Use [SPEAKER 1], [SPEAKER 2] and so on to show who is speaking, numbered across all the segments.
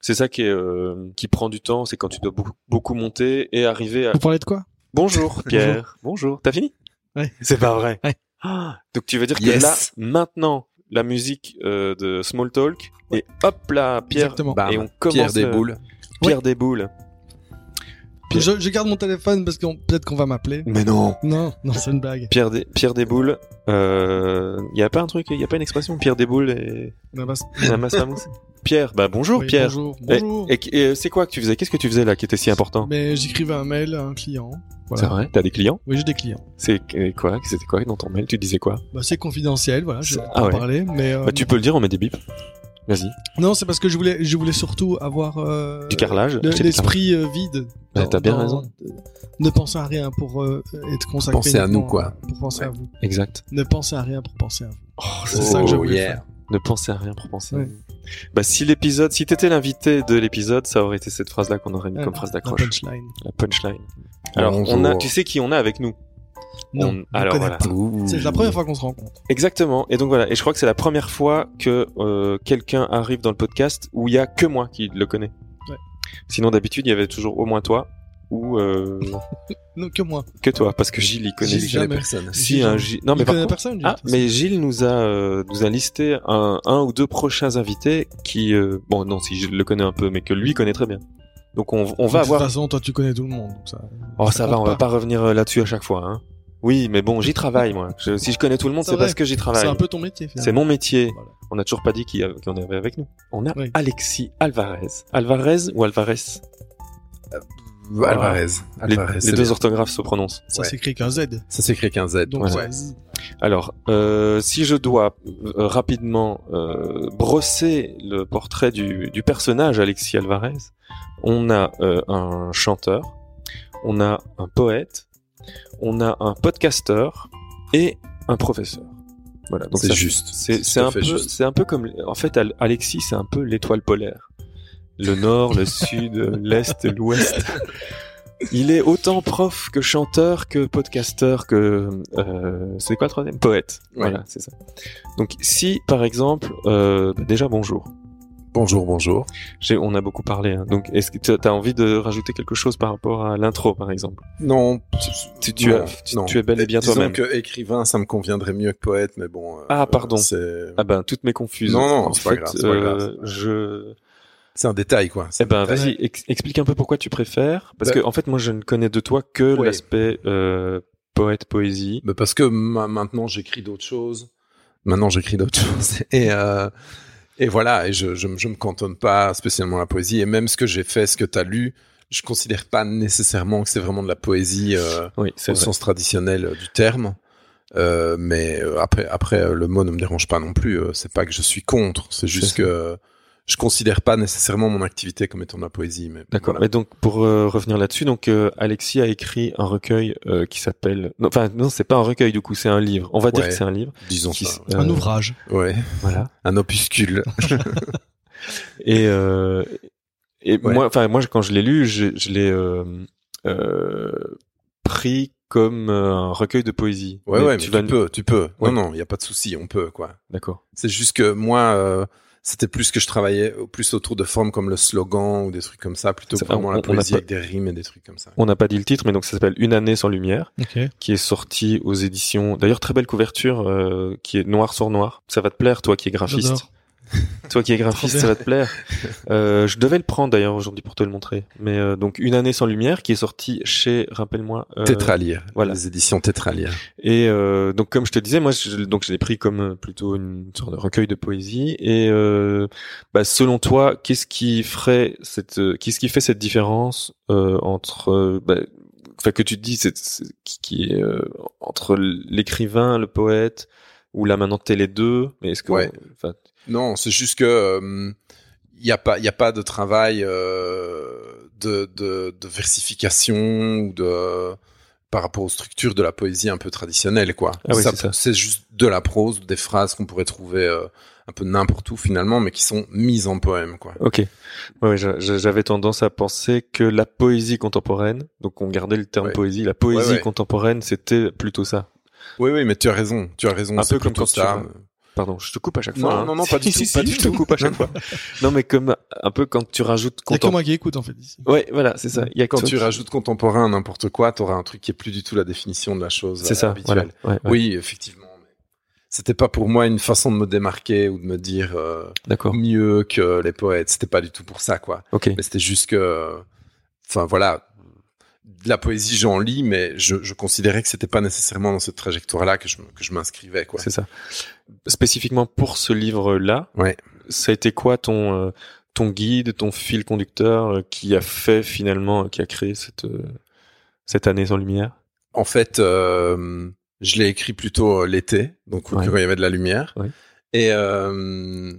[SPEAKER 1] C'est ça qui, est, euh, qui prend du temps, c'est quand tu dois beaucoup, beaucoup monter et arriver à...
[SPEAKER 2] Vous parlez de quoi
[SPEAKER 1] Bonjour Pierre, bonjour, t'as fini
[SPEAKER 2] Ouais.
[SPEAKER 1] C'est pas vrai.
[SPEAKER 2] Ouais.
[SPEAKER 1] Ah, Donc tu veux dire
[SPEAKER 3] Yes.
[SPEAKER 1] que là, maintenant, la musique euh, de Small Talk, et hop là, Pierre, Bah,
[SPEAKER 2] Exactement.
[SPEAKER 3] Bam.
[SPEAKER 1] et on commence...
[SPEAKER 3] Pierre des
[SPEAKER 1] euh,
[SPEAKER 3] boules.
[SPEAKER 1] Pierre des boules.
[SPEAKER 2] je, je garde mon téléphone parce que peut-être qu'on va m'appeler.
[SPEAKER 1] Mais non
[SPEAKER 2] Non, non, c'est une blague.
[SPEAKER 1] Pierre des, Pierre des boules, euh, y a pas un truc, y a pas une expression, Pierre des boules et
[SPEAKER 2] Non, bah, c'est-
[SPEAKER 1] Namas Mamous Pierre, bah bonjour
[SPEAKER 2] oui,
[SPEAKER 1] Pierre.
[SPEAKER 2] Bonjour. bonjour.
[SPEAKER 1] Et, et, euh, c'est quoi que tu faisais Qu'est-ce que tu faisais là qui était si important
[SPEAKER 2] Mais j'écrivais un mail à un client. Voilà.
[SPEAKER 1] C'est vrai T'as des clients
[SPEAKER 2] Oui, j'ai des clients.
[SPEAKER 1] C'est euh, quoi C'était quoi dans ton mail Tu disais quoi
[SPEAKER 2] Bah, c'est confidentiel, voilà, je vais
[SPEAKER 1] Ah
[SPEAKER 2] pas en
[SPEAKER 1] ouais.
[SPEAKER 2] parler. Mais, euh,
[SPEAKER 1] Bah, tu peux le dire, on met des bips. Vas-y.
[SPEAKER 2] Non, c'est parce que je voulais, je voulais surtout avoir euh,
[SPEAKER 1] Du carrelage.
[SPEAKER 2] le-
[SPEAKER 1] C'est du
[SPEAKER 2] l'esprit euh, vide.
[SPEAKER 1] Bah,
[SPEAKER 2] dans-
[SPEAKER 1] t'as bien
[SPEAKER 2] dans-
[SPEAKER 1] raison.
[SPEAKER 2] Ne penser à rien pour euh, être consacré.
[SPEAKER 3] Pensez à
[SPEAKER 2] uniquement
[SPEAKER 3] nous, quoi.
[SPEAKER 2] Pour penser à
[SPEAKER 1] Ouais.
[SPEAKER 2] vous.
[SPEAKER 1] carrelage. Exact. Oh,
[SPEAKER 2] Ne pensez à rien pour penser à vous.
[SPEAKER 3] Oh, C'est
[SPEAKER 2] Oh, ça que je voulais
[SPEAKER 3] yeah.
[SPEAKER 1] Ne pensez à rien pour penser. à
[SPEAKER 2] Ouais.
[SPEAKER 1] vous. Bah si l'épisode, si t'étais l'invité de l'épisode, ça aurait été cette phrase-là qu'on aurait mis
[SPEAKER 2] Ouais,
[SPEAKER 1] comme phrase
[SPEAKER 2] Ah, La
[SPEAKER 1] d'accroche.
[SPEAKER 2] punchline.
[SPEAKER 1] La punchline. Alors on
[SPEAKER 3] Bonjour.
[SPEAKER 1] a, tu sais qui on a avec nous
[SPEAKER 2] Non.
[SPEAKER 1] On-
[SPEAKER 2] je
[SPEAKER 1] Alors
[SPEAKER 2] connais
[SPEAKER 1] voilà.
[SPEAKER 2] pas.
[SPEAKER 3] Ouh.
[SPEAKER 2] C'est la première fois qu'on se rencontre.
[SPEAKER 1] Exactement. Et donc voilà. Et je crois que c'est la première fois que euh, quelqu'un arrive dans le podcast où il y a que moi qui le connais.
[SPEAKER 2] Ouais.
[SPEAKER 1] Sinon d'habitude il y avait toujours au moins toi ou euh,
[SPEAKER 2] Non, que moi.
[SPEAKER 1] que toi parce que Gilles il connaît.
[SPEAKER 3] Gilles,
[SPEAKER 2] Gilles,
[SPEAKER 3] je connais
[SPEAKER 2] jamais.
[SPEAKER 3] personne.
[SPEAKER 1] Si un Gilles. Non
[SPEAKER 2] Il
[SPEAKER 1] mais par
[SPEAKER 2] connaît
[SPEAKER 1] contre.
[SPEAKER 2] personne. lui, de
[SPEAKER 1] Ah
[SPEAKER 2] toute façon.
[SPEAKER 1] mais Gilles nous a euh, nous a listé un, un ou deux prochains invités qui euh, bon non si je le connais un peu mais que lui connaît très bien. Donc on, on va
[SPEAKER 2] De toute
[SPEAKER 1] avoir.
[SPEAKER 2] façon, toi, tu connais tout le monde. donc ça...
[SPEAKER 1] Oh ça va
[SPEAKER 2] compte
[SPEAKER 1] on va
[SPEAKER 2] pas.
[SPEAKER 1] pas revenir euh, là-dessus à chaque fois. Hein. Oui mais bon j'y travaille moi. Je- si je connais tout le monde
[SPEAKER 2] C'est
[SPEAKER 1] c'est
[SPEAKER 2] vrai.
[SPEAKER 1] parce que j'y
[SPEAKER 2] C'est
[SPEAKER 1] travaille.
[SPEAKER 2] un peu ton métier.
[SPEAKER 1] Ah
[SPEAKER 2] finalement.
[SPEAKER 1] bah C'est mon métier.
[SPEAKER 2] Voilà.
[SPEAKER 1] On n'a toujours pas dit qu'il y a- qu'on avait avec nous. On a
[SPEAKER 2] Oui.
[SPEAKER 1] Alexis Alvarez. Alvarez ou Alvarez
[SPEAKER 3] Alvarez.
[SPEAKER 1] Les,
[SPEAKER 3] Alvarez,
[SPEAKER 1] les
[SPEAKER 3] c'est
[SPEAKER 1] deux
[SPEAKER 3] bien.
[SPEAKER 1] orthographes se prononcent.
[SPEAKER 2] Ça
[SPEAKER 3] Ouais.
[SPEAKER 2] s'écrit qu'un Z.
[SPEAKER 3] Ça s'écrit qu'un Z.
[SPEAKER 2] Donc,
[SPEAKER 1] Ouais.
[SPEAKER 2] ouais.
[SPEAKER 1] Alors, euh, si je dois euh, rapidement euh, brosser le portrait du, du personnage Alexis Alvarez, on a euh, un chanteur, on a un poète, on a un podcasteur et un professeur. Voilà, donc
[SPEAKER 3] C'est
[SPEAKER 1] ça-
[SPEAKER 3] juste.
[SPEAKER 1] C'est, c'est
[SPEAKER 3] tout à
[SPEAKER 1] un
[SPEAKER 3] fait
[SPEAKER 1] peu,
[SPEAKER 3] juste.
[SPEAKER 1] c'est un peu comme, en fait, Al- Alexis, c'est un peu l'étoile polaire. Le nord, le sud, l'est, l'ouest. Il est autant prof que chanteur, que podcasteur, que euh, c'est quoi le troisième Poète.
[SPEAKER 3] Ouais.
[SPEAKER 1] Voilà, c'est ça. Donc, si par exemple, euh, bah, déjà bonjour.
[SPEAKER 3] Bonjour, bonjour.
[SPEAKER 1] J'ai, on a beaucoup parlé. hein. Donc, est-ce que tu as envie de rajouter quelque chose par rapport à l'intro, par exemple
[SPEAKER 3] Non.
[SPEAKER 1] Tu- tu as- tu- tu es bel et bien
[SPEAKER 3] Disons
[SPEAKER 1] toi-même.
[SPEAKER 3] que écrivain, ça me conviendrait mieux que poète, mais bon. euh,
[SPEAKER 1] Ah, pardon.
[SPEAKER 3] C'est
[SPEAKER 1] Ah ben, toutes mes confusions.
[SPEAKER 3] Non, non,
[SPEAKER 1] En
[SPEAKER 3] c'est pas
[SPEAKER 1] fait,
[SPEAKER 3] grave, c'est pas grave,
[SPEAKER 1] euh,
[SPEAKER 3] c'est pas grave.
[SPEAKER 1] Je
[SPEAKER 3] c'est un détail, quoi.
[SPEAKER 1] Eh ben,
[SPEAKER 3] Ouais.
[SPEAKER 1] vas-y, ex- explique un peu pourquoi tu préfères. Parce
[SPEAKER 3] Bah-
[SPEAKER 1] que, en fait, moi, je ne connais de toi que
[SPEAKER 3] Ouais.
[SPEAKER 1] l'aspect euh, poète-poésie.
[SPEAKER 3] Bah, parce que ma- maintenant j'écris d'autres choses. Maintenant j'écris d'autres choses. Et, euh, et voilà, et je, je, me- je me cantonne pas spécialement à la poésie. Et même ce que j'ai fait, ce que tu as lu, je considère pas nécessairement que c'est vraiment de la poésie euh,
[SPEAKER 1] Oui,
[SPEAKER 3] au
[SPEAKER 1] c'est vrai.
[SPEAKER 3] sens traditionnel euh, du terme. Euh, mais euh, après, après euh, le mot ne me dérange pas non plus. Euh, C'est pas que je suis contre. C'est juste
[SPEAKER 1] ça.
[SPEAKER 3] que euh, je considère pas nécessairement mon activité comme étant de la poésie. Mais
[SPEAKER 1] D'accord.
[SPEAKER 3] voilà.
[SPEAKER 1] Et donc, pour euh, revenir là-dessus, donc euh, Alexis a écrit un recueil euh, qui s'appelle. non, Enfin, non, c'est pas un recueil du coup, c'est un livre. On va dire
[SPEAKER 3] Ouais.
[SPEAKER 1] que c'est un livre.
[SPEAKER 3] Disons
[SPEAKER 1] Qui
[SPEAKER 3] ça.
[SPEAKER 1] s-
[SPEAKER 3] ouais.
[SPEAKER 2] Un
[SPEAKER 1] euh,
[SPEAKER 2] ouvrage.
[SPEAKER 3] Ouais.
[SPEAKER 1] Voilà.
[SPEAKER 3] Un opuscule.
[SPEAKER 1] Et, euh, et
[SPEAKER 3] Ouais.
[SPEAKER 1] moi, enfin moi, je- quand je l'ai lu, je, je l'ai euh, euh, pris comme euh, un recueil de poésie.
[SPEAKER 3] Ouais,
[SPEAKER 1] Mais
[SPEAKER 3] ouais, mais tu,
[SPEAKER 1] vas nous-
[SPEAKER 3] peux, tu peux.
[SPEAKER 1] Ouais.
[SPEAKER 3] Non, non, il n'y a pas de souci, on peut, quoi.
[SPEAKER 1] D'accord.
[SPEAKER 3] C'est juste que moi, euh, c'était plus que je travaillais au- plus autour de formes comme le slogan ou des trucs comme ça, plutôt que
[SPEAKER 1] C'est-
[SPEAKER 3] vraiment
[SPEAKER 1] on-
[SPEAKER 3] la
[SPEAKER 1] on a
[SPEAKER 3] poésie
[SPEAKER 1] pas-
[SPEAKER 3] avec des rimes et des trucs comme ça.
[SPEAKER 1] On n'a pas dit le titre, mais donc ça s'appelle Une année sans lumière.
[SPEAKER 2] Ok.
[SPEAKER 1] qui est sorti aux éditions. D'ailleurs, très belle couverture euh, qui est noir sur noir. Ça va te plaire, toi qui es graphiste.
[SPEAKER 2] J'adore.
[SPEAKER 1] Toi qui es graphiste, ça va te plaire. Euh, je devais le prendre d'ailleurs aujourd'hui pour te le montrer. Mais euh, donc une année sans lumière qui est sorti chez, rappelle-moi. euh,
[SPEAKER 3] Tétralire.
[SPEAKER 1] voilà.
[SPEAKER 3] Les éditions Tétralire.
[SPEAKER 1] Et euh, donc comme je te disais, moi je, donc je l'ai pris comme euh, plutôt une sorte de recueil de poésie. Et euh, bah, selon toi, qu'est-ce qui ferait cette, euh, qu'est-ce qui fait cette différence euh, entre euh, bah, enfin que tu te dis c'est, c'est- qui, qui est euh, entre l'écrivain, le poète ou là maintenant t'es les deux, mais est-ce que
[SPEAKER 3] Ouais.
[SPEAKER 1] enfin,
[SPEAKER 3] Non, c'est juste que il n'y a pas, il a pas de travail euh, de, de, de versification ou de par rapport aux structures de la poésie un peu traditionnelle, quoi.
[SPEAKER 1] Ah oui,
[SPEAKER 3] Ça,
[SPEAKER 1] c'est ça.
[SPEAKER 3] c'est juste de la prose, des phrases qu'on pourrait trouver euh, un peu n'importe où finalement, mais qui sont mises en poème, quoi.
[SPEAKER 1] Ok. Ouais, je- je- j'avais tendance à penser que la poésie contemporaine, donc on gardait le terme
[SPEAKER 3] Ouais.
[SPEAKER 1] poésie, la poésie
[SPEAKER 3] Ouais, ouais.
[SPEAKER 1] contemporaine, c'était plutôt ça.
[SPEAKER 3] Oui, oui, mais tu as raison. Tu as raison.
[SPEAKER 1] Un
[SPEAKER 3] c'est
[SPEAKER 1] peu comme
[SPEAKER 3] plutôt
[SPEAKER 1] quand tu
[SPEAKER 3] ça.
[SPEAKER 1] vois. Pardon, je te coupe à chaque
[SPEAKER 3] Non,
[SPEAKER 1] fois. hein.
[SPEAKER 3] non, non, pas du
[SPEAKER 1] Si,
[SPEAKER 3] tout,
[SPEAKER 1] si,
[SPEAKER 3] pas
[SPEAKER 1] si,
[SPEAKER 3] du
[SPEAKER 1] je te
[SPEAKER 3] tout.
[SPEAKER 1] coupe à chaque fois. Non, mais comme un peu quand tu rajoutes
[SPEAKER 2] Il y a que
[SPEAKER 1] contemporain.
[SPEAKER 2] moi qui écoute en fait ici.
[SPEAKER 1] Ouais, voilà, c'est ça. Il y a que
[SPEAKER 3] Quand
[SPEAKER 1] toi
[SPEAKER 3] tu
[SPEAKER 1] qui-
[SPEAKER 3] rajoutes contemporain à n'importe quoi, t'auras un truc qui est plus du tout la définition de la chose
[SPEAKER 1] c'est
[SPEAKER 3] euh,
[SPEAKER 1] ça. Voilà.
[SPEAKER 3] habituelle.
[SPEAKER 1] Ouais, ouais.
[SPEAKER 3] Oui, effectivement. mais C'était pas pour moi une façon de me démarquer ou de me dire euh,
[SPEAKER 1] D'accord.
[SPEAKER 3] mieux que les poètes. C'était pas du tout pour ça, quoi.
[SPEAKER 1] Ok.
[SPEAKER 3] Mais c'était juste que, enfin voilà, de la poésie j'en lis, mais je, je considérais que c'était pas nécessairement dans cette trajectoire-là que je, me- que je m'inscrivais, quoi.
[SPEAKER 1] C'est ça. Spécifiquement pour ce livre-là,
[SPEAKER 3] Ouais.
[SPEAKER 1] ça a été quoi ton euh, ton guide, ton fil conducteur euh, qui a fait finalement, euh, qui a créé cette euh, cette année sans lumière
[SPEAKER 3] En fait, euh, je l'ai écrit plutôt euh, l'été, donc
[SPEAKER 1] Ouais.
[SPEAKER 3] quand il y avait de la lumière.
[SPEAKER 1] Ouais.
[SPEAKER 3] Et, euh,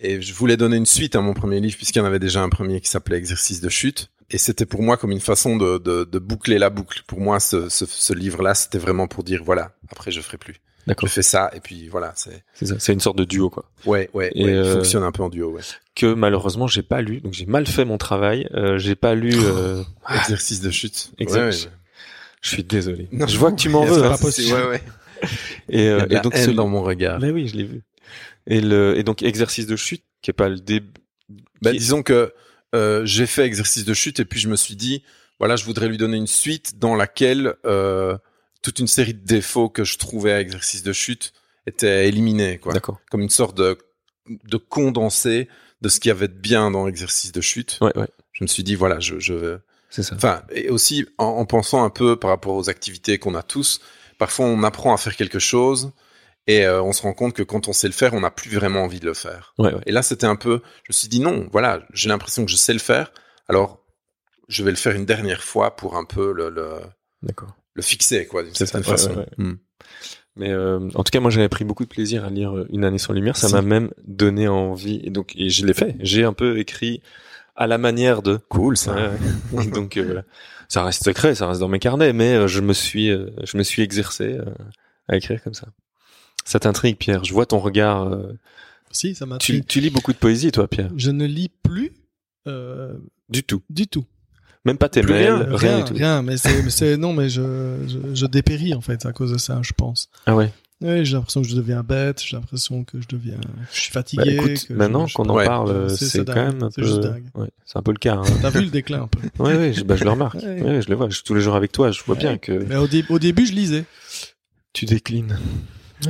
[SPEAKER 3] et je voulais donner une suite à mon premier livre, puisqu'il y en avait déjà un premier qui s'appelait Exercice de chute. Et c'était pour moi comme une façon de, de, de boucler la boucle. Pour moi, ce, ce, ce livre-là, c'était vraiment pour dire, voilà, après je ferai plus. Je
[SPEAKER 1] D'accord.
[SPEAKER 3] fais ça, et puis voilà, c'est...
[SPEAKER 1] C'est ça. C'est une sorte de duo quoi.
[SPEAKER 3] Ouais, ouais,
[SPEAKER 1] Et
[SPEAKER 3] ouais, il
[SPEAKER 1] euh,
[SPEAKER 3] fonctionne un peu en duo, ouais.
[SPEAKER 1] Que malheureusement j'ai pas lu, donc j'ai mal fait mon travail. Euh, j'ai pas lu. euh,
[SPEAKER 3] Oh. Exercice de chute.
[SPEAKER 1] Exercice.
[SPEAKER 3] Ouais, ouais.
[SPEAKER 1] Je suis désolé.
[SPEAKER 3] Non,
[SPEAKER 1] je vois que tu m'en
[SPEAKER 3] Il y a
[SPEAKER 1] veux.
[SPEAKER 3] pas
[SPEAKER 1] hein.
[SPEAKER 3] de souci, Ouais, ouais.
[SPEAKER 1] Et, euh,
[SPEAKER 3] Il y a de
[SPEAKER 1] et
[SPEAKER 3] la
[SPEAKER 1] donc
[SPEAKER 3] haine
[SPEAKER 1] ce-
[SPEAKER 3] dans mon regard.
[SPEAKER 1] Mais Ben oui, je l'ai vu. Et le et donc exercice de chute qui est pas le début.
[SPEAKER 3] Bah,
[SPEAKER 1] Qui-
[SPEAKER 3] disons que euh, j'ai fait exercice de chute et puis je me suis dit, voilà, je voudrais lui donner une suite dans laquelle euh, toute une série de défauts que je trouvais à exercice de chute étaient éliminés, quoi.
[SPEAKER 1] D'accord.
[SPEAKER 3] Comme une sorte de, de condensé de ce qu'il y avait de bien dans exercice de chute.
[SPEAKER 1] Ouais, ouais.
[SPEAKER 3] Je me suis dit, voilà, je, je,
[SPEAKER 1] C'est ça.
[SPEAKER 3] Enfin, et aussi en, en pensant un peu par rapport aux activités qu'on a tous, parfois on apprend à faire quelque chose et euh, on se rend compte que quand on sait le faire, on n'a plus vraiment envie de le faire.
[SPEAKER 1] Ouais, ouais.
[SPEAKER 3] Et là, c'était un peu, je me suis dit non, voilà, j'ai l'impression que je sais le faire, alors je vais le faire une dernière fois pour un peu le, le,
[SPEAKER 1] D'accord.
[SPEAKER 3] le fixer, quoi, d'une
[SPEAKER 1] C'est
[SPEAKER 3] certaine
[SPEAKER 1] ça, ouais,
[SPEAKER 3] façon.
[SPEAKER 1] ouais, ouais.
[SPEAKER 3] Mm.
[SPEAKER 1] Mais euh, en tout cas, moi, j'avais pris beaucoup de plaisir à lire euh, Une année sans lumière. Ça
[SPEAKER 3] Si.
[SPEAKER 1] m'a même donné envie. Et donc, et je l'ai fait. J'ai un peu écrit à la manière de.
[SPEAKER 3] Cool, ça.
[SPEAKER 1] Ouais, ouais. donc euh, voilà. Ça reste secret, ça reste dans mes carnets, mais euh, je me suis, euh, je me suis exercé euh, à écrire comme ça. Ça t'intrigue, Pierre. Je vois ton regard. euh,
[SPEAKER 2] Si, ça m'a
[SPEAKER 1] tu, tu lis beaucoup de poésie, toi, Pierre
[SPEAKER 2] Je ne lis plus euh,
[SPEAKER 1] Du tout.
[SPEAKER 2] du tout.
[SPEAKER 1] Même pas tes
[SPEAKER 3] Plus
[SPEAKER 1] mails,
[SPEAKER 3] rien,
[SPEAKER 1] rien,
[SPEAKER 2] rien,
[SPEAKER 1] du tout.
[SPEAKER 2] rien, mais c'est, mais c'est- non, mais je, je, je dépéris en fait à cause de ça, je pense.
[SPEAKER 1] Ah ouais.
[SPEAKER 2] Ouais, j'ai l'impression que je deviens bête, j'ai l'impression que je deviens, je suis fatigué.
[SPEAKER 1] Bah, écoute,
[SPEAKER 2] que je-
[SPEAKER 1] maintenant
[SPEAKER 2] je sais
[SPEAKER 1] qu'on
[SPEAKER 2] pas.
[SPEAKER 1] en
[SPEAKER 3] ouais.
[SPEAKER 1] parle, euh, c'est
[SPEAKER 2] C'est- c'est
[SPEAKER 1] quand
[SPEAKER 2] dingue.
[SPEAKER 1] même un
[SPEAKER 2] C'est
[SPEAKER 1] peu.
[SPEAKER 2] juste dingue.
[SPEAKER 1] Ouais, c'est un peu le cas. hein.
[SPEAKER 2] T'as vu le déclin un peu.
[SPEAKER 1] Ouais, ouais, je, bah, je le remarque.
[SPEAKER 2] Ouais.
[SPEAKER 1] Ouais, je le vois. Je suis tous les jours avec toi. Je vois bien que
[SPEAKER 2] Mais au, dé- au début, je lisais.
[SPEAKER 1] tu déclines.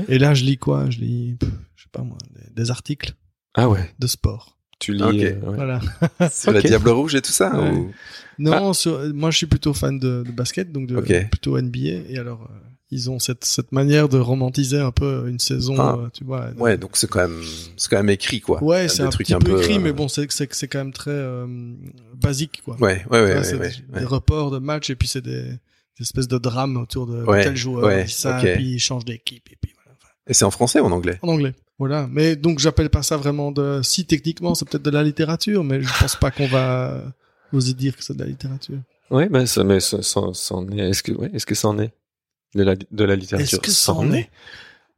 [SPEAKER 2] Et là, je lis quoi Je lis, pff, je sais pas moi, des, des articles
[SPEAKER 1] Ah ouais.
[SPEAKER 2] de sport.
[SPEAKER 1] Tu lis.
[SPEAKER 3] Ok.
[SPEAKER 1] euh, ouais.
[SPEAKER 2] Voilà.
[SPEAKER 3] Ah. C'est la
[SPEAKER 1] Ok.
[SPEAKER 3] Diable Rouge et tout ça
[SPEAKER 2] Ouais.
[SPEAKER 3] ou-
[SPEAKER 2] Non, sur- euh, moi, je suis plutôt fan de, de basket, donc de,
[SPEAKER 3] Ok.
[SPEAKER 2] plutôt NBA. Et alors, euh, ils ont cette, cette manière de romantiser un peu une saison,
[SPEAKER 3] Ah.
[SPEAKER 2] euh, tu vois.
[SPEAKER 3] Ouais, donc c'est quand même, c'est quand même écrit, quoi.
[SPEAKER 2] Ouais,
[SPEAKER 3] Des
[SPEAKER 2] c'est un
[SPEAKER 3] trucs
[SPEAKER 2] petit peu, écrit,
[SPEAKER 3] euh,
[SPEAKER 2] mais bon, c'est c'est c'est quand même très euh, basique, quoi.
[SPEAKER 3] Ouais, ouais, ouais,
[SPEAKER 2] Là,
[SPEAKER 3] ouais,
[SPEAKER 2] c'est
[SPEAKER 3] ouais,
[SPEAKER 2] des,
[SPEAKER 3] ouais.
[SPEAKER 2] des reports de matchs et puis c'est des, des espèces de drames autour de
[SPEAKER 3] Ouais,
[SPEAKER 2] tel joueur,
[SPEAKER 3] ouais,
[SPEAKER 2] il dit ça,
[SPEAKER 3] ok.
[SPEAKER 2] puis il change d'équipe et puis voilà. Enfin,
[SPEAKER 3] Et c'est en français ou en anglais
[SPEAKER 2] en anglais. Voilà. Mais donc j'appelle pas ça vraiment de. Si techniquement c'est peut-être de la littérature, mais je pense pas qu'on va oser dire que c'est de la littérature.
[SPEAKER 1] Ouais, bah, ça, mais ça, ça- ça en est. Est-ce que, ouais, est-ce que ça en est de la de la littérature
[SPEAKER 2] Est-ce que
[SPEAKER 1] Ça en est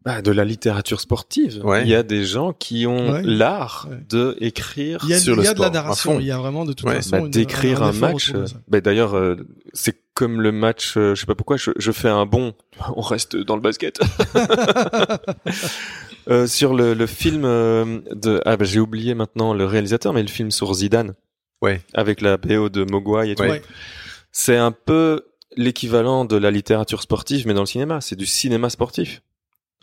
[SPEAKER 1] Bah, de la littérature sportive.
[SPEAKER 3] Ouais.
[SPEAKER 1] Il y a des gens qui ont
[SPEAKER 2] Ouais.
[SPEAKER 1] l'art
[SPEAKER 2] Ouais.
[SPEAKER 1] de écrire.
[SPEAKER 2] Il y a,
[SPEAKER 3] Sur
[SPEAKER 2] il y a
[SPEAKER 3] le
[SPEAKER 2] de la
[SPEAKER 3] sport, à
[SPEAKER 2] narration,
[SPEAKER 3] fond.
[SPEAKER 2] il y a vraiment de toute
[SPEAKER 3] Ouais,
[SPEAKER 2] façon.
[SPEAKER 1] bah,
[SPEAKER 2] une-
[SPEAKER 1] d'écrire un
[SPEAKER 2] effort
[SPEAKER 1] match.
[SPEAKER 2] autour de
[SPEAKER 1] euh,
[SPEAKER 2] ça.
[SPEAKER 1] Bah, d'ailleurs, euh, c'est comme le match. euh, je sais pas pourquoi. Je, je fais un bon. On reste dans le basket. Euh, sur le, le film euh, de ah bah, j'ai oublié maintenant le réalisateur, mais le film sur Zidane.
[SPEAKER 3] Ouais.
[SPEAKER 1] Avec la BO de Mogwai et tout.
[SPEAKER 3] Ouais.
[SPEAKER 2] Ouais.
[SPEAKER 1] C'est un peu l'équivalent de la littérature sportive, mais dans le cinéma. C'est du cinéma sportif.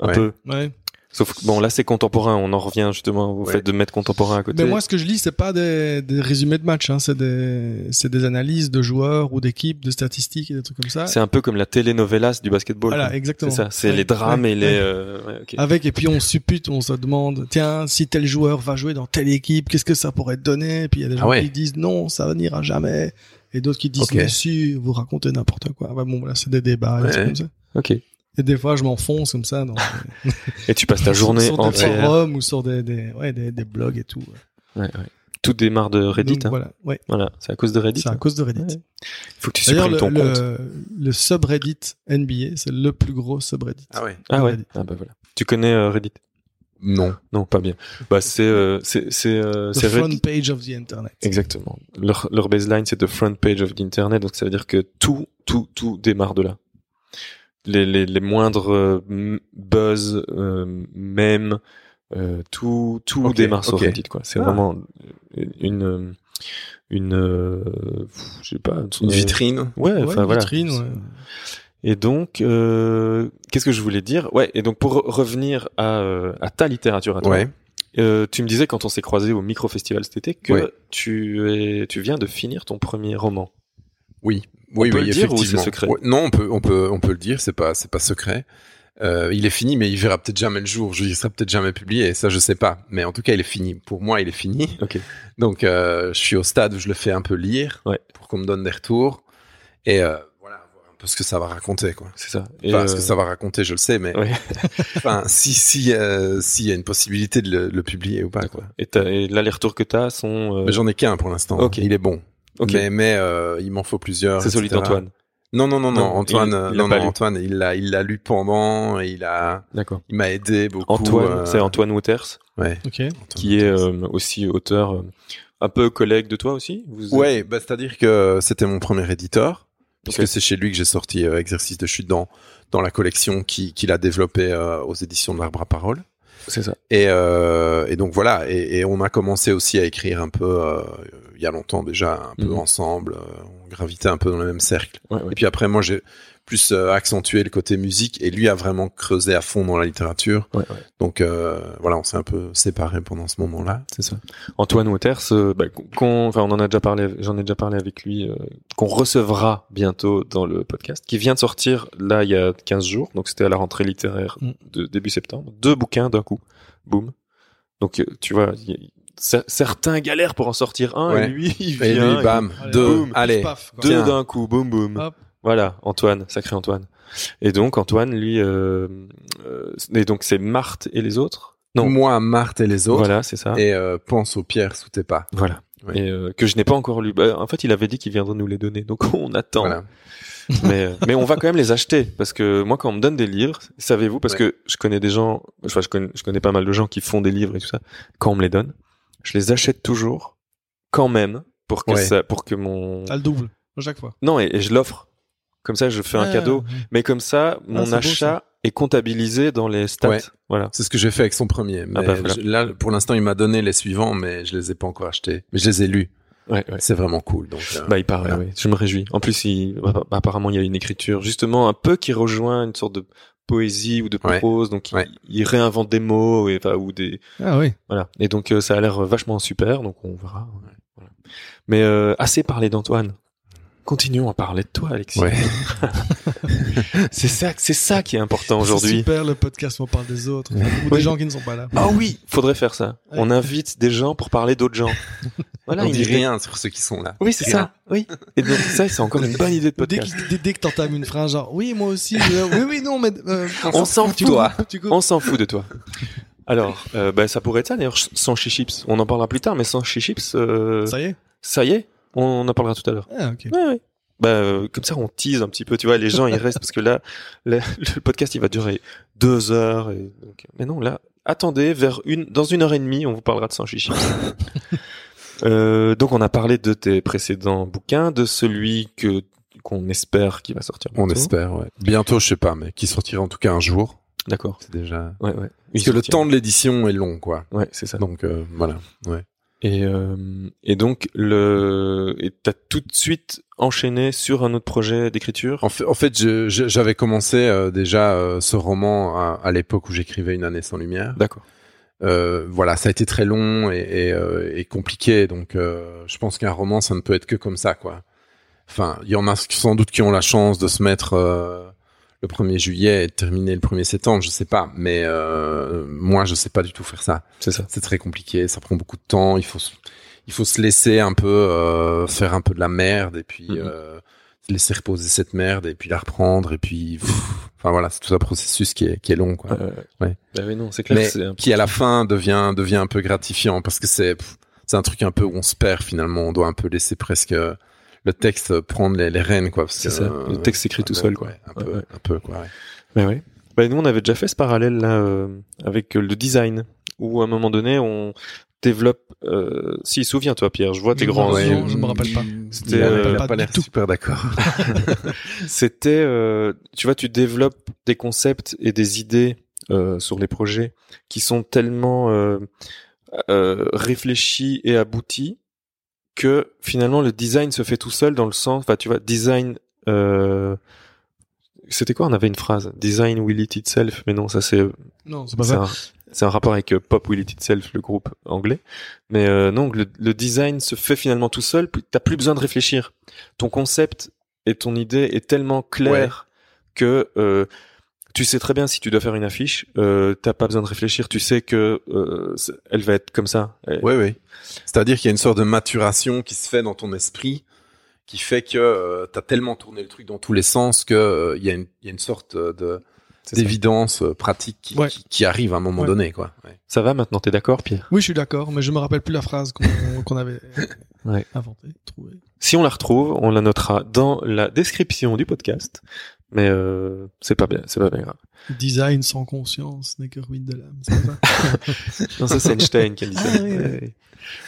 [SPEAKER 1] Un
[SPEAKER 3] Ouais.
[SPEAKER 1] peu.
[SPEAKER 2] Ouais.
[SPEAKER 1] Sauf que bon, là c'est contemporain. On en revient justement au
[SPEAKER 3] Ouais.
[SPEAKER 1] fait de mettre contemporain à côté.
[SPEAKER 2] Mais moi, ce que je lis, c'est pas des, des résumés de matchs, hein, c'est des, c'est des analyses de joueurs ou d'équipes, de statistiques et des trucs comme ça.
[SPEAKER 1] c'est un peu comme la telenovelas du basketball.
[SPEAKER 2] Voilà,
[SPEAKER 1] quoi.
[SPEAKER 2] exactement.
[SPEAKER 1] c'est ça. C'est
[SPEAKER 2] Ouais,
[SPEAKER 1] les drames
[SPEAKER 2] ouais,
[SPEAKER 1] et les.
[SPEAKER 2] ouais. Ah.
[SPEAKER 1] euh, ouais, ok.
[SPEAKER 2] Avec et puis on suppute, on se demande, tiens, si tel joueur va jouer dans telle équipe, qu'est-ce que ça pourrait te donner Et puis il y a des
[SPEAKER 3] Ah
[SPEAKER 2] gens
[SPEAKER 3] ouais.
[SPEAKER 2] qui disent non, ça n'ira jamais, et d'autres qui disent
[SPEAKER 3] Ok.
[SPEAKER 2] mais si, vous racontez n'importe quoi. Bah bon, là c'est des débats, et
[SPEAKER 3] Ouais.
[SPEAKER 2] des trucs comme ça.
[SPEAKER 1] Ok.
[SPEAKER 2] Et des fois je m'enfonce comme ça dans
[SPEAKER 1] Et tu passes ta journée
[SPEAKER 2] sur, sur des
[SPEAKER 1] entière.
[SPEAKER 2] forums ou sur des, des, ouais, des, des blogs et tout.
[SPEAKER 1] Ouais, ouais. Tout démarre de Reddit.
[SPEAKER 2] Donc,
[SPEAKER 1] hein.
[SPEAKER 2] Voilà, ouais,
[SPEAKER 1] Voilà, c'est à cause de Reddit. hein.
[SPEAKER 2] c'est à cause de Reddit.
[SPEAKER 1] Ouais. Faut que tu
[SPEAKER 2] D'ailleurs
[SPEAKER 1] supprimes
[SPEAKER 2] le,
[SPEAKER 1] ton compte.
[SPEAKER 2] le, le subreddit NBA, c'est le plus gros subreddit.
[SPEAKER 3] Ah ouais.
[SPEAKER 1] Ah ouais.
[SPEAKER 2] Reddit.
[SPEAKER 1] Ah bah voilà. Tu connais euh, Reddit
[SPEAKER 3] Non.
[SPEAKER 1] Non, pas bien. Bah c'est euh, c'est c'est euh,
[SPEAKER 2] The
[SPEAKER 1] c'est
[SPEAKER 2] front
[SPEAKER 1] Reddit.
[SPEAKER 2] page of the internet.
[SPEAKER 1] Exactement. Leur, leur baseline, c'est the front page of the internet, donc ça veut dire que tout, tout, tout démarre de là. les, les, les moindres euh, m- buzz, euh, mèmes, euh, tout, tout
[SPEAKER 3] Ok,
[SPEAKER 1] démarre sur
[SPEAKER 3] ok.
[SPEAKER 1] Reddit, quoi. C'est
[SPEAKER 3] Ah.
[SPEAKER 1] vraiment une, une, une, euh, pff, je sais pas, une sorte
[SPEAKER 3] Une
[SPEAKER 1] de-
[SPEAKER 3] vitrine.
[SPEAKER 1] Ouais,
[SPEAKER 2] Ouais,
[SPEAKER 1] enfin voilà.
[SPEAKER 2] vitrine, ouais.
[SPEAKER 1] Et donc, euh, qu'est-ce que je voulais dire Ouais, et donc pour re- revenir à, euh, à ta littérature à toi,
[SPEAKER 3] Ouais.
[SPEAKER 1] euh, tu me disais quand on s'est croisé au micro-festival cet été que
[SPEAKER 3] Ouais.
[SPEAKER 1] tu, es, tu viens de finir ton premier roman.
[SPEAKER 3] Oui, oui,
[SPEAKER 1] peut
[SPEAKER 3] oui,
[SPEAKER 1] le dire ou
[SPEAKER 3] effectivement.
[SPEAKER 1] c'est secret
[SPEAKER 3] Ouais, non, on peut, on peut, on peut le dire. C'est pas, c'est pas secret. Euh, il est fini, mais il verra peut-être jamais le jour. Je il sera peut-être jamais publié. Ça, je sais pas. Mais en tout cas, il est fini. Pour moi, il est fini.
[SPEAKER 1] Ok.
[SPEAKER 3] Donc, euh, je suis au stade où je le fais un peu lire
[SPEAKER 1] Ouais.
[SPEAKER 3] pour qu'on me donne des retours et euh, voilà, voir un peu ce que ça va raconter, quoi.
[SPEAKER 1] C'est ça. Et,
[SPEAKER 3] Enfin, ce
[SPEAKER 1] euh,
[SPEAKER 3] que Bah, ça va raconter, je le sais, mais
[SPEAKER 1] Ouais.
[SPEAKER 3] enfin, si, si, euh, s'il y a une possibilité de le, de le publier ou pas, quoi.
[SPEAKER 1] et, t'as- et là, les retours que tu as sont... euh,
[SPEAKER 3] Mais J'en ai qu'un pour l'instant.
[SPEAKER 1] Ok.
[SPEAKER 3] Il est bon.
[SPEAKER 1] ok.
[SPEAKER 3] Mais, mais euh, il m'en faut plusieurs.
[SPEAKER 1] C'est celui
[SPEAKER 3] etc.
[SPEAKER 1] d'Antoine.
[SPEAKER 3] Non, non, non, non,
[SPEAKER 1] Non,
[SPEAKER 3] Antoine,
[SPEAKER 1] il-
[SPEAKER 3] euh,
[SPEAKER 1] il l'a
[SPEAKER 3] non,
[SPEAKER 1] pas
[SPEAKER 3] non,
[SPEAKER 1] lu.
[SPEAKER 3] Antoine, il l'a, il l'a lu pendant, et il a,
[SPEAKER 1] D'accord.
[SPEAKER 3] il m'a aidé beaucoup.
[SPEAKER 1] Antoine,
[SPEAKER 3] euh,
[SPEAKER 1] c'est Antoine Waters,
[SPEAKER 3] ouais,
[SPEAKER 2] Ok.
[SPEAKER 1] qui est euh, aussi auteur, euh, un peu collègue de toi aussi. Vous
[SPEAKER 3] Ouais, bah, c'est-à-dire que c'était mon premier éditeur, parce
[SPEAKER 1] Ok.
[SPEAKER 3] que c'est chez lui que j'ai sorti euh, Exercice de chute dans, dans la collection qui- qu'il a développée euh, aux éditions de l'Arbre à Parole.
[SPEAKER 1] c'est ça.
[SPEAKER 3] Et, euh, et donc voilà, et, et on a commencé aussi à écrire un peu, euh, il y a longtemps déjà, un peu
[SPEAKER 1] Mhm.
[SPEAKER 3] ensemble, euh, on gravitait un peu dans le même cercle.
[SPEAKER 1] Ouais, ouais.
[SPEAKER 3] Et puis après, moi, j'ai plus euh, accentué le côté musique et lui a vraiment creusé à fond dans la littérature.
[SPEAKER 1] Ouais, ouais,
[SPEAKER 3] Donc euh, voilà, on s'est un peu séparés pendant ce moment-là.
[SPEAKER 1] c'est ça. Antoine Waters, euh, bah, qu'on, enfin, on en a déjà parlé, j'en ai déjà parlé avec lui, euh, qu'on recevra bientôt dans le podcast, qui vient de sortir là il y a 15 jours, donc c'était à la rentrée littéraire
[SPEAKER 2] Mm.
[SPEAKER 1] de début septembre, deux bouquins d'un coup, boum. Donc euh, tu vois, il y a- cer- certains galèrent pour en sortir un,
[SPEAKER 3] Ouais.
[SPEAKER 1] et lui il
[SPEAKER 3] Et
[SPEAKER 1] vient,
[SPEAKER 3] lui, bam,
[SPEAKER 2] Allez,
[SPEAKER 3] deux,
[SPEAKER 1] boum,
[SPEAKER 3] allez.
[SPEAKER 2] Paf, quoi.
[SPEAKER 1] Deux
[SPEAKER 3] Tiens.
[SPEAKER 1] d'un coup, boum boum.
[SPEAKER 2] Hop.
[SPEAKER 1] Voilà, Antoine, sacré Antoine. Et donc Antoine, lui, euh, euh, et donc c'est Marthe et les autres. Non,
[SPEAKER 3] Moi, Marthe et les autres.
[SPEAKER 1] voilà, c'est ça.
[SPEAKER 3] Et euh, pense aux pierres sous tes pas.
[SPEAKER 1] Voilà.
[SPEAKER 3] Ouais.
[SPEAKER 1] Et euh, que je n'ai pas encore lu. Bah, en fait, il avait dit qu'il viendrait nous les donner, donc on attend.
[SPEAKER 3] Voilà.
[SPEAKER 1] Mais, euh, mais on va quand même les acheter parce que moi, quand on me donne des livres, savez-vous, parce
[SPEAKER 3] Ouais.
[SPEAKER 1] que je connais des gens, enfin, je connais, je connais pas mal de gens qui font des livres et tout ça. Quand on me les donne, je les achète toujours, quand même, pour que
[SPEAKER 3] Ouais.
[SPEAKER 1] ça, pour que mon
[SPEAKER 2] T'as le double à chaque fois.
[SPEAKER 1] non et, et je l'offre. Comme ça, je fais un
[SPEAKER 2] Ah,
[SPEAKER 1] cadeau. Mais comme ça, mon
[SPEAKER 2] c'est beau,
[SPEAKER 1] achat est comptabilisé dans les stats.
[SPEAKER 3] Ouais.
[SPEAKER 1] Voilà.
[SPEAKER 3] C'est ce que j'ai fait avec son premier. Mais
[SPEAKER 1] bah, voilà.
[SPEAKER 3] je- là, pour l'instant, il m'a donné les suivants, mais je les ai pas encore achetés. Mais je les ai lus.
[SPEAKER 1] Ouais, ouais.
[SPEAKER 3] C'est vraiment cool. Donc, euh,
[SPEAKER 1] Bah, il parle,
[SPEAKER 3] Voilà.
[SPEAKER 1] ouais. je me réjouis. En plus, il, app- apparemment, il y a une écriture, justement, un peu qui rejoint une sorte de poésie ou de
[SPEAKER 3] Ouais.
[SPEAKER 1] prose, donc il,
[SPEAKER 3] Ouais.
[SPEAKER 1] il réinvente des mots, et, enfin, ou des,
[SPEAKER 2] Ah oui.
[SPEAKER 1] voilà. Et donc, euh, ça a l'air vachement super, donc on verra. ouais. Voilà. Mais euh, assez parlé d'Antoine. Continuons à parler de toi, Alexis.
[SPEAKER 3] ouais.
[SPEAKER 1] C'est ça, c'est ça qui est important
[SPEAKER 2] C'est
[SPEAKER 1] aujourd'hui.
[SPEAKER 2] Super le podcast, où on parle des autres ou
[SPEAKER 1] Oui.
[SPEAKER 2] des gens qui ne sont pas là.
[SPEAKER 1] Ah oui, faudrait faire ça.
[SPEAKER 2] Ouais.
[SPEAKER 1] On invite des gens pour parler d'autres gens. Voilà,
[SPEAKER 3] on
[SPEAKER 1] il
[SPEAKER 3] dit
[SPEAKER 1] était-
[SPEAKER 3] rien sur ceux qui sont là.
[SPEAKER 1] Oui, c'est
[SPEAKER 3] Rien.
[SPEAKER 1] ça. Oui. Et donc ça, c'est encore une bonne idée de
[SPEAKER 2] Dès,
[SPEAKER 1] podcast.
[SPEAKER 2] qu'il- dès, dès que t'entames une phrase genre oui moi aussi je- oui oui non mais euh,
[SPEAKER 1] On s'en fout.
[SPEAKER 2] tu coupes, tu coupes.
[SPEAKER 1] On s'en fout de toi. Alors, euh, bah, ça pourrait être ça d'ailleurs, ch- sans chichips. On en parlera plus tard, mais sans chichips, euh, ça...
[SPEAKER 2] ça y est
[SPEAKER 1] y est, on, on en parlera tout à l'heure.
[SPEAKER 2] ah, ok
[SPEAKER 1] Ouais, ouais. Bah, euh, comme ça, on tease un petit peu, tu vois, les gens, ils restent parce que là, la- le podcast, il va durer deux heures. et donc- Mais non, là, attendez, vers une, dans une heure et demie, on vous parlera de sans chichips. Euh, donc, on a parlé de tes précédents bouquins, de celui que qu'on espère qui va sortir.
[SPEAKER 3] On
[SPEAKER 1] bientôt.
[SPEAKER 3] espère, ouais. Bientôt, je sais pas, mais qui sortira en tout cas un jour.
[SPEAKER 1] D'accord.
[SPEAKER 3] C'est déjà.
[SPEAKER 1] Ouais, ouais.
[SPEAKER 3] Parce que le temps de l'édition est long, quoi.
[SPEAKER 1] Ouais, c'est ça.
[SPEAKER 3] Donc euh, voilà. Ouais.
[SPEAKER 1] Et, euh, et donc, le, et t'as tout de suite enchaîné sur un autre projet d'écriture.
[SPEAKER 3] En fait, en fait je- je- j'avais commencé euh, déjà euh, ce roman à, à l'époque où j'écrivais Une année sans lumière.
[SPEAKER 1] D'accord.
[SPEAKER 3] Euh, voilà, ça a été très long et, et, euh, et compliqué. Donc euh, je pense qu'un roman, ça ne peut être que comme ça, quoi. Enfin, il y en a sans doute qui ont la chance de se mettre euh, le 1er juillet et de terminer le 1er septembre, je sais pas. Mais euh, moi, je sais pas du tout faire ça.
[SPEAKER 1] C'est ça.
[SPEAKER 3] c'est très compliqué, ça prend beaucoup de temps, il faut se, il faut se laisser un peu euh, faire un peu de la merde et puis
[SPEAKER 1] Mhm.
[SPEAKER 3] euh, se laisser reposer cette merde et puis la reprendre et puis pff, enfin voilà, c'est tout un processus qui est, qui est long quoi.
[SPEAKER 1] Euh,
[SPEAKER 3] Ouais.
[SPEAKER 1] Bah oui, non, c'est clair.
[SPEAKER 3] Mais
[SPEAKER 1] c'est un-
[SPEAKER 3] qui à la fin devient devient un peu gratifiant parce que c'est pff, c'est un truc un peu où on se perd finalement, on doit un peu laisser presque euh, le texte prendre les, les rênes quoi parce
[SPEAKER 1] C'est
[SPEAKER 3] que euh,
[SPEAKER 1] ça. Le texte s'écrit tout
[SPEAKER 3] ouais,
[SPEAKER 1] seul, quoi.
[SPEAKER 3] ouais, un
[SPEAKER 1] Ouais,
[SPEAKER 3] peu
[SPEAKER 1] ouais.
[SPEAKER 3] un peu quoi. ouais.
[SPEAKER 1] Bah oui. Bah nous, on avait déjà fait ce parallèle là euh, avec euh, le design, où à un moment donné, on développe. Euh... Si, souviens-toi, Pierre. Je vois tes
[SPEAKER 2] Je me
[SPEAKER 1] grands
[SPEAKER 2] souviens,
[SPEAKER 1] yeux.
[SPEAKER 2] je me rappelle pas.
[SPEAKER 3] C'était
[SPEAKER 1] Il a- Euh, il a
[SPEAKER 2] pas
[SPEAKER 3] pas l'air
[SPEAKER 2] du tout.
[SPEAKER 3] super d'accord.
[SPEAKER 1] C'était, euh, tu vois, tu développes des concepts et des idées euh, sur les projets qui sont tellement euh, euh, réfléchis et aboutis que finalement le design se fait tout seul dans le sens, enfin, tu vois, design. euh, c'était quoi On avait une phrase. Design will it itself, mais non, ça c'est
[SPEAKER 2] Non, c'est pas
[SPEAKER 1] c'est
[SPEAKER 2] ça.
[SPEAKER 1] un, c'est un rapport avec euh, Pop Will It Itself, le groupe anglais. Mais euh, non, le, le design se fait finalement tout seul. puis T'as plus besoin de réfléchir. Ton concept et ton idée est tellement clair que euh, tu sais très bien si tu dois faire une affiche. Euh, T'as pas besoin de réfléchir. Tu sais que euh, c'est- elle va être comme ça. Et-
[SPEAKER 3] Oui, oui. C'est-à-dire qu'il y a une sorte de maturation qui se fait dans ton esprit, qui fait que tu as tellement tourné le truc dans tous les sens que euh, il y, a une- il y a une sorte euh, de
[SPEAKER 1] c'est ça.
[SPEAKER 3] d'évidence euh, pratique qui,
[SPEAKER 2] Ouais.
[SPEAKER 3] qui- qui arrive à un moment
[SPEAKER 2] Ouais.
[SPEAKER 3] donné, quoi. Ouais.
[SPEAKER 1] Ça va maintenant. T'es d'accord, Pierre
[SPEAKER 2] Oui, je suis d'accord, mais je me rappelle plus la phrase qu'on euh, qu'on avait
[SPEAKER 1] Ouais.
[SPEAKER 2] inventée, trouvée.
[SPEAKER 1] Si on la retrouve, on la notera dans la description du podcast. Mais euh, c'est pas bien. C'est pas bien grave.
[SPEAKER 2] Design sans conscience n'est que ruine de l'âme. c'est pas ça
[SPEAKER 1] Non, ça c'est Einstein qui a dit ça.
[SPEAKER 2] Ah, oui, oui.
[SPEAKER 1] Ouais.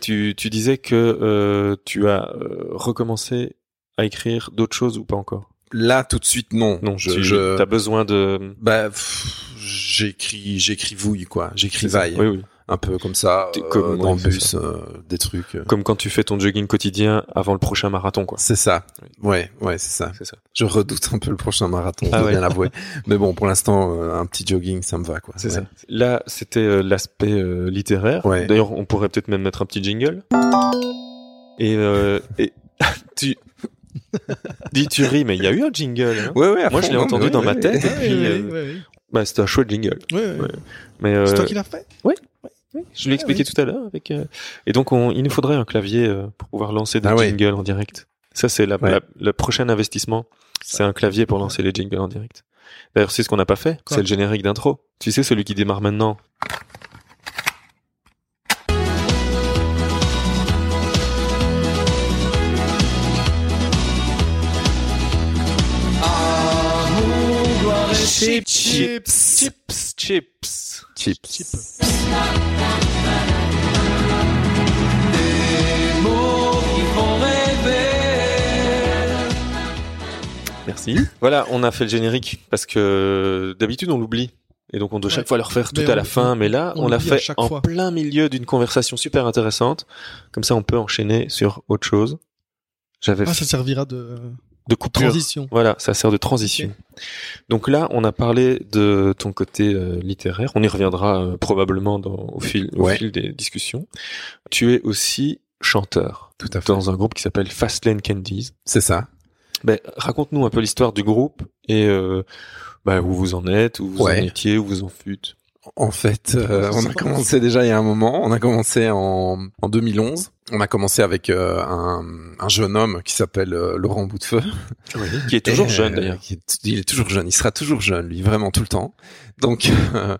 [SPEAKER 1] Tu, tu disais que euh, tu as euh, recommencé à écrire d'autres choses ou pas encore
[SPEAKER 3] Là, tout de suite, non.
[SPEAKER 1] Non,
[SPEAKER 3] je,
[SPEAKER 1] tu
[SPEAKER 3] je-
[SPEAKER 1] as besoin de...
[SPEAKER 3] bah, pff, j'écris, j'écrivouille, quoi.
[SPEAKER 1] C'est ça.
[SPEAKER 3] J'écrivaille,
[SPEAKER 1] Oui, oui.
[SPEAKER 3] un peu comme ça,
[SPEAKER 1] T'es
[SPEAKER 3] euh,
[SPEAKER 1] comme-
[SPEAKER 3] dans
[SPEAKER 1] ouais, c'est
[SPEAKER 3] le bus, euh, des trucs. euh.
[SPEAKER 1] Comme quand tu fais ton jogging quotidien avant le prochain marathon, quoi.
[SPEAKER 3] C'est ça. Ouais, ouais, c'est ça.
[SPEAKER 1] C'est ça.
[SPEAKER 3] Je redoute un peu le prochain marathon,
[SPEAKER 1] Ah
[SPEAKER 3] je dois
[SPEAKER 1] ouais.
[SPEAKER 3] bien l'avouer. Mais bon, pour l'instant, euh, un petit jogging, ça me va, quoi.
[SPEAKER 1] C'est
[SPEAKER 3] Ouais.
[SPEAKER 1] ça. Là, c'était euh, l'aspect euh, littéraire.
[SPEAKER 3] Ouais.
[SPEAKER 1] D'ailleurs, on pourrait peut-être même mettre un petit jingle. Et, euh, et tu dis tu ris, mais il y a eu un jingle. hein.
[SPEAKER 3] Ouais, ouais, à
[SPEAKER 1] Moi, je
[SPEAKER 3] fond,
[SPEAKER 1] l'ai
[SPEAKER 3] non,
[SPEAKER 1] entendu
[SPEAKER 3] mais
[SPEAKER 1] dans
[SPEAKER 3] ouais,
[SPEAKER 1] ma
[SPEAKER 3] ouais.
[SPEAKER 1] tête. Et
[SPEAKER 2] Ouais,
[SPEAKER 1] puis,
[SPEAKER 2] ouais,
[SPEAKER 1] euh,
[SPEAKER 2] ouais,
[SPEAKER 1] Bah, c'était un chouette jingle.
[SPEAKER 2] ouais, ouais.
[SPEAKER 1] ouais. Mais
[SPEAKER 2] C'est toi
[SPEAKER 1] euh,
[SPEAKER 2] qui l'as fait
[SPEAKER 1] Je l'ai expliqué tout à l'heure avec. euh, Et donc, on- il nous faudrait un clavier euh, pour pouvoir lancer des
[SPEAKER 3] Ah ouais.
[SPEAKER 1] jingles en direct. Ça, c'est la,
[SPEAKER 3] Ouais.
[SPEAKER 1] la- le prochain investissement. C'est un clavier pour lancer les jingles en direct. D'ailleurs, c'est ce qu'on n'a pas fait.
[SPEAKER 2] Quoi
[SPEAKER 1] C'est le générique d'intro. Tu sais, celui qui démarre maintenant.
[SPEAKER 2] Chip,
[SPEAKER 1] Euh, chips, chips, chips.
[SPEAKER 3] Chips.
[SPEAKER 2] Chip.
[SPEAKER 1] Merci. voilà, on a fait le générique parce que d'habitude on l'oublie. Et donc on doit chaque
[SPEAKER 2] Ouais.
[SPEAKER 1] fois le refaire tout
[SPEAKER 2] Mais
[SPEAKER 1] à
[SPEAKER 2] on-
[SPEAKER 1] la fin, mais là
[SPEAKER 2] on
[SPEAKER 1] on l'a
[SPEAKER 2] l'oublie à
[SPEAKER 1] fait
[SPEAKER 2] chaque
[SPEAKER 1] en
[SPEAKER 2] fois.
[SPEAKER 1] plein milieu d'une conversation super intéressante. Comme ça on peut enchaîner sur autre chose. J'avais
[SPEAKER 2] Ah,
[SPEAKER 1] fait
[SPEAKER 2] ça servira de
[SPEAKER 1] de coupure.
[SPEAKER 2] transition.
[SPEAKER 1] Voilà, ça sert de transition. Donc là, on a parlé de ton côté euh, littéraire. On y reviendra euh, probablement dans, au, fil, au
[SPEAKER 3] Ouais.
[SPEAKER 1] fil des discussions. Tu es aussi chanteur
[SPEAKER 3] Tout à fait.
[SPEAKER 1] dans un groupe qui s'appelle Fastlane Candies.
[SPEAKER 3] C'est ça.
[SPEAKER 1] Ben, raconte-nous un peu l'histoire du groupe et euh, ben, où vous en êtes, où vous
[SPEAKER 3] Ouais.
[SPEAKER 1] en étiez, où vous en fûtes.
[SPEAKER 3] En fait, euh, on a commencé déjà il y a un moment. On a commencé en, en 2011. On a commencé avec euh, un, un jeune homme qui s'appelle euh, Laurent Boutefeu.
[SPEAKER 1] Qui est toujours
[SPEAKER 3] Et,
[SPEAKER 1] jeune
[SPEAKER 3] euh,
[SPEAKER 1] d'ailleurs.
[SPEAKER 3] qui est- il est toujours jeune. Il sera toujours jeune, lui, vraiment tout le temps. Donc, euh,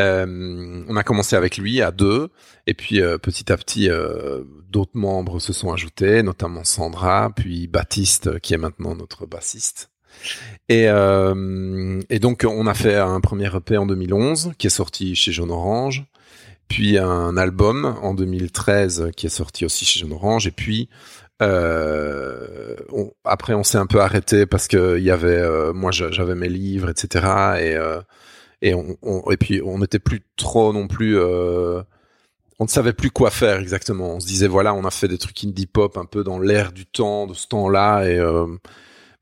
[SPEAKER 3] euh, on a commencé avec lui à deux, et puis euh, petit à petit, euh, d'autres membres se sont ajoutés, notamment Sandra, puis Baptiste, euh, qui est maintenant notre bassiste. Et, euh, et donc, on a fait un premier EP en 2011, qui est sorti chez Jaune Orange, puis un album en 2013, qui est sorti aussi chez Jaune Orange, et puis euh, on- après, on s'est un peu arrêté parce que il y avait, euh, moi, j'a- j'avais mes livres, etc. Et euh, et on, on- et puis on n'était plus trop non plus. euh, on ne savait plus quoi faire exactement. On se disait voilà, on a fait des trucs indie pop un peu dans l'air du temps, de ce temps-là, et euh,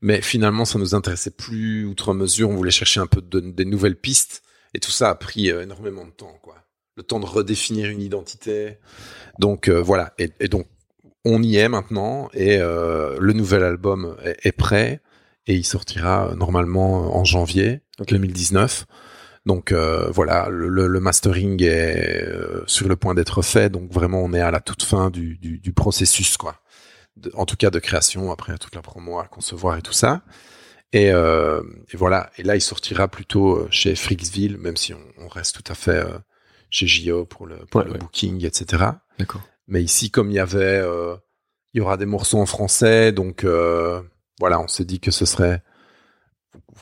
[SPEAKER 3] mais finalement, ça nous intéressait plus outre mesure. On voulait chercher un peu de- des nouvelles pistes, et tout ça a pris euh, énormément de temps, quoi. Le temps de redéfinir une identité. Donc euh, voilà, et, et donc on y est maintenant, et euh, le nouvel album est, est prêt, et il sortira euh, normalement en janvier
[SPEAKER 1] Ok.
[SPEAKER 3] 2019. Donc euh, voilà, le, le- le mastering est euh, sur le point d'être fait, donc vraiment on est à la toute fin du, du- du processus, quoi. De- en tout cas de création, après toute la promo à concevoir et tout ça. Et, euh, et voilà, et là il sortira plutôt euh, chez Freaksville, même si on, on reste tout à fait euh, chez JO pour le, pour
[SPEAKER 1] Ouais,
[SPEAKER 3] le
[SPEAKER 1] ouais.
[SPEAKER 3] booking, etc.
[SPEAKER 1] D'accord.
[SPEAKER 3] Mais ici, comme il y avait, euh, il y aura des morceaux en français, donc euh, voilà, on s'est dit que ce serait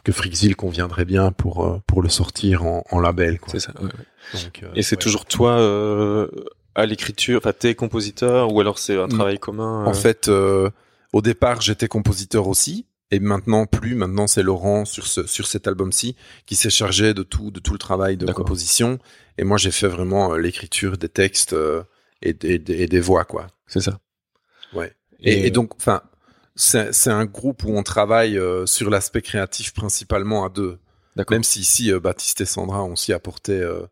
[SPEAKER 3] que Frixil conviendrait bien pour euh, pour le sortir en, en label. Quoi.
[SPEAKER 1] C'est ça. ouais, ouais.
[SPEAKER 3] Donc, euh,
[SPEAKER 1] Et c'est
[SPEAKER 3] ouais.
[SPEAKER 1] toujours toi euh, à l'écriture Enfin, t'es compositeur ou alors c'est un travail commun
[SPEAKER 3] Mm. En
[SPEAKER 1] euh,
[SPEAKER 3] fait, euh, au départ, j'étais compositeur aussi. Et maintenant, plus. Maintenant, c'est Laurent sur ce, sur cet album-ci qui s'est chargé de tout, de tout le travail de
[SPEAKER 1] D'accord.
[SPEAKER 3] composition. Et moi, j'ai fait vraiment euh, l'écriture des textes euh, et, des- des- et des voix, quoi.
[SPEAKER 1] C'est ça.
[SPEAKER 3] Ouais. Et, et donc, enfin, c'est c'est un groupe où on travaille euh, sur l'aspect créatif principalement à deux.
[SPEAKER 1] d'accord.
[SPEAKER 3] Même si ici, euh, Baptiste et Sandra, on s'y apportait euh,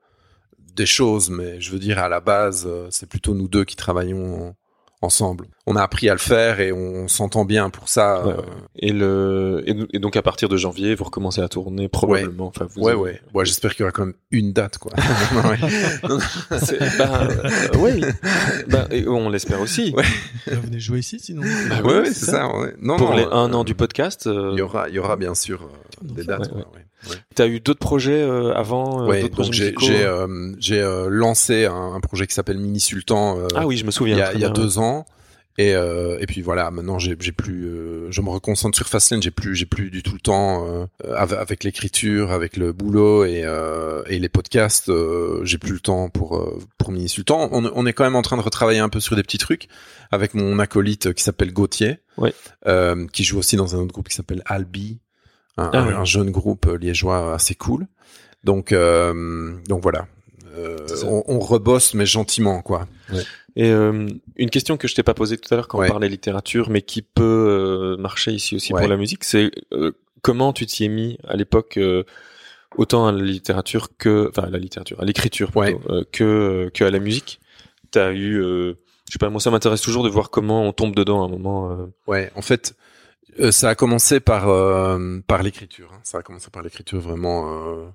[SPEAKER 3] des choses, mais je veux dire, à la base, euh, c'est plutôt nous deux qui travaillons en- ensemble. On a appris à le faire et on s'entend bien pour ça.
[SPEAKER 1] Ouais,
[SPEAKER 3] euh,
[SPEAKER 1] Et le et, et donc à partir de janvier, vous recommencez à tourner probablement. Enfin, vous
[SPEAKER 3] ouais, ouais. Ouais, J'espère qu'il y aura quand même une date, quoi. Non, ouais.
[SPEAKER 1] C'est- bah, euh, oui. Bah, et on l'espère aussi.
[SPEAKER 3] Ouais.
[SPEAKER 2] Ben, venez jouer ici, sinon.
[SPEAKER 1] Bah
[SPEAKER 3] Ouais,
[SPEAKER 1] oui,
[SPEAKER 3] ouais, c'est ça. ouais. Non,
[SPEAKER 1] Pour
[SPEAKER 3] non,
[SPEAKER 1] les
[SPEAKER 3] euh,
[SPEAKER 1] un an du podcast, euh,
[SPEAKER 3] Il y aura, il y aura bien sûr euh,
[SPEAKER 2] Non,
[SPEAKER 3] des
[SPEAKER 1] va.
[SPEAKER 2] ça
[SPEAKER 3] dates.
[SPEAKER 1] Ouais,
[SPEAKER 3] quoi, ouais. Ouais.
[SPEAKER 1] t'as eu d'autres projets euh, avant. euh,
[SPEAKER 3] Ouais,
[SPEAKER 1] d'autres
[SPEAKER 3] donc
[SPEAKER 1] projets
[SPEAKER 3] j'ai
[SPEAKER 1] musicaux
[SPEAKER 3] j'ai, euh, j'ai, euh, lancé un, un projet qui s'appelle Mini Sultan euh,
[SPEAKER 1] Ah oui, je me souviens.
[SPEAKER 3] il y a,
[SPEAKER 1] très
[SPEAKER 3] il y a
[SPEAKER 1] bien.
[SPEAKER 3] deux ans. Et, euh, et puis voilà, maintenant j'ai j'ai plus, euh, je me reconcentre sur Fastlane, j'ai plus, j'ai plus du tout le temps euh, ave- avec l'écriture, avec le boulot et, euh, et les podcasts, euh, j'ai plus le temps pour euh, pour Mini Sultan. On, on est quand même en train de retravailler un peu sur des petits trucs avec mon acolyte qui s'appelle Gauthier,
[SPEAKER 1] Ouais.
[SPEAKER 3] euh, qui joue aussi dans un autre groupe qui s'appelle Albi, un,
[SPEAKER 1] Ah ouais.
[SPEAKER 3] un jeune groupe liégeois assez cool. Donc euh, donc voilà, Euh,
[SPEAKER 1] C'est ça.
[SPEAKER 3] on, on rebosse mais gentiment quoi.
[SPEAKER 1] Et euh, une question que je t'ai pas posée tout à l'heure quand
[SPEAKER 3] Ouais.
[SPEAKER 1] on parlait littérature, mais qui peut euh, marcher ici aussi
[SPEAKER 3] Ouais.
[SPEAKER 1] pour la musique, c'est euh, comment tu t'y es mis à l'époque, euh, autant à la littérature que, enfin à la littérature, à l'écriture plutôt, euh, que euh, que à la musique. T'as eu, euh, je sais pas, moi ça m'intéresse toujours de voir comment on tombe dedans à un moment. euh.
[SPEAKER 3] Ouais, en fait, euh, ça a commencé par euh, par l'écriture. hein. Ça a commencé par l'écriture vraiment euh,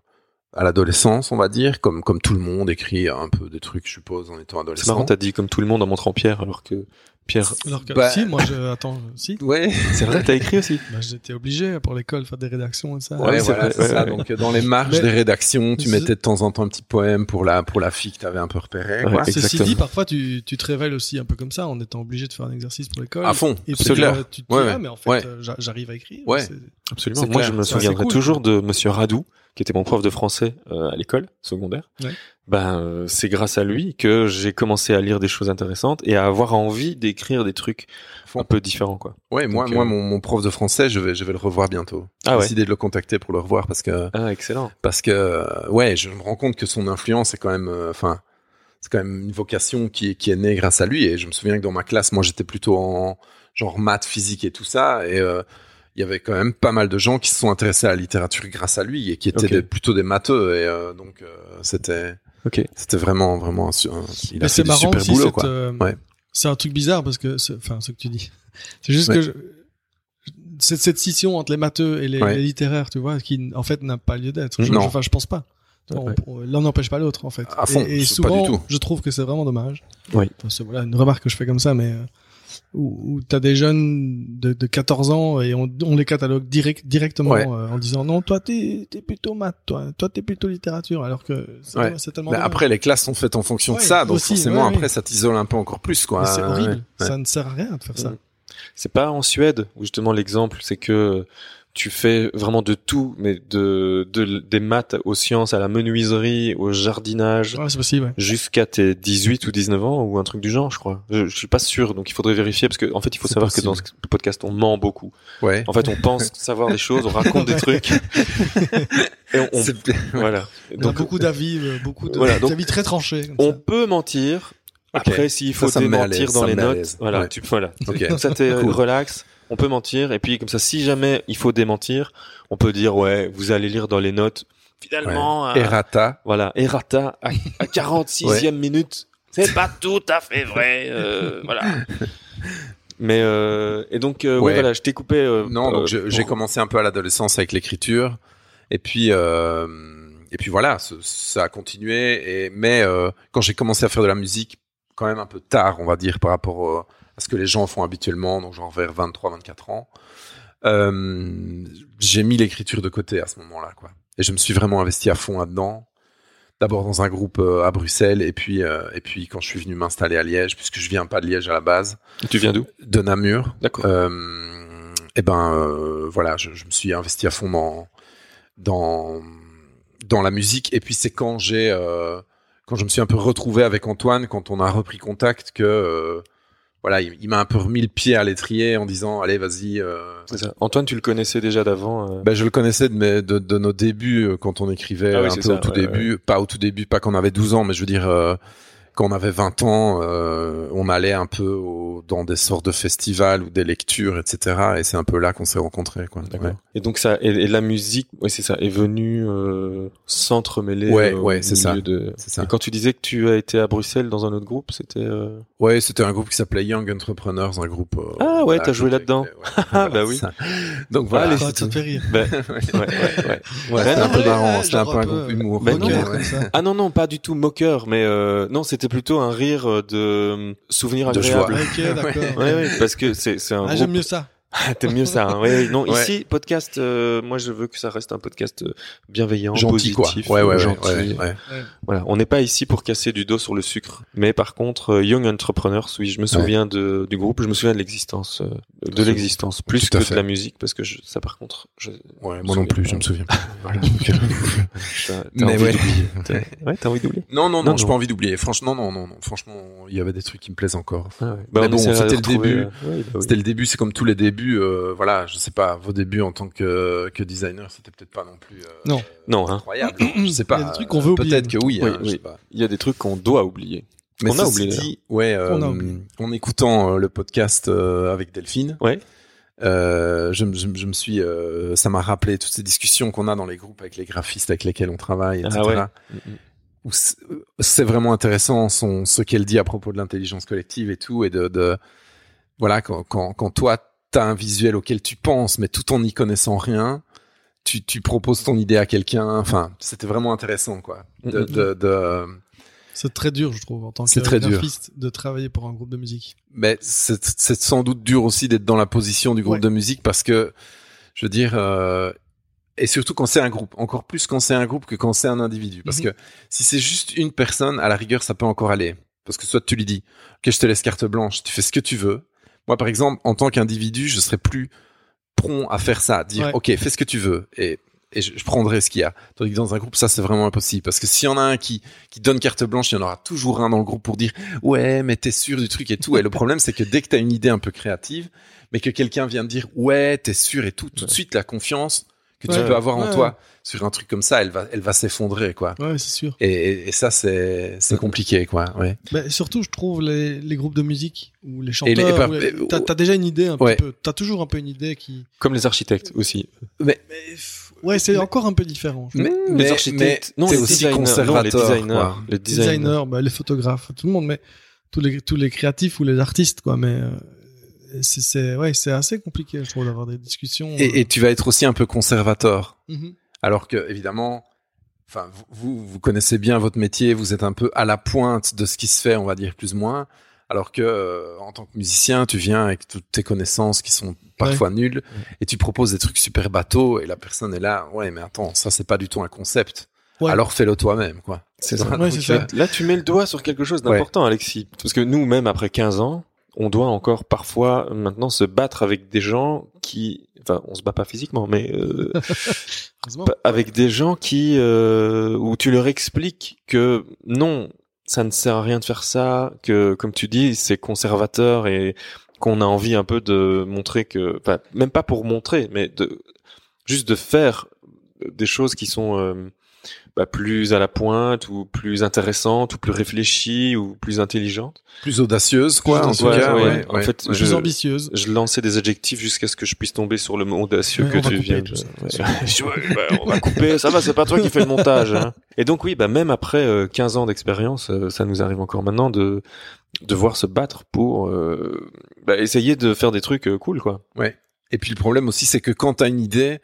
[SPEAKER 3] à l'adolescence, on va dire, comme comme tout le monde écrit un peu des trucs, je suppose, en étant
[SPEAKER 1] C'est
[SPEAKER 3] adolescent.
[SPEAKER 1] marrant, t'as dit comme tout le monde en montrant Pierre, alors que Pierre,
[SPEAKER 2] Alors que,
[SPEAKER 3] Bah-
[SPEAKER 2] si, moi, je, attends, euh, si.
[SPEAKER 3] Ouais,
[SPEAKER 1] c'est vrai, t'as écrit aussi.
[SPEAKER 2] Bah, j'étais obligé pour l'école faire des rédactions et ça.
[SPEAKER 1] Ouais,
[SPEAKER 3] ouais,
[SPEAKER 1] c'est
[SPEAKER 3] voilà,
[SPEAKER 1] vrai,
[SPEAKER 3] c'est
[SPEAKER 1] ouais,
[SPEAKER 3] ça.
[SPEAKER 1] ouais.
[SPEAKER 3] Donc euh, dans les marges
[SPEAKER 2] Mais-
[SPEAKER 3] des rédactions, tu
[SPEAKER 2] C'est-
[SPEAKER 3] mettais de temps en temps un petit poème pour la pour la fille que t'avais un peu repérée.
[SPEAKER 1] Ouais,
[SPEAKER 3] quoi.
[SPEAKER 1] et-
[SPEAKER 2] Ceci
[SPEAKER 1] Exactement.
[SPEAKER 2] dit, parfois, tu, tu te révèles aussi un peu comme ça, en étant obligé de faire un exercice pour l'école.
[SPEAKER 1] Ah,
[SPEAKER 3] À fond,
[SPEAKER 2] Et puis,
[SPEAKER 3] c'est clair.
[SPEAKER 2] euh, tu te
[SPEAKER 3] Ouais,
[SPEAKER 2] dis,
[SPEAKER 3] ouais.
[SPEAKER 2] ah, mais en fait,
[SPEAKER 3] Ouais.
[SPEAKER 2] euh, j'a- j'arrive à écrire.
[SPEAKER 3] Ouais.
[SPEAKER 2] C'est-
[SPEAKER 1] Absolument.
[SPEAKER 3] C'est
[SPEAKER 1] Moi, je
[SPEAKER 3] clair.
[SPEAKER 1] me
[SPEAKER 2] Ça, c'est
[SPEAKER 1] souviendrai
[SPEAKER 2] cool.
[SPEAKER 1] toujours de Monsieur Radou, qui était mon prof de français euh, à l'école secondaire.
[SPEAKER 2] Ouais.
[SPEAKER 1] Ben, euh, c'est grâce à lui que j'ai commencé à lire des choses intéressantes et à avoir envie d'écrire des trucs
[SPEAKER 3] Fond.
[SPEAKER 1] un peu différents, quoi.
[SPEAKER 3] Ouais, moi,
[SPEAKER 1] Donc,
[SPEAKER 3] moi,
[SPEAKER 1] euh,
[SPEAKER 3] mon, mon prof de français, je vais, je vais le revoir bientôt.
[SPEAKER 1] Ah
[SPEAKER 3] J'ai
[SPEAKER 1] ouais.
[SPEAKER 3] décidé de le contacter pour le revoir parce que
[SPEAKER 1] Ah, excellent.
[SPEAKER 3] parce que euh, ouais, je me rends compte que son influence est quand même, euh, enfin, c'est quand même une vocation qui, est- qui est née grâce à lui. Et je me souviens que dans ma classe, moi, j'étais plutôt en genre maths, physique et tout ça, et euh, il y avait quand même pas mal de gens qui se sont intéressés à la littérature grâce à lui et qui étaient
[SPEAKER 1] Ok.
[SPEAKER 3] des- plutôt des matheux. Et euh, donc euh, c'était,
[SPEAKER 1] Ok.
[SPEAKER 3] c'était vraiment, vraiment, un, su- un- il
[SPEAKER 2] Mais
[SPEAKER 3] a fait
[SPEAKER 2] c'est
[SPEAKER 3] du
[SPEAKER 2] marrant
[SPEAKER 3] super
[SPEAKER 2] aussi,
[SPEAKER 3] boulot
[SPEAKER 2] cette,
[SPEAKER 3] quoi.
[SPEAKER 2] euh,
[SPEAKER 3] Ouais.
[SPEAKER 2] C'est un truc bizarre parce que, c'est- enfin, ce que tu dis. C'est juste
[SPEAKER 3] Ouais.
[SPEAKER 2] que je- cette, cette scission entre les matheux et les,
[SPEAKER 3] Ouais.
[SPEAKER 2] les littéraires, tu vois, qui en fait n'a pas lieu d'être. Je,
[SPEAKER 3] Non.
[SPEAKER 2] je- Enfin, je pense pas. Tu vois,
[SPEAKER 1] Ouais.
[SPEAKER 2] on- on- L'un n'empêche pas l'autre, en fait.
[SPEAKER 3] À fond,
[SPEAKER 2] et, et
[SPEAKER 3] c'est pas
[SPEAKER 2] souvent,
[SPEAKER 3] du tout.
[SPEAKER 2] je trouve que c'est vraiment dommage.
[SPEAKER 1] Oui.
[SPEAKER 2] Enfin, c'est voilà, une remarque que je fais comme ça, mais euh, où, où t'as des jeunes de, de 14 ans et on, on les catalogue direct, directement
[SPEAKER 3] Ouais.
[SPEAKER 2] euh, en disant non, toi t'es es plutôt maths, toi, toi t'es plutôt littérature, alors que c'est
[SPEAKER 3] Ouais.
[SPEAKER 2] tellement- c'est tellement
[SPEAKER 3] Mais
[SPEAKER 2] dommage.
[SPEAKER 3] après, les classes sont faites en fonction de
[SPEAKER 2] Ouais,
[SPEAKER 3] ça, donc
[SPEAKER 2] aussi,
[SPEAKER 3] forcément,
[SPEAKER 2] ouais, ouais.
[SPEAKER 3] après, ça t'isole un peu encore plus quoi.
[SPEAKER 2] Mais c'est
[SPEAKER 3] Ouais,
[SPEAKER 2] horrible,
[SPEAKER 3] ouais.
[SPEAKER 2] ça ne sert à rien de faire ça.
[SPEAKER 1] Mm. C'est pas en Suède où justement l'exemple, c'est que tu fais vraiment de tout, mais de, de des maths aux sciences, à la menuiserie, au jardinage,
[SPEAKER 2] Ouais, c'est possible. ouais.
[SPEAKER 1] jusqu'à tes 18 ou 19 ans ou un truc du genre, je crois. Je, je suis pas sûr, donc il faudrait vérifier parce que en fait, il faut
[SPEAKER 3] C'est
[SPEAKER 1] savoir que dans
[SPEAKER 3] possible.
[SPEAKER 1] ce podcast, on ment beaucoup.
[SPEAKER 3] Ouais.
[SPEAKER 1] En fait, on pense savoir des choses, on raconte des trucs et on, on-
[SPEAKER 3] C'est-
[SPEAKER 1] voilà.
[SPEAKER 2] On a
[SPEAKER 1] Donc
[SPEAKER 2] beaucoup d'avis, euh, beaucoup de
[SPEAKER 1] Voilà, donc-
[SPEAKER 2] d'avis très tranchés. comme
[SPEAKER 1] on
[SPEAKER 2] ça.
[SPEAKER 1] peut mentir.
[SPEAKER 3] Ok.
[SPEAKER 1] Après, s'il faut
[SPEAKER 3] ça me met à
[SPEAKER 1] démentir
[SPEAKER 3] l'aise,
[SPEAKER 1] dans
[SPEAKER 3] ça
[SPEAKER 1] les
[SPEAKER 3] me met à
[SPEAKER 1] notes,
[SPEAKER 3] l'aise.
[SPEAKER 1] voilà,
[SPEAKER 3] Ouais.
[SPEAKER 1] tu, voilà.
[SPEAKER 3] Ok.
[SPEAKER 1] Comme ça, t'es
[SPEAKER 3] Cool.
[SPEAKER 1] relax. On peut mentir et puis comme ça, si jamais il faut démentir, on peut dire ouais, vous allez lire dans les notes. Finalement, à-
[SPEAKER 3] Errata.
[SPEAKER 1] voilà, Errata à, à 46e minute. C'est pas tout à fait vrai, euh, voilà. Mais euh, et donc euh, ouais,
[SPEAKER 3] Ouais.
[SPEAKER 1] voilà, je t'ai coupé. euh,
[SPEAKER 3] Non, donc
[SPEAKER 1] euh,
[SPEAKER 3] je- j'ai
[SPEAKER 1] pour-
[SPEAKER 3] commencé un peu à l'adolescence avec l'écriture, et puis euh, et puis voilà, ce- ça a continué. Et mais euh, quand j'ai commencé à faire de la musique, quand même un peu tard, on va dire, par rapport euh, à ce que les gens font habituellement, donc genre vers 23-24 ans, euh, j'ai mis l'écriture de côté à ce moment-là, quoi. Et je me suis vraiment investi à fond là-dedans. D'abord dans un groupe euh, à Bruxelles, et puis euh, et puis quand je suis venu m'installer à Liège, puisque je viens pas de Liège à la base,
[SPEAKER 1] Tu viens d'où
[SPEAKER 3] de Namur.
[SPEAKER 1] D'accord.
[SPEAKER 3] Euh, et ben euh, voilà, je, je me suis investi à fond dans dans, dans la musique. Et puis c'est quand j'ai euh, quand quand je me suis un peu retrouvé avec Antoine, quand on a repris contact, que euh, voilà, il, il m'a un peu remis le pied à l'étrier en disant allez vas-y. euh.
[SPEAKER 1] C'est ça. Antoine, tu le connaissais déjà d'avant. euh,
[SPEAKER 3] Ben, je le connaissais de, mes- de, de nos débuts euh, quand on écrivait
[SPEAKER 1] Ah oui,
[SPEAKER 3] un
[SPEAKER 1] c'est
[SPEAKER 3] peu
[SPEAKER 1] ça,
[SPEAKER 3] au tout
[SPEAKER 1] ouais,
[SPEAKER 3] début, pas au tout début, pas quand on avait 12 ans, mais je veux dire euh, quand on avait 20 ans, euh, on allait un peu au- dans des sortes de festivals ou des lectures, etc. Et c'est un peu là qu'on s'est rencontrés, quoi.
[SPEAKER 1] D'accord.
[SPEAKER 3] Ouais.
[SPEAKER 1] Et donc ça, et, et la musique, ouais, c'est ça, est venue euh, s'entremêler.
[SPEAKER 3] Ouais,
[SPEAKER 1] euh, au
[SPEAKER 3] ouais, c'est
[SPEAKER 1] milieu
[SPEAKER 3] ça.
[SPEAKER 1] de-
[SPEAKER 3] C'est ça.
[SPEAKER 1] Et quand tu disais que tu as été à Bruxelles dans un autre groupe, c'était. euh,
[SPEAKER 3] Ouais, c'était un groupe qui s'appelait Young Entrepreneurs, un groupe. euh,
[SPEAKER 1] Ah ouais,
[SPEAKER 3] voilà,
[SPEAKER 1] t'as joué
[SPEAKER 3] qui-
[SPEAKER 1] là-dedans.
[SPEAKER 3] ouais,
[SPEAKER 1] Ah, bah
[SPEAKER 3] voilà,
[SPEAKER 1] oui.
[SPEAKER 3] c'est ça. Donc voilà.
[SPEAKER 1] les-
[SPEAKER 2] Ah, ça te fait rire.
[SPEAKER 1] Ouais, ouais, ouais.
[SPEAKER 3] Ouais,
[SPEAKER 1] Ben
[SPEAKER 3] c'était un
[SPEAKER 1] non,
[SPEAKER 3] peu
[SPEAKER 1] ouais,
[SPEAKER 3] marrant, c'était un
[SPEAKER 2] genre
[SPEAKER 3] peu
[SPEAKER 2] un
[SPEAKER 3] un
[SPEAKER 2] peu,
[SPEAKER 3] groupe
[SPEAKER 2] euh,
[SPEAKER 3] humour.
[SPEAKER 1] Ben
[SPEAKER 2] Bonne
[SPEAKER 1] non.
[SPEAKER 2] guerre, comme ça.
[SPEAKER 1] Ah non non, pas du tout moqueur, mais euh, non, c'était plutôt un rire euh, de souvenir
[SPEAKER 3] De
[SPEAKER 1] agréable.
[SPEAKER 3] joie.
[SPEAKER 2] Ok, d'accord.
[SPEAKER 1] Ouais, ouais, parce que c'est c'est un
[SPEAKER 2] Ah,
[SPEAKER 1] groupe
[SPEAKER 2] j'aime mieux ça.
[SPEAKER 1] Ah, T'aimes mieux ça. Hein. Ouais, ouais. non,
[SPEAKER 3] Ouais.
[SPEAKER 1] ici podcast. euh, moi, je veux que ça reste un podcast euh, bienveillant,
[SPEAKER 3] Gentil, quoi.
[SPEAKER 1] positif, euh,
[SPEAKER 3] Ouais, ouais, ouais,
[SPEAKER 1] gentil.
[SPEAKER 3] ouais, ouais.
[SPEAKER 1] Voilà, on n'est pas ici pour casser du dos sur le sucre. Mais par contre, euh, Young Entrepreneurs, oui, je me souviens de, du groupe, je me souviens de l'existence, euh, de
[SPEAKER 3] Tout-
[SPEAKER 1] l'existence, plus
[SPEAKER 3] tout à
[SPEAKER 1] que
[SPEAKER 3] fait.
[SPEAKER 1] de la musique, parce que je, ça, par contre, je,
[SPEAKER 3] Ouais,
[SPEAKER 1] me
[SPEAKER 3] moi non
[SPEAKER 1] souviens
[SPEAKER 3] plus,
[SPEAKER 1] pas.
[SPEAKER 3] je me souviens. Voilà.
[SPEAKER 1] t'as, t'as
[SPEAKER 3] Mais
[SPEAKER 1] envie
[SPEAKER 3] ouais.
[SPEAKER 1] d'oublier. T'as- ouais, t'as envie d'oublier.
[SPEAKER 3] Non, non, non,
[SPEAKER 1] Non,
[SPEAKER 3] j'ai
[SPEAKER 1] non.
[SPEAKER 3] pas envie d'oublier. Franchement, non, non, non. Franchement, il y avait des trucs qui me plaisent encore.
[SPEAKER 1] Ah ouais. Bah,
[SPEAKER 3] Mais
[SPEAKER 1] on
[SPEAKER 3] bon,
[SPEAKER 1] essaiera de
[SPEAKER 3] c'était le
[SPEAKER 1] retrouver,
[SPEAKER 3] début.
[SPEAKER 1] euh, ouais, bah oui.
[SPEAKER 3] C'était le début, c'est comme tous les débuts. euh, voilà, je sais pas, vos débuts en tant que, que designer, c'était peut-être pas non plus. euh,
[SPEAKER 2] Non.
[SPEAKER 3] euh,
[SPEAKER 1] Non, hein.
[SPEAKER 3] Incroyable. je sais pas.
[SPEAKER 2] Il y a des trucs qu'on veut
[SPEAKER 3] Peut-être que oui.
[SPEAKER 1] Oui,
[SPEAKER 3] hein, je
[SPEAKER 1] oui.
[SPEAKER 3] sais pas.
[SPEAKER 1] Il y a des trucs qu'on doit oublier.
[SPEAKER 3] Mais
[SPEAKER 1] Qu'on a
[SPEAKER 3] ceci
[SPEAKER 1] oublié,
[SPEAKER 3] dit, ouais, euh,
[SPEAKER 2] Qu'on a oublié.
[SPEAKER 3] en écoutant euh, le podcast euh, avec Delphine,
[SPEAKER 1] Ouais.
[SPEAKER 3] euh, je, me- je me- je me suis, euh, ça m'a rappelé toutes ces discussions qu'on a dans les groupes avec les graphistes avec lesquels on travaille,
[SPEAKER 1] Ah
[SPEAKER 3] etc.
[SPEAKER 1] ouais.
[SPEAKER 3] Où c'est- c'est vraiment intéressant son, ce qu'elle dit à propos de l'intelligence collective et tout, et de, de voilà, quand, quand, quand toi t'as un visuel auquel tu penses, mais tout en n'y connaissant rien, tu, tu proposes ton idée à quelqu'un. Enfin, c'était vraiment intéressant, quoi. De,
[SPEAKER 1] Mhm.
[SPEAKER 3] de, de,
[SPEAKER 2] C'est très dur, je trouve, en tant que
[SPEAKER 3] C'est très dur.
[SPEAKER 2] graphiste, de travailler pour un groupe de musique.
[SPEAKER 3] Mais c'est c'est sans doute dur aussi d'être dans la position du groupe
[SPEAKER 2] Ouais.
[SPEAKER 3] de musique parce que, je veux dire, euh, et surtout quand c'est un groupe, encore plus quand c'est un groupe que quand c'est un individu. Parce
[SPEAKER 2] Mhm.
[SPEAKER 3] que si c'est juste une personne, à la rigueur, ça peut encore aller. Parce que soit tu lui dis, ok, je te laisse carte blanche, tu fais ce que tu veux. Moi, par exemple, en tant qu'individu, je serais plus prompt à faire ça, à dire,
[SPEAKER 2] Ouais.
[SPEAKER 3] ok, fais ce que tu veux et, et je, je prendrai ce qu'il y a. Tandis que dans un groupe, ça, c'est vraiment impossible. Parce que s'il y en a un qui, qui donne carte blanche, il y en aura toujours un dans le groupe pour dire ouais, mais t'es sûr du truc et tout. Et le problème, c'est que dès que t'as une idée un peu créative, mais que quelqu'un vient te dire ouais, t'es sûr et tout, tout de suite la confiance que tu
[SPEAKER 2] Ouais.
[SPEAKER 3] peux avoir en
[SPEAKER 2] Ouais.
[SPEAKER 3] toi sur un truc comme ça, elle va, elle va s'effondrer quoi.
[SPEAKER 2] Ouais, c'est sûr.
[SPEAKER 3] Et, et- et ça, c'est, c'est compliqué quoi. Ouais.
[SPEAKER 2] Mais Bah, surtout, je trouve les, les groupes de musique ou les
[SPEAKER 3] Et les-
[SPEAKER 2] chanteurs. ou les-
[SPEAKER 3] et-
[SPEAKER 2] T'as t'as déjà une idée un
[SPEAKER 3] Ouais.
[SPEAKER 2] petit peu. T'as toujours un peu une idée qui.
[SPEAKER 1] Comme les architectes aussi.
[SPEAKER 2] Ouais, c'est
[SPEAKER 3] Mais-
[SPEAKER 2] encore un peu différent. je trouve.
[SPEAKER 3] Mais,
[SPEAKER 1] les
[SPEAKER 3] mais-
[SPEAKER 1] architectes,
[SPEAKER 3] mais
[SPEAKER 1] non,
[SPEAKER 3] t'es
[SPEAKER 1] les
[SPEAKER 3] aussi
[SPEAKER 1] designers, non, les
[SPEAKER 3] conservateur.
[SPEAKER 1] designers,
[SPEAKER 3] quoi.
[SPEAKER 1] les
[SPEAKER 2] designers,
[SPEAKER 1] designers.
[SPEAKER 2] bah, les photographes, tout le monde, mais tous les, tous les créatifs ou les artistes, quoi. Mais euh, c'est- c'est ouais, c'est assez compliqué, je trouve, d'avoir des discussions.
[SPEAKER 3] Et, et tu vas être aussi un peu conservateur.
[SPEAKER 2] euh, mhm.
[SPEAKER 3] Alors que, évidemment, enfin, vous- vous, vous connaissez bien votre métier, vous êtes un peu à la pointe de ce qui se fait, on va dire plus ou moins. Alors que, euh, en tant que musicien, tu viens avec toutes tes connaissances qui sont parfois nulles et tu proposes des trucs super bateaux et la personne est là, ouais, mais attends, ça c'est pas du tout un concept.
[SPEAKER 2] Ouais.
[SPEAKER 3] Alors fais-le toi-même, quoi.
[SPEAKER 1] C'est
[SPEAKER 3] ça.
[SPEAKER 2] Ouais, c'est
[SPEAKER 1] Donc,
[SPEAKER 2] ça.
[SPEAKER 1] là- Là, tu mets le doigt sur quelque chose d'important, Alexis. Parce que nous, même après 15 ans, on doit encore parfois euh, maintenant se battre avec des gens qui, enfin, on se bat pas physiquement, mais euh,
[SPEAKER 2] Heureusement.
[SPEAKER 3] Bah,
[SPEAKER 1] pa- avec des gens qui, euh, où tu leur expliques que non, ça ne sert à rien de faire ça, que comme tu dis, c'est conservateur et qu'on a envie un peu de montrer que, enfin, même pas pour montrer, mais de juste de faire des choses qui sont euh, bah, plus à la pointe ou plus intéressantes ou plus réfléchies ou plus intelligentes.
[SPEAKER 3] Plus audacieuse, quoi,
[SPEAKER 2] Plus
[SPEAKER 3] en tout
[SPEAKER 2] audacieuse,
[SPEAKER 3] cas.
[SPEAKER 2] ouais.
[SPEAKER 3] ouais,
[SPEAKER 1] En
[SPEAKER 3] ouais,
[SPEAKER 1] fait,
[SPEAKER 3] ouais.
[SPEAKER 2] Plus
[SPEAKER 1] je-
[SPEAKER 2] ambitieuse.
[SPEAKER 1] Je lançais des adjectifs jusqu'à ce que je puisse tomber sur le mot audacieux
[SPEAKER 2] Ouais,
[SPEAKER 1] que
[SPEAKER 2] on va
[SPEAKER 1] tu
[SPEAKER 2] couper
[SPEAKER 1] viens. de-
[SPEAKER 2] tout ça.
[SPEAKER 1] Ouais, bah, on va couper, ça va, c'est pas toi qui fais le montage. hein. Et donc oui, bah même après euh, 15 ans d'expérience, euh, ça nous arrive encore maintenant de devoir se battre pour euh, bah, essayer de faire des trucs euh, cool quoi.
[SPEAKER 3] Et puis le problème aussi, c'est que quand t'as une idée,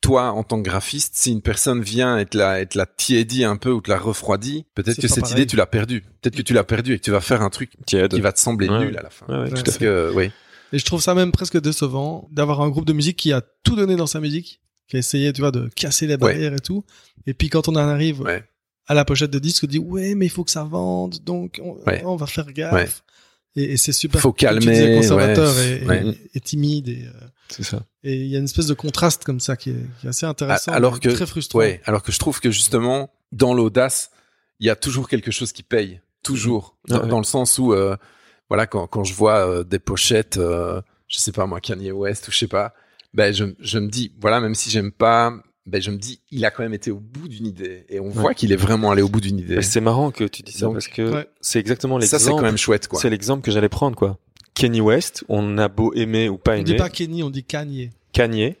[SPEAKER 3] toi, en tant que graphiste, si une personne vient et te la, et te la tiédit un peu ou te la refroidit, peut-être
[SPEAKER 2] C'est
[SPEAKER 3] que
[SPEAKER 2] pas
[SPEAKER 3] cette
[SPEAKER 2] pareil.
[SPEAKER 3] idée, tu l'as perdue. Peut-être que tu l'as perdue et que tu vas faire un truc
[SPEAKER 1] Tiède.
[SPEAKER 3] qui va te sembler
[SPEAKER 1] Ouais.
[SPEAKER 3] nul à la fin.
[SPEAKER 1] Ouais, ouais, tout à
[SPEAKER 3] Parce
[SPEAKER 1] fait.
[SPEAKER 3] que, oui.
[SPEAKER 2] Et je trouve ça même presque décevant d'avoir un groupe de musique qui a tout donné dans sa musique, qui a essayé, tu vois, de casser les barrières et tout. Et puis quand on en arrive
[SPEAKER 3] Ouais.
[SPEAKER 2] à la pochette de disque, on dit ouais, mais il faut que ça vende, donc on,
[SPEAKER 3] Ouais.
[SPEAKER 2] on va faire gaffe. Et, et c'est super.
[SPEAKER 3] Faut
[SPEAKER 2] comme tu
[SPEAKER 3] calmer,
[SPEAKER 2] disais, conservateur
[SPEAKER 3] ouais.
[SPEAKER 2] et, et-
[SPEAKER 3] Ouais.
[SPEAKER 2] et timide. Et euh,
[SPEAKER 1] C'est ça.
[SPEAKER 2] et il y a une espèce de contraste comme ça qui est, qui est assez intéressant.
[SPEAKER 3] Alors
[SPEAKER 2] mais
[SPEAKER 3] que-
[SPEAKER 2] très frustrant.
[SPEAKER 3] Ouais. Alors que je trouve que justement, dans l'audace, il y a toujours quelque chose qui paye, toujours,
[SPEAKER 1] Ah
[SPEAKER 3] dans,
[SPEAKER 1] ouais.
[SPEAKER 3] dans le sens où, euh, voilà, quand, quand je vois euh, des pochettes, euh, je sais pas moi, Kanye West ou je sais pas, ben je, je me dis, voilà, même si j'aime pas, ben je me dis, il a quand même été au bout d'une idée, et on voit qu'il est vraiment allé au bout d'une idée.
[SPEAKER 1] Bah, c'est marrant que tu dis ça
[SPEAKER 3] Donc,
[SPEAKER 1] parce que
[SPEAKER 2] ouais.
[SPEAKER 1] c'est exactement
[SPEAKER 3] Ça c'est quand
[SPEAKER 1] l'exemple.
[SPEAKER 3] même chouette, quoi.
[SPEAKER 1] C'est l'exemple que j'allais prendre quoi. Kenny West, on a beau aimer ou pas
[SPEAKER 2] On dit
[SPEAKER 1] aimer,
[SPEAKER 2] pas Kenny, on dit Kanye.
[SPEAKER 1] Kanye.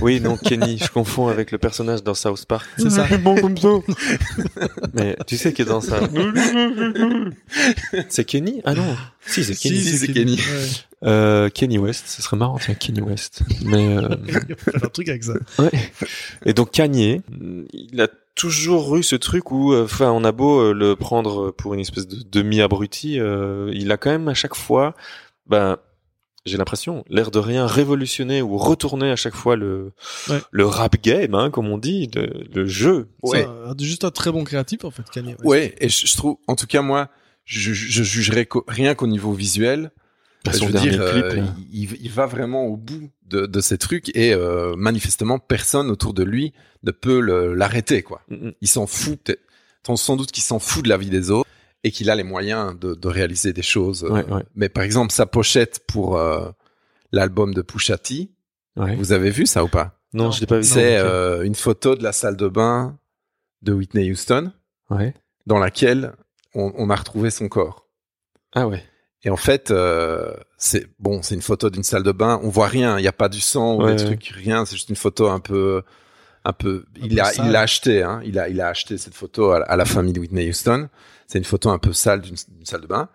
[SPEAKER 1] Oui, non, Kenny, je confonds avec le personnage dans South Park.
[SPEAKER 2] C'est ça.
[SPEAKER 1] comme ça. Mais tu sais qui est dans ça C'est Kenny Ah non, si c'est Kenny.
[SPEAKER 3] Si, c'est Kenny.
[SPEAKER 2] Ouais.
[SPEAKER 1] Euh, Kenny West, ce serait marrant, tiens, Kenny West. Mais euh,
[SPEAKER 2] On va faire un truc avec ça.
[SPEAKER 1] Ouais. Et donc Kanye, il a toujours eu ce truc où, euh, enfin, on a beau euh, le prendre pour une espèce de demi-abruti, euh, il a quand même à chaque fois, ben, j'ai l'impression, l'air de rien révolutionner ou retourner à chaque fois le
[SPEAKER 2] Ouais.
[SPEAKER 1] le rap game, hein, comme on dit, le, le jeu.
[SPEAKER 3] Ouais.
[SPEAKER 2] C'est un- juste un très bon créatif en fait, Kanye. West.
[SPEAKER 3] Ouais, et je, je trouve, en tout cas moi, je, je, je jugerais qu'au- rien qu'au niveau visuel,
[SPEAKER 1] Bah,
[SPEAKER 3] Je
[SPEAKER 1] son
[SPEAKER 3] veux
[SPEAKER 1] dernier
[SPEAKER 3] dire,
[SPEAKER 1] clip,
[SPEAKER 3] euh,
[SPEAKER 1] là.
[SPEAKER 3] il, il va vraiment au bout de, de ces trucs et euh, manifestement personne autour de lui ne peut le- l'arrêter quoi.
[SPEAKER 1] Mm, mm.
[SPEAKER 3] Il s'en fout peut-être, tant sans doute qu'il s'en fout de la vie des autres et qu'il a les moyens de, de réaliser des choses.
[SPEAKER 1] Ouais, ouais,
[SPEAKER 3] Mais par exemple sa pochette pour euh, l'album de Pushati,
[SPEAKER 1] ouais.
[SPEAKER 3] vous avez vu ça ou pas
[SPEAKER 1] Non, je l'ai pas vu.
[SPEAKER 3] C'est
[SPEAKER 1] Non, ok.
[SPEAKER 3] euh, une photo de la salle de bain de Whitney Houston
[SPEAKER 1] Ouais.
[SPEAKER 3] dans laquelle on- on a retrouvé son corps.
[SPEAKER 1] Ah ouais.
[SPEAKER 3] Et en fait, euh, c'est bon, c'est une photo d'une salle de bain. On voit rien. Il n'y a pas du sang ou
[SPEAKER 1] Ouais,
[SPEAKER 3] des
[SPEAKER 1] ouais.
[SPEAKER 3] trucs, rien. C'est juste une photo un peu, un peu. il
[SPEAKER 2] peu
[SPEAKER 3] a,
[SPEAKER 2] sale.
[SPEAKER 3] il l'a acheté. Hein, il a, il a acheté cette photo à, la- à la famille de Whitney Houston. C'est une photo un peu sale d'une d'une salle de bain.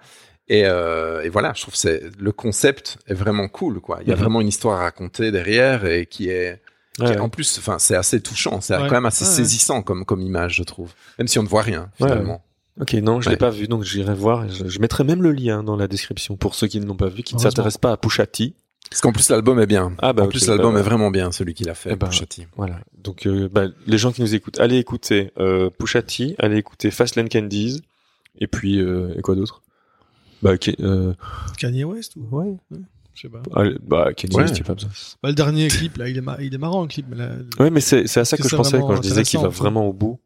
[SPEAKER 3] Et, euh, et voilà, je trouve que c'est le concept est vraiment cool, quoi. Il y a
[SPEAKER 1] Mhm.
[SPEAKER 3] vraiment une histoire à raconter derrière et qui est, qui est-
[SPEAKER 1] Ouais,
[SPEAKER 3] en plus, enfin, c'est assez touchant. C'est
[SPEAKER 2] Ouais.
[SPEAKER 3] quand même assez
[SPEAKER 2] Ouais, ouais.
[SPEAKER 3] saisissant comme comme image, je trouve. Même si on ne voit rien
[SPEAKER 1] Ouais,
[SPEAKER 3] finalement.
[SPEAKER 1] Ok, non, je
[SPEAKER 3] Ouais.
[SPEAKER 1] l'ai pas vu, donc j'irai voir. et Je, je mettrai même le lien dans la description pour ceux qui ne l'ont pas vu, qui ne
[SPEAKER 2] Heureusement.
[SPEAKER 1] s'intéressent pas à Pushati.
[SPEAKER 3] Parce qu'en plus l'album est bien.
[SPEAKER 1] Ah bah
[SPEAKER 3] en
[SPEAKER 1] ok,
[SPEAKER 3] plus
[SPEAKER 1] bah
[SPEAKER 3] l'album
[SPEAKER 1] ouais.
[SPEAKER 3] est vraiment bien, celui qu'il a fait.
[SPEAKER 1] Eh ben,
[SPEAKER 3] Pusha T.
[SPEAKER 1] Voilà. Donc, euh, bah, les gens qui nous écoutent, allez écouter euh, Pusha T, allez écouter Fastlane Candies, et puis euh, et quoi d'autre Bah, Ke- euh,
[SPEAKER 2] Kanye West ou
[SPEAKER 1] ouais.
[SPEAKER 2] je sais pas.
[SPEAKER 1] allez, bah Kenny
[SPEAKER 3] Ouais.
[SPEAKER 1] West, il y a pas besoin.
[SPEAKER 2] Bah, le dernier clip là, il est, mar- il est marrant le clip. Mais là, le-
[SPEAKER 1] Ouais, mais c'est c'est à ça que,
[SPEAKER 2] Parce que
[SPEAKER 1] je
[SPEAKER 2] c'est
[SPEAKER 1] pensais quand
[SPEAKER 2] vraiment
[SPEAKER 1] je disais qu'il va
[SPEAKER 2] intéressant.
[SPEAKER 1] vraiment au bout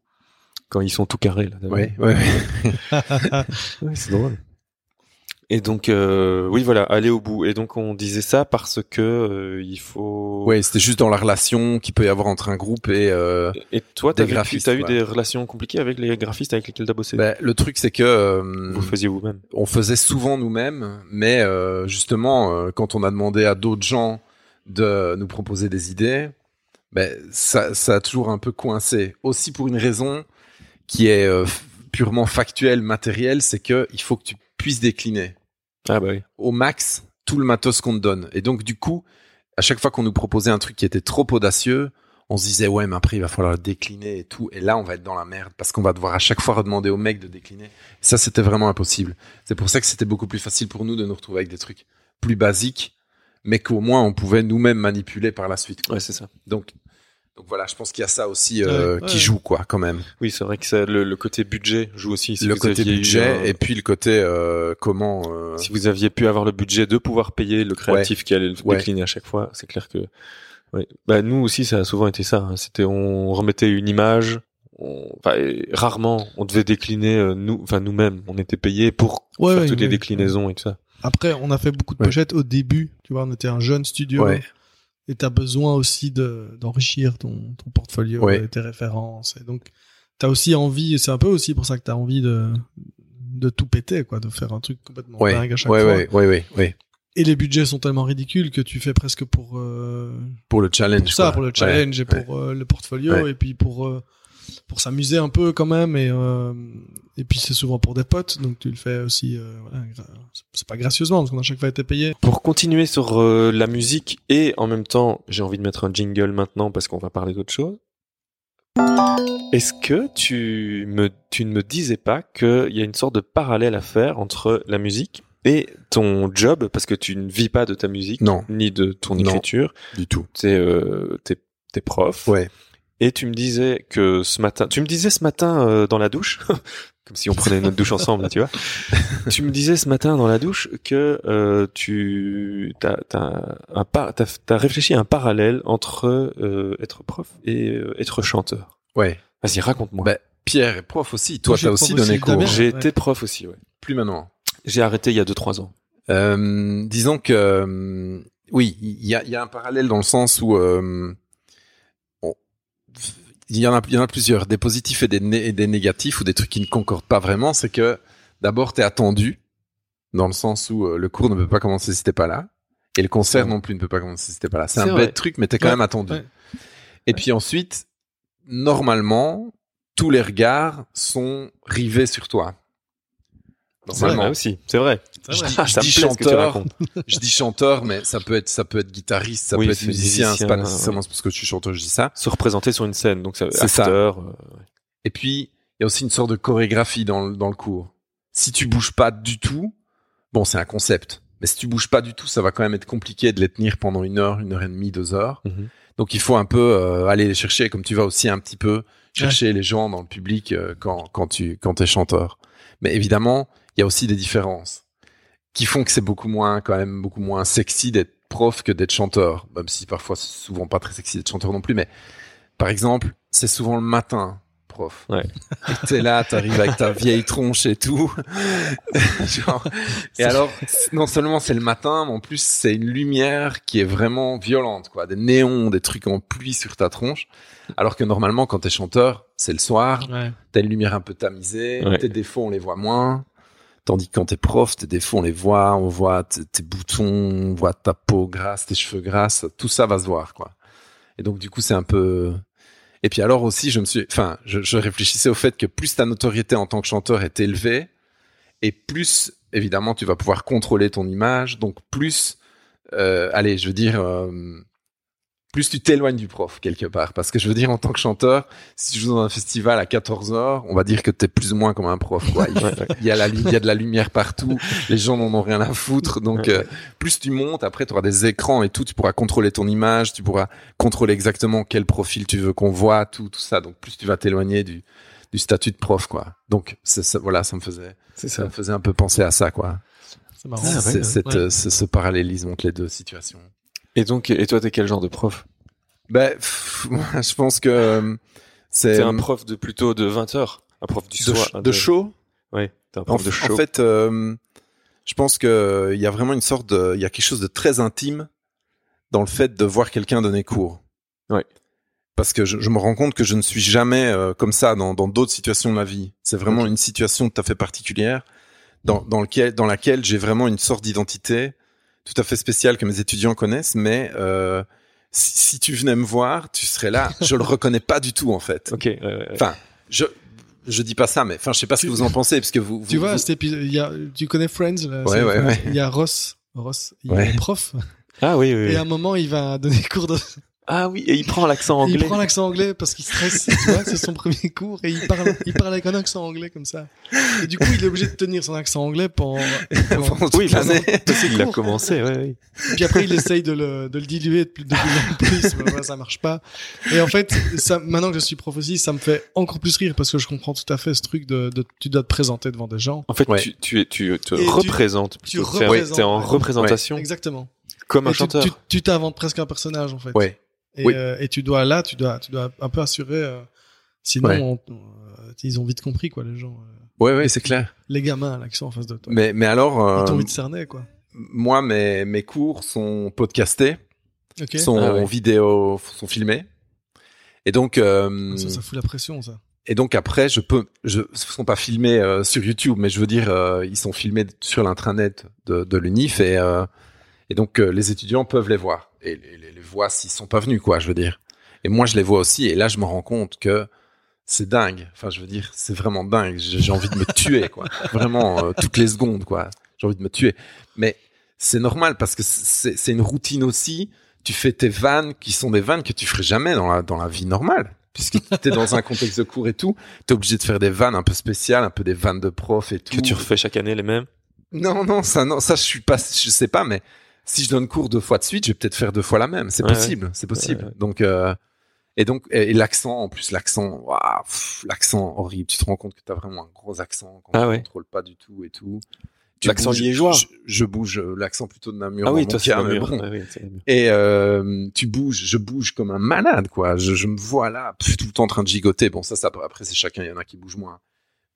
[SPEAKER 1] quand ils sont tout carrés là. d'abord.
[SPEAKER 3] Ouais, ouais, ouais.
[SPEAKER 1] Ouais, c'est drôle. Et donc, euh, oui, voilà, aller au bout. Et donc, on disait ça parce que euh, il faut.
[SPEAKER 3] Ouais, c'était juste dans la relation qu'il peut y avoir entre un groupe et euh,
[SPEAKER 1] Et toi,
[SPEAKER 3] Des
[SPEAKER 1] t'as vécu-
[SPEAKER 3] graphistes,
[SPEAKER 1] t'as eu
[SPEAKER 3] ouais.
[SPEAKER 1] des relations compliquées avec les graphistes avec lesquels t'as bossé
[SPEAKER 3] ben, le truc c'est que euh,
[SPEAKER 1] Vous le faisiez vous-même.
[SPEAKER 3] on faisait souvent nous-mêmes, mais euh, justement euh, quand on a demandé à d'autres gens de nous proposer des idées, ben ça, ça a toujours un peu coincé. Aussi pour une raison qui est euh, f- purement factuelle, matérielle, c'est que il faut que tu puisses décliner.
[SPEAKER 1] Ah bah oui.
[SPEAKER 3] au max tout le matos qu'on te donne. Et donc, du coup, à chaque fois qu'on nous proposait un truc qui était trop audacieux, on se disait, ouais, mais après, il va falloir le décliner et tout. Et là, on va être dans la merde parce qu'on va devoir à chaque fois redemander au mec de décliner. Ça, c'était vraiment impossible. C'est pour ça que c'était beaucoup plus facile pour nous de nous retrouver avec des trucs plus basiques, mais qu'au moins on pouvait nous-mêmes manipuler par la suite. quoi.
[SPEAKER 1] Ouais, c'est ça.
[SPEAKER 3] Donc, donc voilà, je pense qu'il y a ça aussi euh,
[SPEAKER 2] Ouais,
[SPEAKER 3] qui
[SPEAKER 2] ouais.
[SPEAKER 3] joue, quoi, quand même.
[SPEAKER 1] Oui, c'est vrai que ça, le, le côté budget joue aussi. Si
[SPEAKER 3] le
[SPEAKER 1] vous
[SPEAKER 3] côté
[SPEAKER 1] aviez eu
[SPEAKER 3] budget
[SPEAKER 1] un-
[SPEAKER 3] et puis le côté euh, comment. euh,
[SPEAKER 1] si vous aviez pu avoir le budget de pouvoir payer le créatif qui allait le
[SPEAKER 3] Ouais.
[SPEAKER 1] décliner à chaque fois, c'est clair que. ouais. Bah nous aussi, ça a souvent été ça. hein. C'était on remettait une image. On, enfin, et rarement, on devait décliner euh, nous, enfin nous-mêmes. On était payé pour
[SPEAKER 2] Ouais,
[SPEAKER 1] faire
[SPEAKER 2] ouais,
[SPEAKER 1] toutes les
[SPEAKER 2] ouais.
[SPEAKER 1] déclinaisons et tout ça.
[SPEAKER 2] Après, on a fait beaucoup de
[SPEAKER 3] Ouais.
[SPEAKER 2] pochettes au début. Tu vois, on était un jeune studio.
[SPEAKER 3] Ouais.
[SPEAKER 2] Et t'as besoin aussi de- d'enrichir ton, ton portfolio
[SPEAKER 3] Ouais.
[SPEAKER 2] et tes références. Et donc, t'as aussi envie, et c'est un peu aussi pour ça que t'as envie de, de tout péter, quoi, de faire un truc complètement
[SPEAKER 3] ouais,
[SPEAKER 2] dingue à chaque
[SPEAKER 3] ouais,
[SPEAKER 2] fois.
[SPEAKER 3] ouais, ouais, ouais, ouais.
[SPEAKER 2] Et les budgets sont tellement ridicules que tu fais presque pour, euh,
[SPEAKER 3] Pour le challenge.
[SPEAKER 2] pour ça,
[SPEAKER 3] quoi.
[SPEAKER 2] pour le
[SPEAKER 3] Ouais.
[SPEAKER 2] challenge et pour euh, le portfolio
[SPEAKER 3] Ouais.
[SPEAKER 2] et puis pour euh, pour s'amuser un peu quand même et euh, et puis c'est souvent pour des potes donc tu le fais aussi euh, voilà, gra- c'est pas gracieusement parce qu'on a chaque fois été payé.
[SPEAKER 1] Pour continuer sur euh, la musique et en même temps, j'ai envie de mettre un jingle maintenant parce qu'on va parler d'autre chose. Est-ce que tu, me, tu ne me disais pas qu'il y a une sorte de parallèle à faire entre la musique et ton job parce que tu ne vis pas de ta musique
[SPEAKER 3] Non.
[SPEAKER 1] ni de ton
[SPEAKER 3] Non.
[SPEAKER 1] écriture,
[SPEAKER 3] Du tout.
[SPEAKER 1] t'es euh, t'es- t'es prof
[SPEAKER 3] Ouais.
[SPEAKER 1] et tu me disais que ce matin, tu me disais ce matin euh, dans la douche, comme si on prenait notre douche ensemble, là, tu vois. tu me disais ce matin dans la douche que euh, tu t'as t'as un par- t'as- t'as réfléchi à un parallèle entre euh, être prof et euh, être chanteur.
[SPEAKER 3] Ouais.
[SPEAKER 1] Vas-y, raconte-moi.
[SPEAKER 3] Ben, Pierre est prof aussi. Toi,
[SPEAKER 2] j'ai
[SPEAKER 3] t'as aussi
[SPEAKER 2] prof aussi,
[SPEAKER 3] donné
[SPEAKER 2] Damien.
[SPEAKER 3] cours.
[SPEAKER 1] J'ai
[SPEAKER 2] Bah, ouais.
[SPEAKER 1] été prof aussi, ouais.
[SPEAKER 3] Plus maintenant.
[SPEAKER 1] J'ai arrêté il y a 2-3 ans.
[SPEAKER 3] Euh, disons que euh, oui, il y a, il y a un parallèle dans le sens où euh, on- il y en a il y en a plusieurs, des positifs et des, né- et des négatifs ou des trucs qui ne concordent pas vraiment. C'est que d'abord t'es attendu dans le sens où euh, le cours ne peut pas commencer si t'es pas là et le concert non plus ne peut pas commencer si t'es pas là. C'est
[SPEAKER 1] C'est
[SPEAKER 3] un
[SPEAKER 1] vrai.
[SPEAKER 3] bête truc, mais t'es quand
[SPEAKER 2] Ouais,
[SPEAKER 3] même attendu.
[SPEAKER 2] ouais.
[SPEAKER 3] Et puis ensuite, normalement, tous les regards sont rivés sur toi.
[SPEAKER 1] C'est vrai,
[SPEAKER 3] Normalement.
[SPEAKER 1] moi aussi. C'est vrai.
[SPEAKER 2] C'est vrai.
[SPEAKER 3] Je dis-
[SPEAKER 1] Ah,
[SPEAKER 3] je
[SPEAKER 1] ça me
[SPEAKER 3] dis
[SPEAKER 1] plaît ce que tu
[SPEAKER 3] chanteur.
[SPEAKER 1] racontes.
[SPEAKER 3] je dis chanteur, mais ça peut être, ça peut être guitariste, ça
[SPEAKER 1] Oui,
[SPEAKER 3] peut être
[SPEAKER 1] c'est
[SPEAKER 3] musicien. c'est pas
[SPEAKER 1] musicien,
[SPEAKER 3] nécessairement parce que je suis chanteur, je dis ça.
[SPEAKER 1] Se représenter sur une scène, donc ça.
[SPEAKER 3] C'est ça.
[SPEAKER 1] acteur, euh,
[SPEAKER 3] Et puis, il y a aussi une sorte de chorégraphie dans le, dans le cours. Si tu bouges pas du tout, bon, c'est un concept. Mais si tu bouges pas du tout, ça va quand même être compliqué de les tenir pendant une heure, une heure et demie, deux heures.
[SPEAKER 1] euh, mhm.
[SPEAKER 3] Donc, il faut un peu euh, aller les chercher, comme tu vas aussi un petit peu chercher les gens dans le public euh, quand, quand tu quand es chanteur. Mais évidemment, il y a aussi des différences qui font que c'est beaucoup moins, quand même, beaucoup moins sexy d'être prof que d'être chanteur. Même si parfois, c'est souvent pas très sexy d'être chanteur non plus. Mais par exemple, c'est souvent le matin, prof.
[SPEAKER 1] Ouais.
[SPEAKER 3] Et T'es là, t'arrives avec ta vieille tronche et tout. Genre, et alors, non seulement c'est le matin, mais en plus, c'est une lumière qui est vraiment violente, quoi. Des néons, des trucs en pluie sur ta tronche. Alors que normalement, quand t'es chanteur, c'est le soir,
[SPEAKER 2] Ouais.
[SPEAKER 3] t'as une lumière un peu tamisée,
[SPEAKER 1] Ouais.
[SPEAKER 3] tes défauts, on les voit moins. Tandis que quand t'es prof, tes défauts, on les voit, on voit t- tes boutons, on voit ta peau grasse, tes cheveux grasses, tout ça va se voir, quoi. Et donc, du coup, c'est un peu... Et puis alors aussi, je me suis... Enfin, je, je réfléchissais au fait que plus ta notoriété en tant que chanteur est élevée, et plus, évidemment, tu vas pouvoir contrôler ton image, donc plus... euh, allez, je veux dire... euh, plus tu t'éloignes du prof, quelque part. Parce que je veux dire, en tant que chanteur, si tu joues dans un festival à 14 heures, on va dire que t'es plus ou moins comme un prof, quoi. Il,
[SPEAKER 1] Ouais, ouais.
[SPEAKER 3] il y a la lu- il y a de la lumière partout, les gens n'en ont rien à foutre. Donc
[SPEAKER 1] Ouais,
[SPEAKER 3] euh, plus tu montes, après tu auras des écrans et tout, tu pourras contrôler ton image, tu pourras contrôler exactement quel profil tu veux qu'on voit, tout tout ça. Donc plus tu vas t'éloigner du du statut de prof quoi. Donc c'est ça, voilà, ça me faisait
[SPEAKER 1] C'est
[SPEAKER 3] ça me
[SPEAKER 1] ça.
[SPEAKER 3] faisait un peu penser à ça quoi.
[SPEAKER 2] C'est marrant.
[SPEAKER 1] Ah, ouais,
[SPEAKER 3] C'est-
[SPEAKER 1] ouais.
[SPEAKER 3] cette,
[SPEAKER 2] Ouais.
[SPEAKER 3] euh, ce, ce parallélisme entre les deux situations.
[SPEAKER 1] Et donc, et toi, t'es quel genre de prof
[SPEAKER 3] Ben pff, moi, je pense que euh, c'est
[SPEAKER 1] T'es un prof de plutôt de 20 heures, un prof du
[SPEAKER 3] de,
[SPEAKER 1] soir,
[SPEAKER 3] ch-
[SPEAKER 1] un
[SPEAKER 3] de show
[SPEAKER 1] Ouais, t'es un
[SPEAKER 3] En,
[SPEAKER 1] prof de show.
[SPEAKER 3] en fait, euh, je pense que euh, il y a vraiment une sorte de, il y a quelque chose de très intime dans le fait de voir quelqu'un donner cours.
[SPEAKER 1] Ouais.
[SPEAKER 3] Parce que je, je me rends compte que je ne suis jamais euh, comme ça dans dans d'autres situations de ma vie. C'est vraiment une situation tout à fait particulière dans dans lequel dans laquelle j'ai vraiment une sorte d'identité tout à fait spéciale que mes étudiants connaissent, mais euh, si, si tu venais me voir, tu serais là. Je le reconnais pas du tout en fait.
[SPEAKER 1] ok. ouais, ouais, ouais.
[SPEAKER 3] Enfin, Je je dis pas ça, mais enfin je sais pas ce que vous en pensez parce que vous,
[SPEAKER 2] Tu
[SPEAKER 3] vous-
[SPEAKER 2] vois,
[SPEAKER 3] vous-
[SPEAKER 2] cet épisode, il y a, tu connais Friends, là,
[SPEAKER 3] Ouais,
[SPEAKER 2] c'est-
[SPEAKER 3] ouais, ouais.
[SPEAKER 2] Il y a Ross. Ross, il
[SPEAKER 3] Ouais.
[SPEAKER 2] est prof.
[SPEAKER 1] ah oui, oui. oui.
[SPEAKER 2] Et à un moment, il va donner cours de
[SPEAKER 1] Ah oui, et il prend l'accent
[SPEAKER 2] Et
[SPEAKER 1] anglais.
[SPEAKER 2] Il prend l'accent anglais parce qu'il stresse, tu vois, c'est son premier cours et il parle, il parle avec un accent anglais comme ça. Et du coup, il est obligé de tenir son accent anglais pendant. pendant-
[SPEAKER 3] pendant toute
[SPEAKER 1] Oui, bah,
[SPEAKER 3] l'année.
[SPEAKER 1] il a commencé, ouais, ouais.
[SPEAKER 2] Puis après, il essaye de le, de le diluer, de plus, de plus en plus, mais voilà, ça marche pas. Et en fait, ça, maintenant que je suis prof aussi, ça me fait encore plus rire parce que je comprends tout à fait ce truc de, de tu dois te présenter devant des gens.
[SPEAKER 1] En fait,
[SPEAKER 3] Ouais.
[SPEAKER 1] tu, tu, es- tu te
[SPEAKER 2] Et tu-
[SPEAKER 1] représentes. plutôt. T'es en-
[SPEAKER 2] représentes,
[SPEAKER 1] T'es en
[SPEAKER 2] ouais.
[SPEAKER 1] représentation
[SPEAKER 2] Exactement.
[SPEAKER 1] comme un
[SPEAKER 2] Et tu-
[SPEAKER 1] chanteur.
[SPEAKER 2] tu tu t'inventes presque un personnage en fait.
[SPEAKER 3] Ouais.
[SPEAKER 2] Et,
[SPEAKER 3] Oui.
[SPEAKER 2] euh, et tu dois là, tu dois, tu dois un peu assurer. euh, sinon,
[SPEAKER 3] Ouais.
[SPEAKER 2] on- on- euh, ils ont vite compris quoi, les gens. euh.
[SPEAKER 3] Ouais, ouais, c'est clair.
[SPEAKER 2] les gamins à l'accent en face de toi.
[SPEAKER 3] Mais, mais alors,
[SPEAKER 2] Ils t'ont
[SPEAKER 3] euh,
[SPEAKER 2] envie de cerner, quoi.
[SPEAKER 3] moi, mes, mes cours sont podcastés,
[SPEAKER 2] Ok.
[SPEAKER 3] sont
[SPEAKER 1] Ah ouais.
[SPEAKER 3] vidéo, sont filmés. Et donc, euh,
[SPEAKER 2] Ah, Ça, ça fout la pression, ça.
[SPEAKER 3] et donc après, je peux, je, ils sont pas filmés euh, sur YouTube, mais je veux dire, euh, ils sont filmés sur l'intranet de, de l'UNIF et, euh, et donc euh, les étudiants peuvent les voir et les, les, les voient s'ils sont pas venus, quoi, je veux dire. Et moi, je les vois aussi et là, je me rends compte que c'est dingue. Enfin, je veux dire, c'est vraiment dingue. J'ai j'ai envie de me tuer, quoi. Vraiment, euh, toutes les secondes, quoi. J'ai envie de me tuer. Mais c'est normal parce que c'est c'est une routine aussi. Tu fais tes vannes qui sont des vannes que tu ferais jamais dans la, dans la vie normale. Puisque tu es dans un contexte de cours et tout, tu es obligé de faire des vannes un peu spéciales, un peu des vannes de prof et tout.
[SPEAKER 1] Que tu refais chaque année les mêmes.
[SPEAKER 3] Non, non, ça, non, ça, je suis pas, je sais pas, mais si je donne cours deux fois de suite, je vais peut-être faire deux fois la même. C'est
[SPEAKER 1] Ouais,
[SPEAKER 3] possible, c'est possible.
[SPEAKER 1] Ouais, ouais.
[SPEAKER 3] Donc, euh, et donc, et, et l'accent, en plus, l'accent, waouh, pff, l'accent horrible. Tu te rends compte que t'as vraiment un gros accent qu'on
[SPEAKER 1] Ah ouais.
[SPEAKER 3] contrôle pas du tout et tout. je
[SPEAKER 1] L'accent
[SPEAKER 3] bouge-
[SPEAKER 1] liégeois.
[SPEAKER 3] Je, je bouge euh, l'accent plutôt de Namur.
[SPEAKER 1] Ah
[SPEAKER 3] en
[SPEAKER 1] oui,
[SPEAKER 3] mon
[SPEAKER 1] toi, c'est
[SPEAKER 3] cas,
[SPEAKER 1] la
[SPEAKER 3] mais
[SPEAKER 1] mûre.
[SPEAKER 3] bon.
[SPEAKER 1] Ah oui, c'est la mûre.
[SPEAKER 3] Et euh, tu bouges, je bouge comme un malade, quoi. Je, je me vois là, pff, tout le temps en train de gigoter. Bon, ça, ça après, c'est chacun, il y en a qui bougent moins.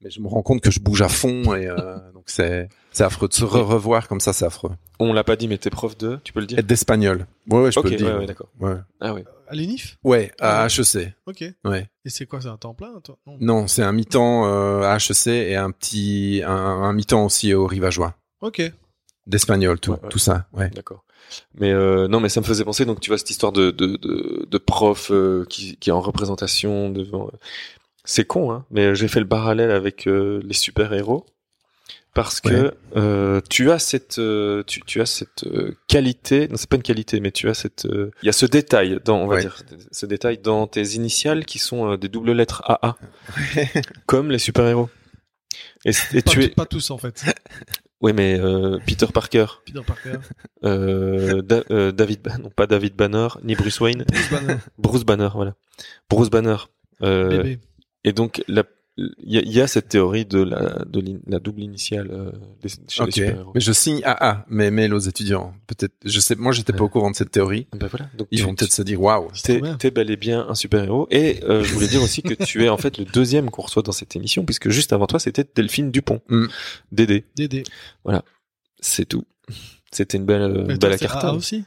[SPEAKER 3] Mais je me rends compte que je bouge à fond et euh, donc c'est c'est affreux de se re- revoir comme ça, c'est affreux.
[SPEAKER 1] On l'a pas dit, mais t'es prof de, tu peux le dire
[SPEAKER 3] Et d'espagnol. Ouais, ouais, je
[SPEAKER 1] Ok,
[SPEAKER 3] peux le dire.
[SPEAKER 1] ouais, ouais, d'accord.
[SPEAKER 3] Ouais.
[SPEAKER 1] Ah oui.
[SPEAKER 2] À l'ENIF
[SPEAKER 3] Ouais, à HEC.
[SPEAKER 2] Ok. Et
[SPEAKER 3] Ouais.
[SPEAKER 2] c'est quoi, c'est un temps plein toi Non.
[SPEAKER 3] Non, c'est un mi-temps euh, à HEC et un petit un, un mi-temps aussi au Rivageois
[SPEAKER 2] Ok.
[SPEAKER 3] d'espagnol, tout
[SPEAKER 1] Ouais, ouais.
[SPEAKER 3] tout ça. Ouais.
[SPEAKER 1] D'accord. Mais euh, non, mais ça me faisait penser. Donc tu vois cette histoire de de de, de prof euh, qui qui est en représentation devant. euh, C'est con, hein. Mais j'ai fait le parallèle avec euh, les super héros parce que
[SPEAKER 3] Ouais.
[SPEAKER 1] euh, tu as cette euh, tu tu as cette euh, qualité. Non, c'est pas une qualité, mais tu as cette. euh, Il y a ce détail dans on va
[SPEAKER 3] Ouais.
[SPEAKER 1] dire ce détail dans tes initiales qui sont euh, des doubles lettres AA comme les super héros. Et, et
[SPEAKER 2] Pas,
[SPEAKER 1] tu es.
[SPEAKER 2] pas tous en fait.
[SPEAKER 1] Oui, mais euh, Peter Parker.
[SPEAKER 2] Peter Parker.
[SPEAKER 1] Euh, Da- euh, David, Ban- non pas David Banner, ni Bruce Wayne,
[SPEAKER 2] Bruce Banner,
[SPEAKER 1] Bruce Banner, voilà. Bruce Banner. Euh,
[SPEAKER 2] bébé.
[SPEAKER 1] et donc, la- il y, a- il y a cette théorie de la, de l'in- la double initiale euh, des- chez
[SPEAKER 3] Ok.
[SPEAKER 1] les super-héros.
[SPEAKER 3] Mais je signe AA, mes mails aux étudiants. Peut-être. Je sais. Moi, j'étais pas au courant de cette théorie.
[SPEAKER 1] Ben voilà. Donc,
[SPEAKER 3] Ils
[SPEAKER 1] tu-
[SPEAKER 3] vont peut-être se dire waouh.
[SPEAKER 2] C'est
[SPEAKER 1] T'es
[SPEAKER 2] trop bien.
[SPEAKER 1] t'es bel et bien un super-héros. Et euh, je voulais dire aussi que tu es en fait le deuxième qu'on reçoit dans cette émission, puisque juste avant toi, c'était Delphine Dupont.
[SPEAKER 3] Mm.
[SPEAKER 1] Dédé.
[SPEAKER 2] Dédé.
[SPEAKER 1] Euh, C'est tout. C'était une belle,
[SPEAKER 2] Mais
[SPEAKER 1] euh,
[SPEAKER 2] toi,
[SPEAKER 1] belle
[SPEAKER 2] c'est
[SPEAKER 1] carte.
[SPEAKER 2] AA aussi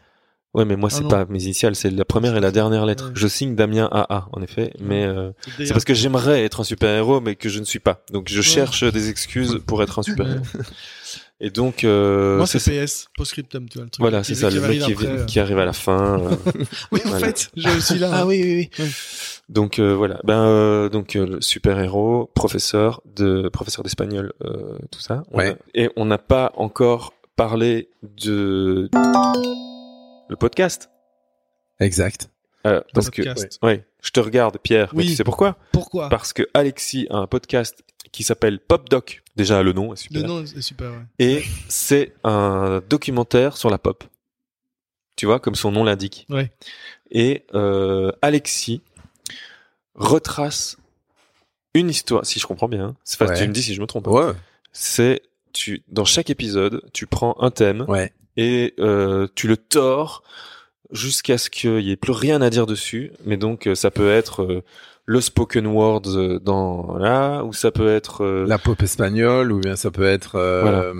[SPEAKER 1] Ouais, mais moi,
[SPEAKER 2] Ah
[SPEAKER 1] c'est
[SPEAKER 2] non.
[SPEAKER 1] pas mes initiales, c'est la première et la dernière lettre.
[SPEAKER 2] Ouais.
[SPEAKER 1] Je signe Damien AA, en effet, mais euh, c'est parce que j'aimerais être un super-héros, mais que je ne suis pas. Donc, je cherche des excuses pour être un super-héros. Et donc, euh,
[SPEAKER 2] Moi,
[SPEAKER 1] c'est
[SPEAKER 2] c'est PS, Postscriptum, tu vois le truc.
[SPEAKER 1] Voilà, c'est ça, le mec qui,
[SPEAKER 2] après,
[SPEAKER 1] vi-
[SPEAKER 2] euh.
[SPEAKER 1] qui arrive à la fin. euh.
[SPEAKER 2] Oui, en
[SPEAKER 1] Voilà. Ah
[SPEAKER 2] fait, je suis là.
[SPEAKER 1] oui, oui,
[SPEAKER 2] oui.
[SPEAKER 1] Donc, euh, voilà. Ben, euh, donc, euh, le super-héros, professeur de, professeur d'espagnol, euh, tout ça. On
[SPEAKER 3] Ouais.
[SPEAKER 1] a- et on n'a pas encore parlé de le podcast.
[SPEAKER 3] Exact.
[SPEAKER 1] Euh, parce que,
[SPEAKER 2] Podcast.
[SPEAKER 1] ouais, je te regarde, Pierre, mais
[SPEAKER 2] Oui. Ah.
[SPEAKER 1] tu sais pourquoi?
[SPEAKER 2] Pourquoi
[SPEAKER 1] parce que Alexis a un podcast qui s'appelle Pop Doc. Déjà, le nom est super.
[SPEAKER 2] Le nom est super, ouais.
[SPEAKER 1] Et c'est un documentaire sur la pop. Tu vois, comme son nom l'indique.
[SPEAKER 2] Ouais.
[SPEAKER 1] Et euh, Alexis retrace une histoire, si je comprends bien. hein. C'est- Enfin,
[SPEAKER 3] Ouais.
[SPEAKER 1] Tu me dis si je me trompe. hein.
[SPEAKER 3] Ouais.
[SPEAKER 1] C'est tu dans chaque épisode, tu prends un thème
[SPEAKER 3] Ouais.
[SPEAKER 1] et euh, tu le tords jusqu'à ce qu'il n'y ait plus rien à dire dessus. Mais donc, euh, ça peut être euh, le spoken word euh, dans là, ou ça peut être euh,
[SPEAKER 3] La pop espagnole ou bien ça peut être euh,
[SPEAKER 1] Voilà.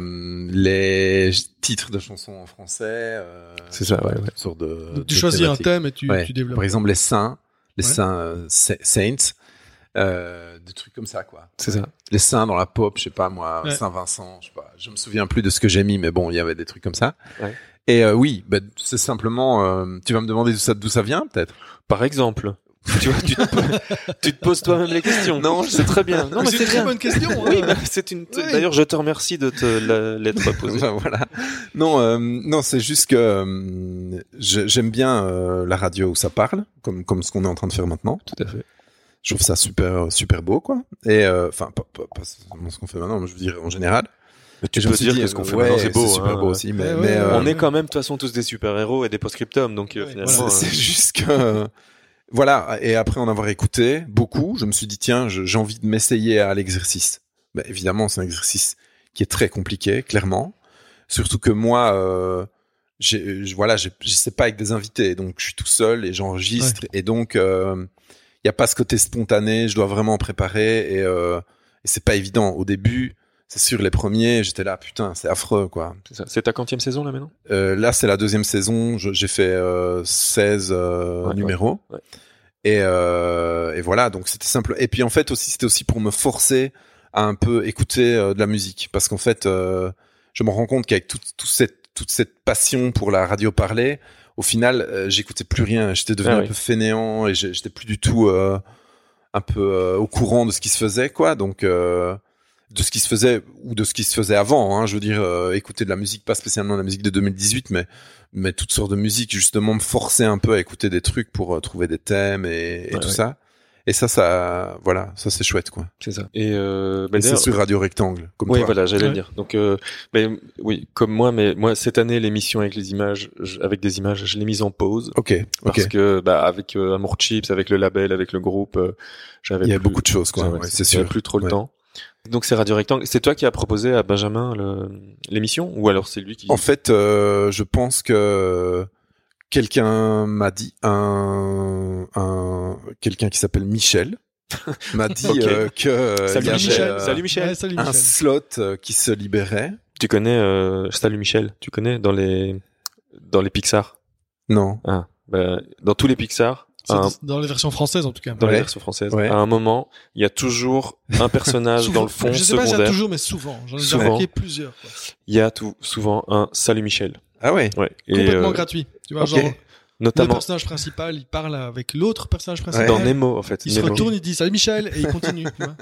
[SPEAKER 3] les titres de chansons en français. euh,
[SPEAKER 1] C'est ça, ouais, ouais.
[SPEAKER 3] Sur de,
[SPEAKER 1] Euh,
[SPEAKER 2] Donc, tu
[SPEAKER 3] de
[SPEAKER 2] choisis un
[SPEAKER 3] thématiques.
[SPEAKER 2] thème et tu,
[SPEAKER 3] Ouais.
[SPEAKER 2] tu développes.
[SPEAKER 3] Par exemple, les saints, les
[SPEAKER 2] Ouais.
[SPEAKER 3] saints euh, sa- saints, euh, des trucs comme ça, quoi.
[SPEAKER 1] c'est ça.
[SPEAKER 3] Les saints dans la pop, je sais pas moi,
[SPEAKER 2] Ouais.
[SPEAKER 3] Saint Vincent, je sais pas. Je me souviens plus de ce que j'ai mis, mais bon, il y avait des trucs comme ça.
[SPEAKER 1] Ouais.
[SPEAKER 3] Et euh, oui, bah, c'est simplement. euh, tu vas me demander d'où ça, d'où ça vient, peut-être.
[SPEAKER 1] Par exemple, tu vois, tu te, po- tu te poses toi-même les questions. Non, c'est très bien. Non, mais
[SPEAKER 2] c'est
[SPEAKER 1] c'est
[SPEAKER 2] une très
[SPEAKER 1] bien.
[SPEAKER 2] bonne question. hein.
[SPEAKER 1] Oui, bah, c'est une.
[SPEAKER 2] Oui.
[SPEAKER 1] D'ailleurs, je te remercie de te la- l'être posée.
[SPEAKER 3] Enfin, Bah, voilà. Non, euh, non, c'est juste que euh, je- j'aime bien euh, la radio où ça parle, comme comme ce qu'on est en train de faire maintenant.
[SPEAKER 1] Tout à fait.
[SPEAKER 3] je trouve ça super euh, super beau quoi et euh, enfin pas, pas, pas seulement ce qu'on fait maintenant mais je veux dire en général
[SPEAKER 1] Mais tu
[SPEAKER 3] Je
[SPEAKER 1] peux
[SPEAKER 3] me suis
[SPEAKER 1] dire
[SPEAKER 3] dit, euh,
[SPEAKER 1] que ce qu'on fait
[SPEAKER 3] ouais,
[SPEAKER 1] maintenant, c'est beau.
[SPEAKER 3] super
[SPEAKER 1] hein.
[SPEAKER 3] beau aussi mais,
[SPEAKER 2] Ouais,
[SPEAKER 3] mais,
[SPEAKER 2] ouais,
[SPEAKER 3] euh,
[SPEAKER 1] On est quand même, de toute façon, tous des super-héros et des post-scriptums, donc euh,
[SPEAKER 2] Ouais,
[SPEAKER 1] finalement.
[SPEAKER 3] c'est
[SPEAKER 1] euh,
[SPEAKER 3] c'est juste que euh, voilà et après en avoir écouté beaucoup je me suis dit tiens je- j'ai envie de m'essayer à l'exercice Bah, évidemment c'est un exercice qui est très compliqué clairement surtout que moi euh, j'ai- je, voilà j'ai- je sais pas avec des invités donc je suis tout seul et j'enregistre et donc euh, il n'y a pas ce côté spontané, je dois vraiment préparer et, euh, et c'est pas évident. Au début, c'est sûr, les premiers, j'étais là, putain, c'est affreux quoi.
[SPEAKER 1] c'est ça. C'est ta quantième saison là maintenant
[SPEAKER 3] Euh, là, c'est la deuxième saison, je- j'ai fait euh, 16 euh,
[SPEAKER 1] Ouais,
[SPEAKER 3] numéros.
[SPEAKER 1] ouais, ouais.
[SPEAKER 3] Et, euh, et voilà, donc c'était simple. Et puis en fait aussi, c'était aussi pour me forcer à un peu écouter euh, de la musique parce qu'en fait, euh, je me rends compte qu'avec toute, toute cette, toute cette passion pour la radio parlée, au final, euh, j'écoutais plus rien. J'étais devenu
[SPEAKER 1] Ah
[SPEAKER 3] un
[SPEAKER 1] oui.
[SPEAKER 3] peu fainéant et j'ai- j'étais plus du tout euh, un peu euh, au courant de ce qui se faisait, quoi. Donc euh, de ce qui se faisait ou de ce qui se faisait avant. Hein, je veux dire, euh, écouter de la musique, pas spécialement la musique de 2018, mais mais toutes sortes de musique, justement, me forcer un peu à écouter des trucs pour euh, trouver des thèmes et, et
[SPEAKER 1] Ouais,
[SPEAKER 3] tout
[SPEAKER 1] ouais.
[SPEAKER 3] ça. Et ça, ça, voilà, ça c'est chouette, quoi.
[SPEAKER 1] C'est ça. Et euh, bah,
[SPEAKER 3] Et c'est
[SPEAKER 1] d'ailleurs-
[SPEAKER 3] sur Radio Rectangle, comme
[SPEAKER 1] Oui,
[SPEAKER 3] toi.
[SPEAKER 1] voilà, j'allais
[SPEAKER 2] Ouais.
[SPEAKER 1] le dire. Donc, euh, mais, oui, comme moi, mais moi cette année l'émission avec les images, je- avec des images, je l'ai mise en pause
[SPEAKER 3] Ok, ok.
[SPEAKER 1] parce que bah avec euh, Amour Chips, avec le label, avec le groupe, euh, j'avais
[SPEAKER 3] Il y a
[SPEAKER 1] plus-
[SPEAKER 3] beaucoup de choses, quoi.
[SPEAKER 1] Ouais,
[SPEAKER 3] Ouais, c'est
[SPEAKER 1] j'avais
[SPEAKER 3] sûr.
[SPEAKER 1] plus trop le
[SPEAKER 3] Ouais.
[SPEAKER 1] temps. Donc c'est Radio Rectangle. C'est toi qui as proposé à Benjamin le- l'émission ou alors c'est lui qui.
[SPEAKER 3] En fait, euh, je pense que quelqu'un m'a dit un, un quelqu'un qui s'appelle Michel m'a dit
[SPEAKER 1] Ok.
[SPEAKER 3] euh, que euh, il y
[SPEAKER 1] salut
[SPEAKER 3] avait,
[SPEAKER 1] Michel.
[SPEAKER 3] euh,
[SPEAKER 1] Salut Michel.
[SPEAKER 2] Ouais, salut
[SPEAKER 3] un
[SPEAKER 2] Michel.
[SPEAKER 3] slot euh, qui se libérait.
[SPEAKER 1] Tu connais euh, Salut Michel. Tu connais dans les dans les Pixar.
[SPEAKER 3] Non.
[SPEAKER 1] Ah, bah, dans tous les Pixar.
[SPEAKER 2] C'est
[SPEAKER 1] à un-
[SPEAKER 2] Dans les versions françaises, en tout cas.
[SPEAKER 1] dans
[SPEAKER 3] Ouais.
[SPEAKER 1] les versions françaises,
[SPEAKER 3] Ouais.
[SPEAKER 1] à un moment, il y a toujours un personnage dans le fond
[SPEAKER 2] Souvent. Je sais pas
[SPEAKER 1] secondaire.
[SPEAKER 2] si c'est toujours, mais souvent. hein, J'en ai déjà
[SPEAKER 1] Souvent.
[SPEAKER 2] remarqué plusieurs. quoi.
[SPEAKER 1] Il y a tout souvent un Salut Michel.
[SPEAKER 3] Ah ouais.
[SPEAKER 1] Ouais. Et
[SPEAKER 2] Complètement
[SPEAKER 1] euh,
[SPEAKER 2] gratuit. Tu vois,
[SPEAKER 3] ok.
[SPEAKER 2] genre, le
[SPEAKER 1] notamment
[SPEAKER 2] personnage principal, il parle avec l'autre personnage
[SPEAKER 3] Ouais.
[SPEAKER 2] principal.
[SPEAKER 1] dans Nemo en fait.
[SPEAKER 2] Il se
[SPEAKER 1] Nemo.
[SPEAKER 2] retourne, il dit salut Michel, et il continue. tu vois.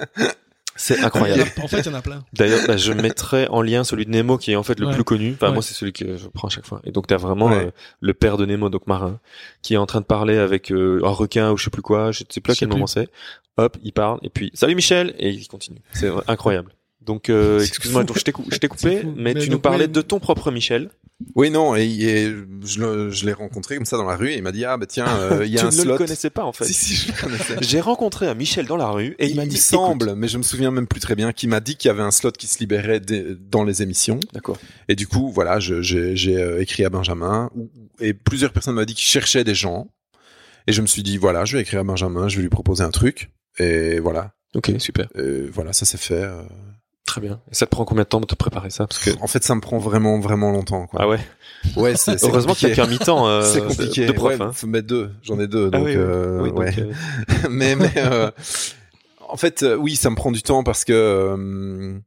[SPEAKER 1] C'est
[SPEAKER 2] Il y
[SPEAKER 1] incroyable.
[SPEAKER 2] en a- en fait, il y en a plein.
[SPEAKER 1] D'ailleurs, bah, je mettrai en lien celui de Nemo qui est en fait le
[SPEAKER 2] Ouais.
[SPEAKER 1] plus connu. Enfin,
[SPEAKER 2] Ouais.
[SPEAKER 1] moi, c'est celui que je prends à chaque fois. Et donc, t'as vraiment
[SPEAKER 3] Ouais.
[SPEAKER 1] euh, le père de Nemo, donc marin, qui est en train de parler avec euh, un requin ou je sais plus quoi. Je sais plus à
[SPEAKER 2] Je
[SPEAKER 1] quel
[SPEAKER 2] sais
[SPEAKER 1] moment c'est. Hop, il parle et puis salut Michel et il continue. C'est incroyable. Donc, euh,
[SPEAKER 2] C'est
[SPEAKER 1] excuse-moi,
[SPEAKER 2] fou.
[SPEAKER 1] donc je t'ai cou- je t'ai
[SPEAKER 2] C'est
[SPEAKER 1] coupé,
[SPEAKER 2] fou.
[SPEAKER 1] mais,
[SPEAKER 2] Mais
[SPEAKER 1] tu
[SPEAKER 2] donc,
[SPEAKER 1] nous parlais
[SPEAKER 2] ouais.
[SPEAKER 1] de ton propre Michel.
[SPEAKER 3] Oui non et, il est- je, le- je l'ai rencontré comme ça dans la rue et il m'a dit ah bah tiens euh, il y a
[SPEAKER 1] tu
[SPEAKER 3] un
[SPEAKER 1] ne
[SPEAKER 3] slot.
[SPEAKER 1] le connaissais pas en fait.
[SPEAKER 3] Si si je le connaissais.
[SPEAKER 1] J'ai rencontré un Michel dans la rue et il m'a dit
[SPEAKER 3] me
[SPEAKER 1] écoute.
[SPEAKER 3] semble, mais je me souviens même plus très bien, qui m'a dit qu'il y avait un slot qui se libérait dès- dans les émissions.
[SPEAKER 1] D'accord.
[SPEAKER 3] Et du coup, voilà, je- j'ai j'ai, euh, écrit à Benjamin ou- et plusieurs personnes m'ont dit qu'ils cherchaient des gens. Et je me suis dit, voilà, je vais écrire à Benjamin, je vais lui proposer un truc. Et voilà,
[SPEAKER 1] Ok, super,
[SPEAKER 3] Euh, voilà, ça s'est fait. euh.
[SPEAKER 1] très bien. Et ça te prend combien de temps de te préparer ça Parce que
[SPEAKER 3] En fait, ça me prend vraiment, vraiment longtemps. Quoi.
[SPEAKER 1] ah ouais.
[SPEAKER 3] ouais, c'est c'est
[SPEAKER 1] Heureusement qu'il y a
[SPEAKER 3] compliqué.
[SPEAKER 1] qu'un mi-temps. euh,
[SPEAKER 3] C'est compliqué.
[SPEAKER 1] De prof.
[SPEAKER 3] Ouais,
[SPEAKER 1] hein.
[SPEAKER 3] Mais deux, j'en ai deux.
[SPEAKER 1] Ah
[SPEAKER 3] donc,
[SPEAKER 1] oui, oui.
[SPEAKER 3] euh,
[SPEAKER 1] Oui, donc,
[SPEAKER 3] ouais.
[SPEAKER 1] euh,
[SPEAKER 3] mais mais euh, en fait euh, oui ça me prend du temps parce que euh,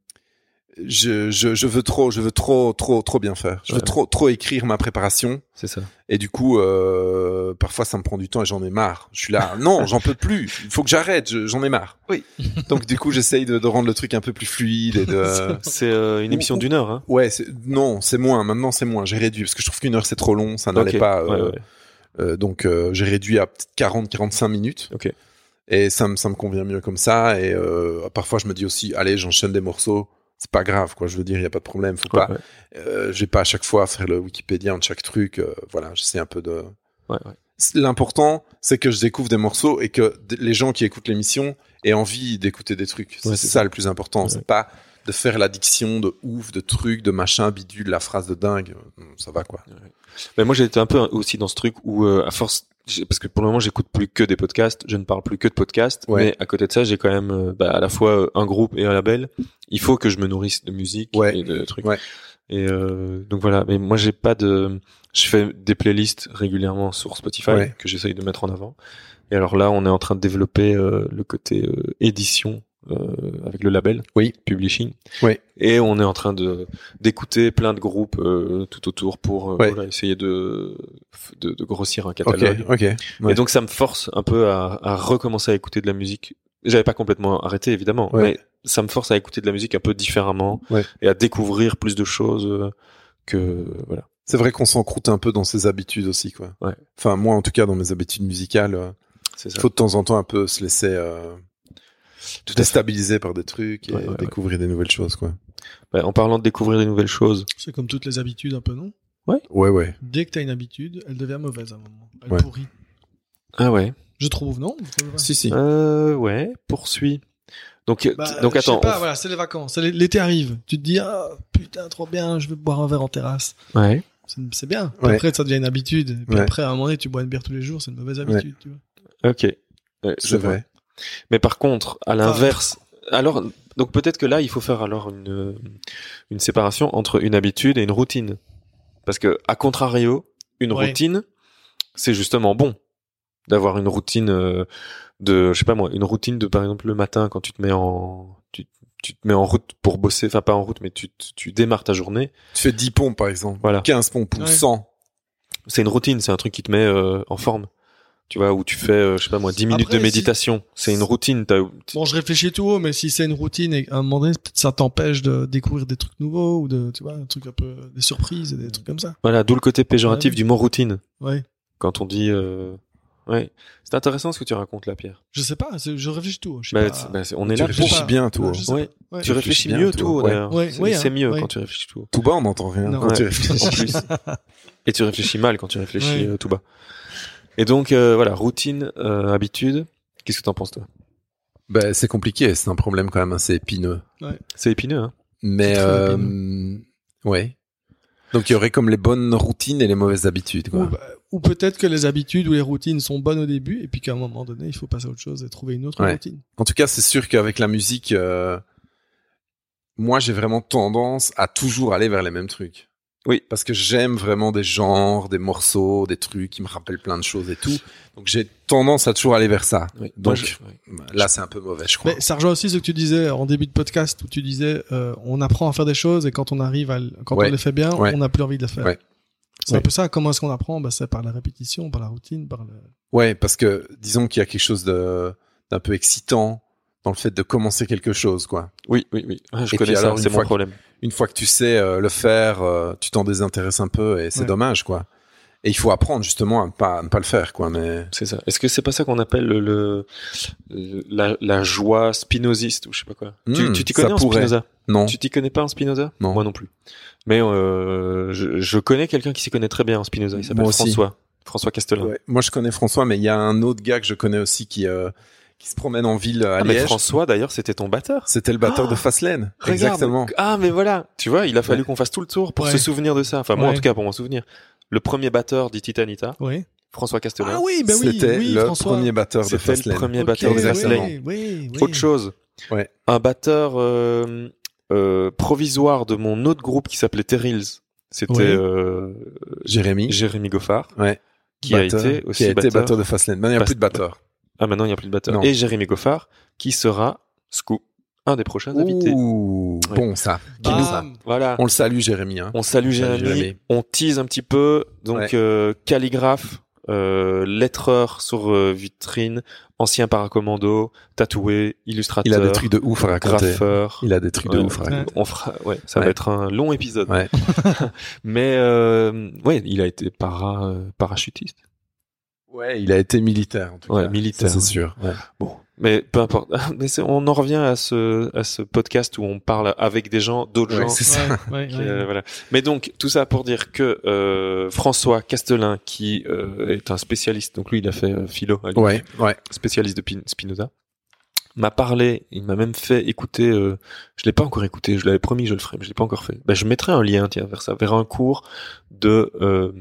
[SPEAKER 3] je, je, je veux trop je veux trop trop trop bien faire je veux
[SPEAKER 1] Ouais.
[SPEAKER 3] trop trop écrire ma préparation
[SPEAKER 1] c'est ça.
[SPEAKER 3] et du coup euh, parfois ça me prend du temps et j'en ai marre je suis là non j'en peux plus il faut que j'arrête je- j'en ai marre
[SPEAKER 1] Oui.
[SPEAKER 3] donc du coup j'essaye de, de rendre le truc un peu plus fluide et de
[SPEAKER 1] C'est euh, une
[SPEAKER 3] Ou-
[SPEAKER 1] émission
[SPEAKER 3] ou-
[SPEAKER 1] d'une heure. Hein.
[SPEAKER 3] ouais c'est- non c'est moins maintenant c'est moins j'ai réduit parce que je trouve qu'une heure c'est trop long ça n'allait
[SPEAKER 1] Ok.
[SPEAKER 3] pas euh,
[SPEAKER 1] Ouais, ouais.
[SPEAKER 3] euh, donc euh, j'ai réduit à peut-être 40-45 minutes.
[SPEAKER 1] Ok.
[SPEAKER 3] Et ça me ça me convient mieux comme ça. Et euh, parfois je me dis aussi, allez, j'enchaîne des morceaux. C'est pas grave, quoi. Je veux dire, il y a pas de problème. Faut pas.
[SPEAKER 1] Ouais,
[SPEAKER 3] Euh, j'ai pas à chaque fois à faire le Wikipédia de chaque truc. euh, voilà, j'essaie un peu de.
[SPEAKER 1] ouais, ouais.
[SPEAKER 3] L'important, c'est que je découvre des morceaux et que d- les gens qui écoutent l'émission aient envie d'écouter des trucs. C'est
[SPEAKER 1] Ouais, c'est
[SPEAKER 3] ça, le plus important.
[SPEAKER 1] Ouais.
[SPEAKER 3] C'est pas de faire l'addiction de ouf, de trucs, de machin, bidule, la phrase de dingue. Ça va, quoi.
[SPEAKER 1] Mais moi, j'ai été un peu aussi dans ce truc où, euh, à force, j'ai- parce que pour le moment, j'écoute plus que des podcasts, je ne parle plus que de podcasts.
[SPEAKER 3] Ouais.
[SPEAKER 1] Mais à côté de ça, j'ai quand même euh, bah, à la fois euh, un groupe et un label. Il faut que je me nourrisse de musique
[SPEAKER 3] Ouais.
[SPEAKER 1] et de trucs.
[SPEAKER 3] Ouais.
[SPEAKER 1] Et euh, donc voilà. Mais moi, j'ai pas de. Je fais des playlists régulièrement sur Spotify
[SPEAKER 3] Ouais.
[SPEAKER 1] que j'essaye de mettre en avant. Et alors là, on est en train de développer euh, le côté euh, édition euh, avec le label,
[SPEAKER 3] Oui.
[SPEAKER 1] publishing.
[SPEAKER 3] Ouais.
[SPEAKER 1] Et on est en train de d'écouter plein de groupes euh, tout autour pour euh,
[SPEAKER 3] Ouais.
[SPEAKER 1] voilà, essayer de, de de grossir un
[SPEAKER 3] Ok,
[SPEAKER 1] catalogue.
[SPEAKER 3] ok. Ouais.
[SPEAKER 1] Et donc ça me force un peu à, à recommencer à écouter de la musique. J'avais pas complètement arrêté évidemment,
[SPEAKER 3] Ouais.
[SPEAKER 1] mais ça me force à écouter de la musique un peu différemment
[SPEAKER 3] Ouais.
[SPEAKER 1] et à découvrir plus de choses euh, que voilà.
[SPEAKER 3] C'est vrai qu'on s'encroute un peu dans ses habitudes aussi, quoi.
[SPEAKER 1] Ouais.
[SPEAKER 3] Enfin, moi, en tout cas, dans mes habitudes musicales, euh,
[SPEAKER 1] C'est
[SPEAKER 3] il
[SPEAKER 1] ça.
[SPEAKER 3] faut de temps en temps un peu se laisser euh,
[SPEAKER 1] Tout à fait.
[SPEAKER 3] déstabiliser par des trucs et
[SPEAKER 1] Ouais, ouais,
[SPEAKER 3] découvrir des nouvelles choses, quoi.
[SPEAKER 1] Bah, en parlant de découvrir des nouvelles choses,
[SPEAKER 2] C'est comme toutes les habitudes, un peu, non
[SPEAKER 3] Ouais, ouais.
[SPEAKER 2] Dès que t'as une habitude, elle devient mauvaise à un moment. Elle
[SPEAKER 3] Ouais.
[SPEAKER 2] pourrit.
[SPEAKER 1] ah ouais.
[SPEAKER 2] Je trouve, non Vous trouvez pas
[SPEAKER 3] Si, si.
[SPEAKER 1] Euh, ouais, poursuis. Donc, euh,
[SPEAKER 2] Bah,
[SPEAKER 1] donc
[SPEAKER 2] je sais
[SPEAKER 1] attends.
[SPEAKER 2] pas,
[SPEAKER 1] on-
[SPEAKER 2] voilà, c'est les vacances. c'est l- L'été arrive. Tu te dis, ah, putain, trop bien, je vais boire un verre en terrasse.
[SPEAKER 1] Ouais.
[SPEAKER 2] C'est c'est bien. Puis
[SPEAKER 3] Ouais.
[SPEAKER 2] Après, ça devient une habitude. Et Puis
[SPEAKER 3] Ouais.
[SPEAKER 2] après, à un moment donné, tu bois une bière tous les jours, c'est une mauvaise habitude, tu vois.
[SPEAKER 1] Ok. Ouais, je
[SPEAKER 3] C'est
[SPEAKER 1] vois.
[SPEAKER 3] vrai.
[SPEAKER 1] Mais par contre, à l'inverse, alors donc peut-être que là, il faut faire alors une euh, une séparation entre une habitude et une routine, parce que à contrario, une
[SPEAKER 2] Ouais.
[SPEAKER 1] routine, c'est justement bon d'avoir une routine euh, de, je sais pas moi, une routine de par exemple le matin quand tu te mets en tu, tu te mets en route pour bosser, enfin pas en route, mais tu, tu- tu démarres ta journée.
[SPEAKER 3] Tu fais 10 pompes, par exemple.
[SPEAKER 1] Voilà.
[SPEAKER 3] 15 pompes ou
[SPEAKER 2] Ouais.
[SPEAKER 3] 100.
[SPEAKER 1] c'est une routine, c'est un truc qui te met euh, en forme. Tu vois, où tu fais, euh, je sais pas moi, 10 minutes
[SPEAKER 2] Après,
[SPEAKER 1] de
[SPEAKER 2] si-
[SPEAKER 1] méditation. C'est une routine. t'as- t-
[SPEAKER 2] Bon, je réfléchis tout haut, mais si c'est une routine et à un moment donné, peut-être ça t'empêche de découvrir des trucs nouveaux ou de, tu vois, un truc un peu, des surprises et des trucs comme ça.
[SPEAKER 1] Voilà, d'où le côté péjoratif
[SPEAKER 2] Ouais.
[SPEAKER 1] du mot routine.
[SPEAKER 2] Ouais.
[SPEAKER 1] Quand on dit... euh, Ouais. C'est intéressant ce que tu racontes là, Pierre.
[SPEAKER 2] Je sais pas, c'est- je réfléchis tout haut. Je sais
[SPEAKER 1] Bah,
[SPEAKER 2] pas.
[SPEAKER 1] c'est- bah, c'est- on est
[SPEAKER 3] Tu
[SPEAKER 1] là pour...
[SPEAKER 3] réfléchis
[SPEAKER 2] pas-
[SPEAKER 3] bien, tout.
[SPEAKER 2] Ouais,
[SPEAKER 3] haut.
[SPEAKER 2] je sais
[SPEAKER 1] Ouais.
[SPEAKER 2] pas. Ouais.
[SPEAKER 1] Tu réfléchis mieux tout, haut,
[SPEAKER 3] ouais.
[SPEAKER 1] d'ailleurs.
[SPEAKER 2] Ouais,
[SPEAKER 1] C'est
[SPEAKER 2] ouais,
[SPEAKER 1] c'est
[SPEAKER 2] hein,
[SPEAKER 1] mieux
[SPEAKER 2] ouais.
[SPEAKER 1] quand tu réfléchis tout haut.
[SPEAKER 3] Tout bas, on n'entend rien.
[SPEAKER 2] Non.
[SPEAKER 3] Quand tu
[SPEAKER 1] Ouais.
[SPEAKER 3] réfléchis.
[SPEAKER 1] En plus. Et tu réfléchis mal quand tu réfléchis
[SPEAKER 2] Ouais.
[SPEAKER 1] euh, tout bas. Et donc, euh, voilà, routine, euh, habitude. Qu'est-ce que t'en penses, toi
[SPEAKER 3] Ben, c'est compliqué, c'est un problème quand même assez épineux.
[SPEAKER 1] C'est épineux, hein.
[SPEAKER 2] C'est
[SPEAKER 3] Mais,
[SPEAKER 2] très
[SPEAKER 3] euh, ouais. Donc il y aurait comme les bonnes routines et les mauvaises habitudes. Quoi.
[SPEAKER 2] Ou, bah, ou peut-être que les habitudes ou les routines sont bonnes au début et puis qu'à un moment donné, il faut passer à autre chose et trouver une autre
[SPEAKER 3] Ouais.
[SPEAKER 2] routine.
[SPEAKER 3] En tout cas, c'est sûr qu'avec la musique, euh, moi, j'ai vraiment tendance à toujours aller vers les mêmes trucs.
[SPEAKER 1] Oui.
[SPEAKER 3] Parce que j'aime vraiment des genres, des morceaux, des trucs qui me rappellent plein de choses et tout. Donc j'ai tendance à toujours aller vers ça.
[SPEAKER 1] Moi,
[SPEAKER 3] Donc
[SPEAKER 1] je-
[SPEAKER 3] là, c'est un peu mauvais, je crois.
[SPEAKER 2] Mais ça rejoint aussi ce que tu disais en début de podcast où tu disais euh, on apprend à faire des choses et quand on arrive à l- quand
[SPEAKER 3] Ouais.
[SPEAKER 2] on les fait bien,
[SPEAKER 3] Ouais.
[SPEAKER 2] on n'a plus envie de les faire.
[SPEAKER 3] Ouais.
[SPEAKER 2] C'est un peu ça. Comment est-ce qu'on apprend bah, C'est par la répétition, par la routine, par le.
[SPEAKER 3] Ouais, parce que disons qu'il y a quelque chose de d'un peu excitant dans le fait de commencer quelque chose, quoi.
[SPEAKER 1] Oui, oui, oui. Ah, je
[SPEAKER 3] Et
[SPEAKER 1] connais
[SPEAKER 3] puis
[SPEAKER 1] ça,
[SPEAKER 3] alors, une
[SPEAKER 1] c'est mon
[SPEAKER 3] fois que-
[SPEAKER 1] problème.
[SPEAKER 3] Une fois que tu sais euh, le faire, euh, tu t'en désintéresses un peu et c'est
[SPEAKER 2] Ouais.
[SPEAKER 3] dommage, quoi. Et il faut apprendre justement à ne pas à ne pas le faire, quoi. Mais
[SPEAKER 1] C'est ça. Est-ce que c'est pas ça qu'on appelle le, le- la, la joie spinoziste ou je sais pas quoi Tu-
[SPEAKER 3] Hmm,
[SPEAKER 1] Tu t'y connais
[SPEAKER 3] ça
[SPEAKER 1] en
[SPEAKER 3] pourrait.
[SPEAKER 1] Spinoza
[SPEAKER 3] non.
[SPEAKER 1] Tu t'y connais pas en Spinoza
[SPEAKER 3] Non.
[SPEAKER 1] Moi non plus. Mais euh, je, je connais quelqu'un qui s'y connaît très bien en Spinoza. Il s'appelle
[SPEAKER 3] Moi aussi.
[SPEAKER 1] François. François Castelin.
[SPEAKER 3] Ouais. Moi, je connais François, mais il y a un autre gars que je connais aussi qui euh, qui se promène en ville euh, à
[SPEAKER 1] Ah, mais
[SPEAKER 3] Liège.
[SPEAKER 1] François, d'ailleurs, c'était ton batteur.
[SPEAKER 3] C'était le batteur de Fastlane. Exactement.
[SPEAKER 1] Regarde. Ah, mais voilà. Tu vois, il a fallu
[SPEAKER 3] Ouais.
[SPEAKER 1] qu'on fasse tout le tour pour
[SPEAKER 2] Ouais.
[SPEAKER 1] se souvenir de ça. Enfin, moi, en
[SPEAKER 2] Ouais.
[SPEAKER 1] tout cas, pour m'en souvenir. Le premier batteur du Titanita,
[SPEAKER 2] Oui.
[SPEAKER 1] François Castelin.
[SPEAKER 2] Ah oui, bah oui,
[SPEAKER 3] C'était
[SPEAKER 2] oui,
[SPEAKER 3] le
[SPEAKER 2] François.
[SPEAKER 3] premier batteur de
[SPEAKER 1] C'était le
[SPEAKER 3] Fastlane.
[SPEAKER 1] premier
[SPEAKER 2] Ok,
[SPEAKER 1] batteur de
[SPEAKER 2] oui,
[SPEAKER 1] Fastlane.
[SPEAKER 3] Fastlane.
[SPEAKER 2] oui, oui, oui.
[SPEAKER 1] Autre chose.
[SPEAKER 3] Ouais.
[SPEAKER 1] Un batteur euh, euh, provisoire de mon autre groupe qui s'appelait Terrills. C'était
[SPEAKER 2] Ouais.
[SPEAKER 1] euh,
[SPEAKER 3] Jérémy.
[SPEAKER 1] Jérémy Goffard.
[SPEAKER 3] Ouais.
[SPEAKER 1] Qui a été aussi
[SPEAKER 3] qui a été
[SPEAKER 1] batteur.
[SPEAKER 3] batteur de Fastlane. Maintenant, il n'y a
[SPEAKER 1] Bast-
[SPEAKER 3] plus de batteur.
[SPEAKER 1] Ah, maintenant, il n'y a plus de batteur.
[SPEAKER 3] Non.
[SPEAKER 1] Et Jérémy Goffard, qui sera, scoop, un des prochains invités.
[SPEAKER 3] Ouh,
[SPEAKER 1] Ouais.
[SPEAKER 3] bon ça.
[SPEAKER 1] Ah.
[SPEAKER 2] Bam.
[SPEAKER 3] Bon, ça.
[SPEAKER 1] Voilà.
[SPEAKER 3] On le salue, Jérémy. Hein.
[SPEAKER 1] On salue
[SPEAKER 3] Salut,
[SPEAKER 1] Jérémy,
[SPEAKER 3] Jérémy.
[SPEAKER 1] on tease un petit peu, donc
[SPEAKER 3] Ouais.
[SPEAKER 1] euh, calligraphe, euh, lettreur sur euh, vitrine, ancien paracommando, tatoué, illustrateur,
[SPEAKER 3] Il a des trucs de ouf à raconter.
[SPEAKER 1] graffeur.
[SPEAKER 3] Il a des trucs de
[SPEAKER 1] Ouais.
[SPEAKER 3] ouf à raconter.
[SPEAKER 1] On fera, ouais, ça va
[SPEAKER 3] Ouais.
[SPEAKER 1] être un long épisode.
[SPEAKER 3] Ouais.
[SPEAKER 1] Mais euh, ouais, il a été para, euh, parachutiste.
[SPEAKER 3] Ouais, il a été militaire en tout
[SPEAKER 1] Ouais,
[SPEAKER 3] cas.
[SPEAKER 1] militaire,
[SPEAKER 3] Ça,
[SPEAKER 1] ouais.
[SPEAKER 3] c'est sûr. Ouais.
[SPEAKER 1] Bon, mais peu importe. Mais c'est- on en revient à ce à ce podcast où on parle avec des gens, d'autres
[SPEAKER 3] Ouais,
[SPEAKER 1] gens.
[SPEAKER 3] c'est ça.
[SPEAKER 2] Ouais, ouais,
[SPEAKER 1] Euh,
[SPEAKER 2] ouais.
[SPEAKER 1] voilà. Mais donc tout ça pour dire que euh, François Castelin, qui euh, est un spécialiste, donc lui il a fait euh, philo, à Lyon,
[SPEAKER 3] Ouais, ouais.
[SPEAKER 1] spécialiste de Pin- Spinoza, m'a parlé, il m'a même fait écouter. euh, je l'ai pas encore écouté, je l'avais promis, je le ferai, mais je l'ai pas encore fait. Bah, je mettrai un lien tiens vers ça, vers un cours de. euh,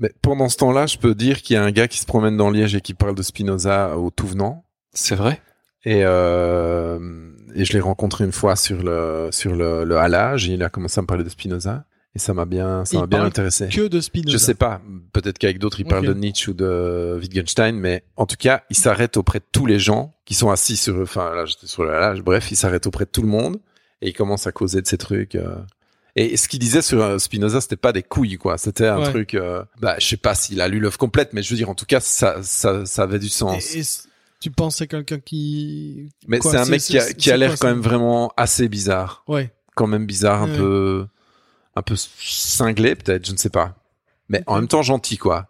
[SPEAKER 3] Mais pendant ce temps-là, je peux dire qu'il y a un gars qui se promène dans Liège et qui parle de Spinoza au tout venant.
[SPEAKER 1] c'est vrai.
[SPEAKER 3] Et, euh, et je l'ai rencontré une fois sur le sur le, le halage. Et il a commencé à me parler de Spinoza et ça m'a bien ça
[SPEAKER 2] Il
[SPEAKER 3] m'a bien
[SPEAKER 2] parle
[SPEAKER 3] intéressé.
[SPEAKER 2] Que de Spinoza.
[SPEAKER 3] Je sais pas, peut-être qu'avec d'autres, il parle
[SPEAKER 2] Ok.
[SPEAKER 3] de Nietzsche ou de Wittgenstein, mais en tout cas, il s'arrête auprès de tous les gens qui sont assis sur, enfin là, j'étais sur la lage, bref, il s'arrête auprès de tout le monde et il commence à causer de ces trucs. euh. Et ce qu'il disait sur euh, Spinoza, c'était pas des couilles, quoi. C'était un
[SPEAKER 2] Ouais.
[SPEAKER 3] truc, euh, bah, je sais pas s'il a lu l'œuvre complète, mais je veux dire, en tout cas, ça, ça, ça avait du sens.
[SPEAKER 2] Et- et c- tu penses à quelqu'un qui.
[SPEAKER 3] mais
[SPEAKER 2] quoi,
[SPEAKER 3] c'est un
[SPEAKER 2] c'est-
[SPEAKER 3] mec qui a,
[SPEAKER 2] c'est-
[SPEAKER 3] qui a
[SPEAKER 2] c'est
[SPEAKER 3] l'air
[SPEAKER 2] quoi,
[SPEAKER 3] quand
[SPEAKER 2] ça
[SPEAKER 3] même vraiment assez bizarre,
[SPEAKER 2] Ouais.
[SPEAKER 3] quand même bizarre, un
[SPEAKER 2] Ouais.
[SPEAKER 3] peu, un peu cinglé, peut-être, je ne sais pas. Mais en
[SPEAKER 2] Ok.
[SPEAKER 3] même temps, gentil, quoi.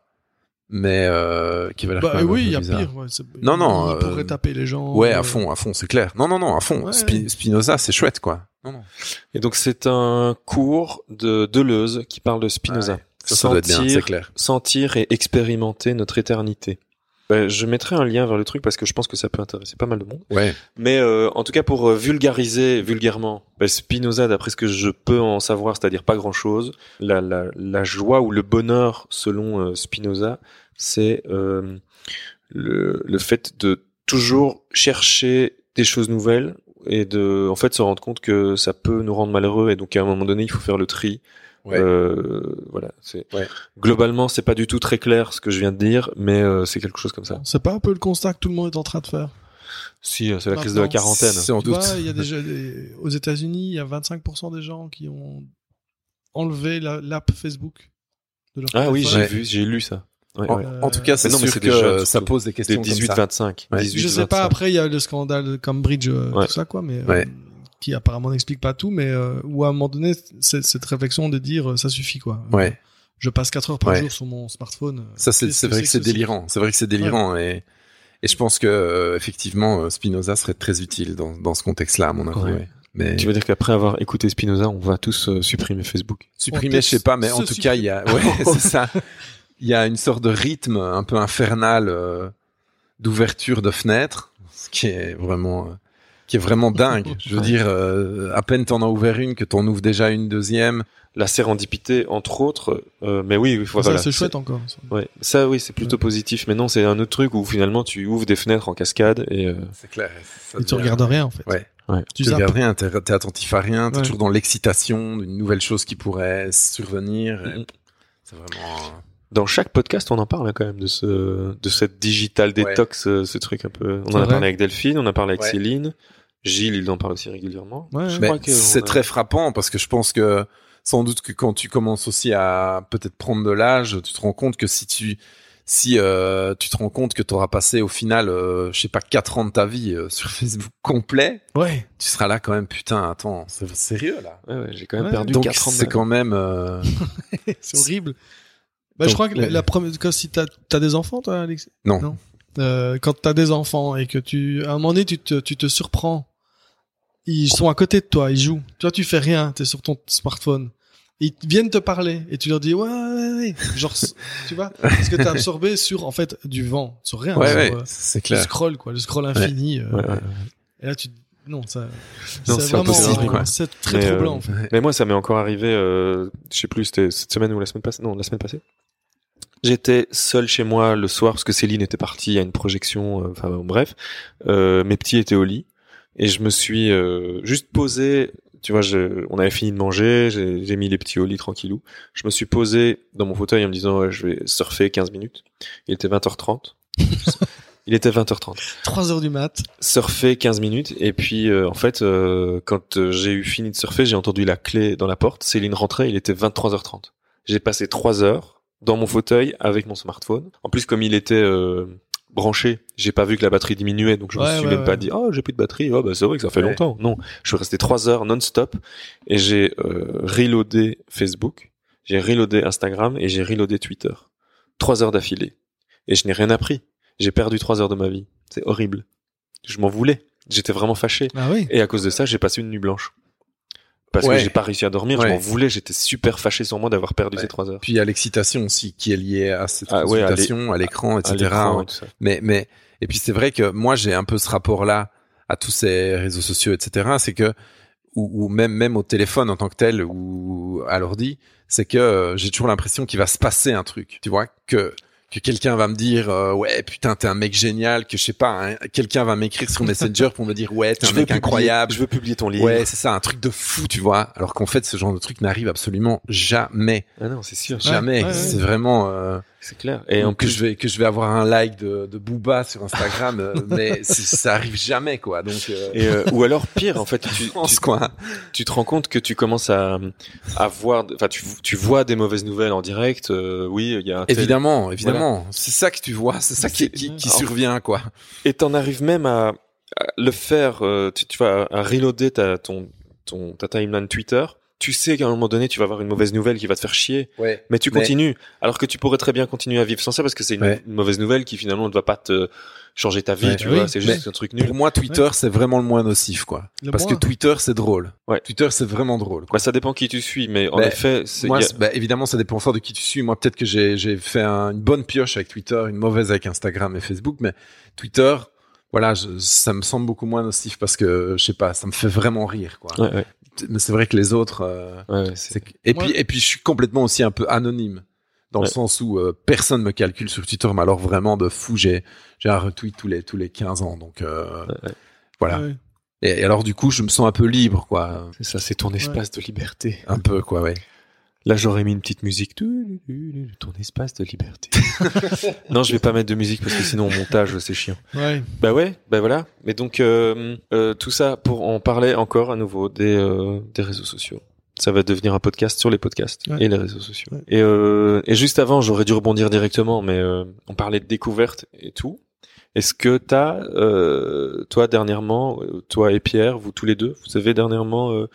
[SPEAKER 3] Mais euh, qui va l'air quand
[SPEAKER 2] Bah
[SPEAKER 3] même un
[SPEAKER 2] oui,
[SPEAKER 3] peu
[SPEAKER 2] il y a
[SPEAKER 3] bizarre.
[SPEAKER 2] pire. ouais, c'est-
[SPEAKER 3] Non, non,
[SPEAKER 2] Il pourrait
[SPEAKER 3] euh,
[SPEAKER 2] taper les gens.
[SPEAKER 3] Ouais,
[SPEAKER 2] euh,
[SPEAKER 3] à fond, à fond, c'est clair. Non, non, non, à fond.
[SPEAKER 2] Ouais,
[SPEAKER 3] Spi-
[SPEAKER 2] ouais.
[SPEAKER 3] Spinoza, c'est chouette, quoi. Non, non.
[SPEAKER 1] Et donc c'est un cours de Deleuze qui parle de Spinoza.
[SPEAKER 3] Ah ouais. Ça, ça doit être bien,
[SPEAKER 1] Sentir
[SPEAKER 3] c'est clair.
[SPEAKER 1] sentir et expérimenter notre éternité. Ben, je mettrai un lien vers le truc parce que je pense que ça peut intéresser pas mal de monde.
[SPEAKER 3] Ouais.
[SPEAKER 1] Mais euh, en tout cas, pour euh, vulgariser vulgairement, ben, Spinoza, d'après ce que je peux en savoir, c'est-à-dire pas grand-chose, la, la, la joie ou le bonheur, selon euh, Spinoza, c'est euh, le, le fait de toujours chercher des choses nouvelles et de en fait se rendre compte que ça peut nous rendre malheureux et donc à un moment donné il faut faire le tri
[SPEAKER 3] Ouais.
[SPEAKER 1] euh, voilà, c'est
[SPEAKER 3] Ouais.
[SPEAKER 1] globalement c'est pas du tout très clair ce que je viens de dire, mais euh, c'est quelque chose comme ça.
[SPEAKER 2] C'est pas un peu le constat que tout le monde est en train de faire.
[SPEAKER 1] Si euh, c'est la crise de la
[SPEAKER 2] Maintenant,
[SPEAKER 1] quarantaine.
[SPEAKER 3] Sans
[SPEAKER 2] Tu
[SPEAKER 3] doute.
[SPEAKER 2] vois, Bah, il y a déjà des- aux États-Unis, il y a 25% des gens qui ont enlevé la- l'app Facebook de leur
[SPEAKER 1] Ah oui, j'ai
[SPEAKER 2] téléphone.
[SPEAKER 3] Ouais.
[SPEAKER 1] vu, j'ai lu ça. Ouais,
[SPEAKER 3] En,
[SPEAKER 1] ouais.
[SPEAKER 2] Euh,
[SPEAKER 3] en tout cas, c'est
[SPEAKER 1] mais non, mais
[SPEAKER 3] sûr
[SPEAKER 1] c'est
[SPEAKER 3] que
[SPEAKER 1] des jeunes,
[SPEAKER 3] euh, ça
[SPEAKER 1] surtout.
[SPEAKER 3] pose des
[SPEAKER 1] Des
[SPEAKER 3] questions comme ça.
[SPEAKER 1] 18-25.
[SPEAKER 3] Ouais.
[SPEAKER 1] 18,
[SPEAKER 2] Je sais pas,
[SPEAKER 1] 25.
[SPEAKER 2] après, il y a le scandale de Cambridge, euh,
[SPEAKER 1] Ouais.
[SPEAKER 2] tout ça, quoi, mais euh,
[SPEAKER 3] Ouais.
[SPEAKER 2] qui apparemment n'explique pas tout, mais euh, où à un moment donné, c'est- cette réflexion de dire euh, ça suffit, quoi.
[SPEAKER 3] Ouais.
[SPEAKER 2] Je passe 4 heures par
[SPEAKER 3] Ouais.
[SPEAKER 2] jour sur mon smartphone. euh,
[SPEAKER 3] Ça, c'est
[SPEAKER 2] qu'est-ce
[SPEAKER 3] c'est vrai que c'est
[SPEAKER 2] ceci
[SPEAKER 3] délirant. C'est vrai que c'est délirant et et je pense que euh, effectivement euh, Spinoza serait très utile dans dans ce contexte-là, à mon avis.
[SPEAKER 1] Ouais.
[SPEAKER 3] ouais. Mais
[SPEAKER 1] Tu veux dire qu'après avoir écouté Spinoza, on va tous euh, supprimer Facebook
[SPEAKER 3] supprimer, je sais pas, mais en
[SPEAKER 2] Se
[SPEAKER 3] tout cas, il y a, ouais, c'est ça. Il y a une sorte de rythme un peu infernal euh, d'ouverture de fenêtres, ce qui est vraiment. euh, qui est vraiment dingue. Je veux
[SPEAKER 1] Ouais.
[SPEAKER 3] dire, euh, à peine t'en as ouvert une que t'en ouvres déjà une deuxième.
[SPEAKER 1] La sérendipité, entre autres. euh, mais oui, oui,
[SPEAKER 2] Ça,
[SPEAKER 1] voilà.
[SPEAKER 2] c'est chouette encore. ça.
[SPEAKER 1] Ouais, ça oui, c'est plutôt positif. Mais non, c'est un autre truc où finalement tu ouvres des fenêtres en cascade et euh,
[SPEAKER 3] C'est clair. ça
[SPEAKER 2] Et tu
[SPEAKER 3] devient-
[SPEAKER 2] regardes rien en fait.
[SPEAKER 3] Ouais.
[SPEAKER 1] Ouais.
[SPEAKER 2] Tu
[SPEAKER 3] Tu
[SPEAKER 2] zappes.
[SPEAKER 3] regardes rien, t'es t'es attentif à rien, t'es
[SPEAKER 2] Ouais.
[SPEAKER 3] toujours dans l'excitation d'une nouvelle chose qui pourrait survenir. et
[SPEAKER 1] Mhm.
[SPEAKER 3] C'est vraiment. euh,
[SPEAKER 1] dans chaque podcast, on en parle quand même de ce de cette digital détox, euh, ce truc un peu. On en
[SPEAKER 2] C'est
[SPEAKER 1] a
[SPEAKER 2] vrai.
[SPEAKER 1] parlé avec Delphine, on en a parlé avec
[SPEAKER 3] Ouais.
[SPEAKER 1] Céline, Gilles, il en parle aussi régulièrement.
[SPEAKER 2] Ouais,
[SPEAKER 1] Je
[SPEAKER 2] ouais.
[SPEAKER 3] Mais
[SPEAKER 1] crois que
[SPEAKER 3] c'est
[SPEAKER 1] on a-
[SPEAKER 3] très frappant parce que je pense que sans doute que quand tu commences aussi à peut-être prendre de l'âge, tu te rends compte que si tu si euh, tu te rends compte que tu auras passé au final, euh, je sais pas, quatre ans de ta vie euh, sur Facebook complet,
[SPEAKER 2] Ouais.
[SPEAKER 3] tu seras là quand même. Putain, attends, c'est sérieux là.
[SPEAKER 1] Ouais, ouais, j'ai quand même
[SPEAKER 2] Ouais.
[SPEAKER 1] perdu
[SPEAKER 3] Donc
[SPEAKER 1] 4 ans. de
[SPEAKER 3] c'est
[SPEAKER 1] ma-
[SPEAKER 3] quand même. euh,
[SPEAKER 2] c'est horrible. Bah,
[SPEAKER 1] Donc,
[SPEAKER 2] je crois que la,
[SPEAKER 1] le-
[SPEAKER 2] la première, quand si t'as as des enfants, toi, Alex.
[SPEAKER 3] Non.
[SPEAKER 2] Euh, quand t'as des enfants et que tu, à un moment donné, tu te, tu te surprends. Ils sont à côté de toi, ils jouent. Toi, tu fais rien, t'es sur ton smartphone. Ils te- viennent te parler et tu leur dis ouais, ouais, ouais. genre, tu vois, parce que t'es absorbé sur en fait du vent, sur rien,
[SPEAKER 3] ouais,
[SPEAKER 2] sur,
[SPEAKER 3] ouais,
[SPEAKER 2] euh,
[SPEAKER 3] c'est
[SPEAKER 2] le
[SPEAKER 3] clair.
[SPEAKER 2] scroll quoi, le scroll infini. euh,
[SPEAKER 1] Ouais, ouais.
[SPEAKER 2] Et là, tu non, ça,
[SPEAKER 3] Non,
[SPEAKER 2] c'est
[SPEAKER 3] c'est
[SPEAKER 2] vraiment,
[SPEAKER 3] impossible, quoi.
[SPEAKER 2] c'est très
[SPEAKER 1] Mais,
[SPEAKER 2] troublant.
[SPEAKER 1] euh,
[SPEAKER 2] en fait.
[SPEAKER 1] Mais moi, ça m'est encore arrivé, euh, je sais plus, c'était cette semaine ou la semaine passée. Non, la semaine passée. J'étais seul chez moi le soir parce que Céline était partie à une projection. euh, Enfin, bon, bref, Euh, mes petits étaient au lit et je me suis euh, juste posé. Tu vois, je- on avait fini de manger, j'ai j'ai mis les petits au lit tranquillou. Je me suis posé dans mon fauteuil en me disant ouais, je vais surfer 15 minutes. Il était 20h30. Il était 20h30
[SPEAKER 2] Trois heures du mat.
[SPEAKER 1] surfer 15 minutes et puis euh, en fait euh, quand euh, j'ai eu fini de surfer j'ai entendu la clé dans la porte Céline rentrait il était 23h30 j'ai passé 3 heures dans mon fauteuil avec mon smartphone en plus comme il était euh, branché j'ai pas vu que la batterie diminuait donc je me
[SPEAKER 2] Ouais,
[SPEAKER 1] suis
[SPEAKER 2] ouais,
[SPEAKER 1] même pas
[SPEAKER 2] ouais.
[SPEAKER 1] dit oh j'ai plus de batterie oh bah c'est vrai que ça fait
[SPEAKER 3] Ouais.
[SPEAKER 1] longtemps non je suis resté 3 heures non-stop et j'ai euh, reloadé Facebook j'ai reloadé Instagram et j'ai reloadé Twitter 3 heures d'affilée et je n'ai rien appris j'ai perdu 3 heures de ma vie c'est horrible je m'en voulais. J'étais vraiment fâché.
[SPEAKER 2] Ah oui.
[SPEAKER 1] Et à cause de ça, j'ai passé une nuit blanche. Parce
[SPEAKER 3] Ouais.
[SPEAKER 1] que j'ai pas réussi à dormir, je
[SPEAKER 3] Ouais.
[SPEAKER 1] m'en voulais, j'étais super fâché sur moi d'avoir perdu
[SPEAKER 3] Ouais.
[SPEAKER 1] ces trois heures.
[SPEAKER 3] Puis il y a l'excitation aussi qui est liée à cette
[SPEAKER 1] Ah ouais, à l'é-
[SPEAKER 3] consultation, à l'écran,
[SPEAKER 1] À
[SPEAKER 3] etc.
[SPEAKER 1] l'écran et tout ça.
[SPEAKER 3] Mais, mais, et puis c'est vrai que moi j'ai un peu ce rapport-là à tous ces réseaux sociaux, etc. C'est que, ou, ou même, même au téléphone en tant que tel, ou à l'ordi, c'est que euh, j'ai toujours l'impression qu'il va se passer un truc. Tu vois, que, que quelqu'un va me dire, euh, ouais, putain, t'es un mec génial, que je sais pas, hein, quelqu'un va m'écrire sur Messenger pour me dire, ouais, t'es un
[SPEAKER 1] Je veux
[SPEAKER 3] mec
[SPEAKER 1] publier-
[SPEAKER 3] incroyable.
[SPEAKER 1] Je veux publier ton livre.
[SPEAKER 3] Ouais, c'est ça, un truc de fou, tu vois. Alors qu'en fait, ce genre de truc n'arrive absolument jamais.
[SPEAKER 1] Ah non, c'est sûr,
[SPEAKER 3] Jamais.
[SPEAKER 2] ouais, ouais.
[SPEAKER 3] C'est vraiment, euh,
[SPEAKER 1] c'est clair. Et en
[SPEAKER 3] que
[SPEAKER 1] plus,
[SPEAKER 3] je vais que je vais avoir un like de, de Booba sur Instagram, euh, mais c- ça arrive jamais quoi. Donc euh,
[SPEAKER 1] et, euh, ou alors pire, en fait, tu,
[SPEAKER 3] je pense
[SPEAKER 1] tu-
[SPEAKER 3] quoi.
[SPEAKER 1] tu te rends compte que tu commences à, à voir, enfin, tu, tu vois des mauvaises nouvelles en direct. euh, oui, il y a un tel-
[SPEAKER 3] Évidemment, évidemment, c'est ça que tu vois, c'est ça qui, qui, qui
[SPEAKER 1] Alors-
[SPEAKER 3] survient quoi.
[SPEAKER 1] Et t'en arrives même à, à le faire, euh, tu, tu vas à reloader ta, ton, ton, ta timeline Twitter. Tu sais qu'à un moment donné, tu vas avoir une mauvaise nouvelle qui va te faire chier,
[SPEAKER 3] Ouais.
[SPEAKER 1] mais tu
[SPEAKER 3] Mais-
[SPEAKER 1] continues. Alors que tu pourrais très bien continuer à vivre sans ça parce que c'est une,
[SPEAKER 3] Ouais.
[SPEAKER 1] une mauvaise nouvelle qui finalement ne va pas te changer ta vie,
[SPEAKER 3] Ouais.
[SPEAKER 1] tu
[SPEAKER 2] Oui.
[SPEAKER 1] vois. C'est juste un truc nul.
[SPEAKER 3] Pour moi, Twitter c'est vraiment le moins nocif quoi,
[SPEAKER 2] Le
[SPEAKER 3] parce
[SPEAKER 2] moins.
[SPEAKER 3] que Twitter c'est drôle.
[SPEAKER 1] Ouais.
[SPEAKER 3] Twitter c'est vraiment drôle.
[SPEAKER 1] Bah,
[SPEAKER 3] Quoi.
[SPEAKER 1] ça dépend qui tu suis, mais en
[SPEAKER 3] Mais
[SPEAKER 1] effet, c'est,
[SPEAKER 3] Moi,
[SPEAKER 1] y a-
[SPEAKER 3] c'est- bah, évidemment, ça dépend fort de qui tu suis. Moi, peut-être que j'ai j'ai fait un- une bonne pioche avec Twitter, une mauvaise avec Instagram et Facebook, mais Twitter, voilà, je- ça me semble beaucoup moins nocif parce que, je sais pas, ça me fait vraiment rire, quoi.
[SPEAKER 1] ouais, ouais,
[SPEAKER 3] Mais c'est vrai que les autres, euh,
[SPEAKER 1] ouais, ouais, c'est-
[SPEAKER 3] C'est que- Et,
[SPEAKER 2] Moi-
[SPEAKER 3] puis, et puis, je suis complètement aussi un peu anonyme, dans le
[SPEAKER 1] Ouais.
[SPEAKER 3] sens où euh, personne me calcule sur Twitter, mais alors vraiment de fou, j'ai j'ai un retweet tous les, tous les 15 ans. Donc, euh,
[SPEAKER 1] ouais, ouais.
[SPEAKER 3] voilà.
[SPEAKER 2] Ouais.
[SPEAKER 3] Et, et alors, du coup, je me sens un peu libre, quoi.
[SPEAKER 1] C'est ça, c'est ton espace de liberté.
[SPEAKER 3] Un peu, quoi, ouais.
[SPEAKER 1] Là, j'aurais mis une petite musique. Tu- tu- tu- Ton espace de liberté. non, je vais pas mettre de musique parce que sinon, au montage, c'est chiant.
[SPEAKER 2] Ouais.
[SPEAKER 1] Bah ouais, bah voilà. Mais donc euh, euh, tout ça pour en parler encore à nouveau des euh, des réseaux sociaux. Ça va devenir un podcast sur les podcasts
[SPEAKER 2] Ouais.
[SPEAKER 1] et les réseaux sociaux.
[SPEAKER 2] Ouais.
[SPEAKER 1] Et, euh, et juste avant, j'aurais dû rebondir directement, mais euh, on parlait de découverte et tout. Est-ce que t'as, euh, toi dernièrement, euh, toi et Pierre, vous tous les deux, vous avez dernièrement euh,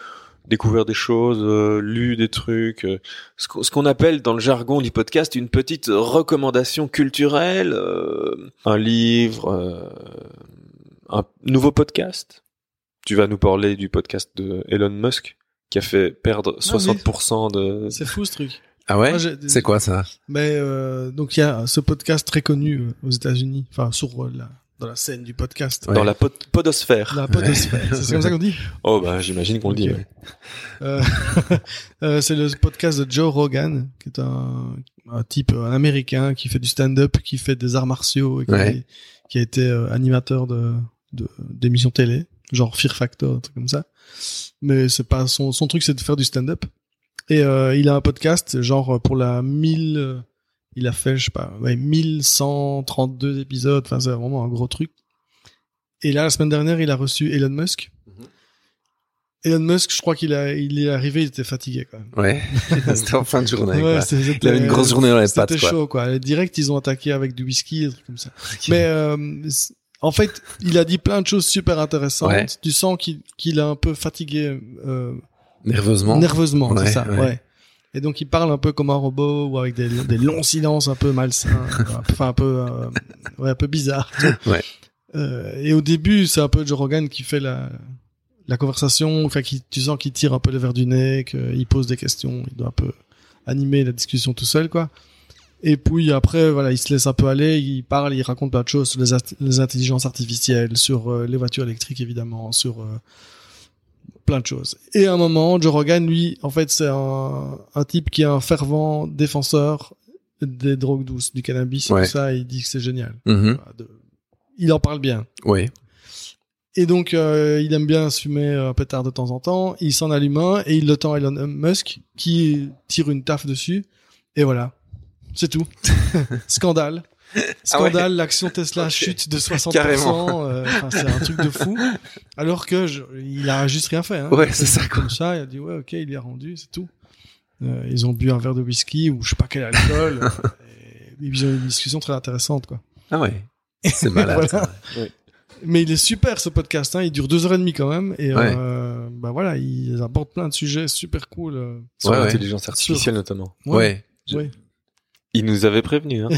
[SPEAKER 1] découvert des choses, euh, lu des trucs, euh, ce qu'on ce qu'on appelle dans le jargon du podcast une petite recommandation culturelle, euh, un livre, euh, un nouveau podcast. Tu vas nous parler du podcast de Elon Musk qui a fait perdre
[SPEAKER 2] oui.
[SPEAKER 1] 60% de...
[SPEAKER 2] Euh, C'est fou ce truc.
[SPEAKER 3] Ah ouais
[SPEAKER 2] Moi, j'ai-
[SPEAKER 3] C'est quoi ça
[SPEAKER 2] Mais euh, donc il y a ce podcast très connu euh, aux États-Unis, enfin sur euh, la dans la scène du podcast.
[SPEAKER 3] Ouais.
[SPEAKER 1] Dans la pod- podosphère.
[SPEAKER 2] Dans la podosphère. C'est comme ça qu'on dit.
[SPEAKER 1] Oh bah j'imagine qu'on le dit.
[SPEAKER 2] Ok.
[SPEAKER 1] ouais.
[SPEAKER 2] Euh, euh, c'est le podcast de Joe Rogan, qui est un, un type, un américain qui fait du stand-up, qui fait des arts martiaux et qui,
[SPEAKER 3] Ouais.
[SPEAKER 2] qui a été euh, animateur de, de d'émissions télé, genre Fear Factor, un truc comme ça. Mais c'est pas son, son truc, c'est de faire du stand-up. Et euh, il a un podcast, genre pour la 1000, euh, il a fait, je sais pas, ouais, 1132 épisodes, enfin c'est vraiment un gros truc. Et là, la semaine dernière, il a reçu Elon Musk.
[SPEAKER 3] Mhm.
[SPEAKER 2] Elon Musk, je crois qu'il a, il est arrivé, il était fatigué quand même.
[SPEAKER 3] Ouais. C'était en fin de journée.
[SPEAKER 2] Ouais,
[SPEAKER 3] quoi.
[SPEAKER 2] c'était-
[SPEAKER 3] Il avait une grosse journée dans les pattes.
[SPEAKER 2] C'était
[SPEAKER 3] Quoi.
[SPEAKER 2] chaud quoi. Et Direct, ils ont attaqué avec du whisky, des trucs comme ça. Mais euh, c'est- en fait, il a dit plein de choses super intéressantes.
[SPEAKER 3] Ouais.
[SPEAKER 2] Tu sens qu'il qu'il a un peu fatigué euh,
[SPEAKER 3] Nerveusement.
[SPEAKER 2] nerveusement,
[SPEAKER 3] Ouais,
[SPEAKER 2] c'est ça.
[SPEAKER 3] ouais.
[SPEAKER 2] Ouais. Et donc il parle un peu comme un robot ou avec des, des longs silences un peu malsains, enfin un peu, euh, ouais, un peu bizarre.
[SPEAKER 3] Ouais.
[SPEAKER 2] Euh, et au début, c'est un peu Joe Rogan qui fait la, la conversation, enfin qui, tu sens qu'il tire un peu le verre du nez, qu'il pose des questions, il doit un peu animer la discussion tout seul, quoi. Et puis après, voilà, il se laisse un peu aller, il parle, il raconte plein de choses sur les, art- les intelligences artificielles, sur euh, les voitures électriques évidemment, sur euh, plein de choses. Et à un moment, Joe Rogan, lui, en fait, c'est un, un type qui est un fervent défenseur des drogues douces, du cannabis, et
[SPEAKER 3] Ouais.
[SPEAKER 2] tout ça, et il dit que c'est génial.
[SPEAKER 3] Mhm.
[SPEAKER 2] Voilà, de- Il en parle bien.
[SPEAKER 3] Ouais.
[SPEAKER 2] Et donc, euh, il aime bien se fumer un pétard de temps en temps. Il s'en allume un et il le tend à Elon Musk qui tire une taffe dessus. Et voilà. C'est tout. Scandale. Scandale, l'action Tesla
[SPEAKER 3] Ah Ok.
[SPEAKER 2] chute de 60%.
[SPEAKER 3] Carrément.
[SPEAKER 2] euh, enfin, c'est un truc de fou. Alors que je- il a juste rien fait. hein.
[SPEAKER 3] Ouais, c'est ça, quoi.
[SPEAKER 2] Comme ça, il a dit ouais, ok, il lui a rendu, c'est tout. Euh, ils ont bu un verre de whisky ou je sais pas quel alcool. euh, et ils ont eu une discussion très intéressante, quoi.
[SPEAKER 3] Ah ouais. C'est malade.
[SPEAKER 2] Voilà.
[SPEAKER 3] ça.
[SPEAKER 2] Mais il est super ce podcast, hein. il dure deux heures et demie quand même. Et
[SPEAKER 3] Ouais.
[SPEAKER 2] euh, bah voilà, ils abordent plein de sujets super cool. euh.
[SPEAKER 1] Sur
[SPEAKER 3] Ouais, ouais.
[SPEAKER 1] l'intelligence artificielle notamment.
[SPEAKER 3] Ouais.
[SPEAKER 2] ouais,
[SPEAKER 1] Il nous avait prévenu. Hein.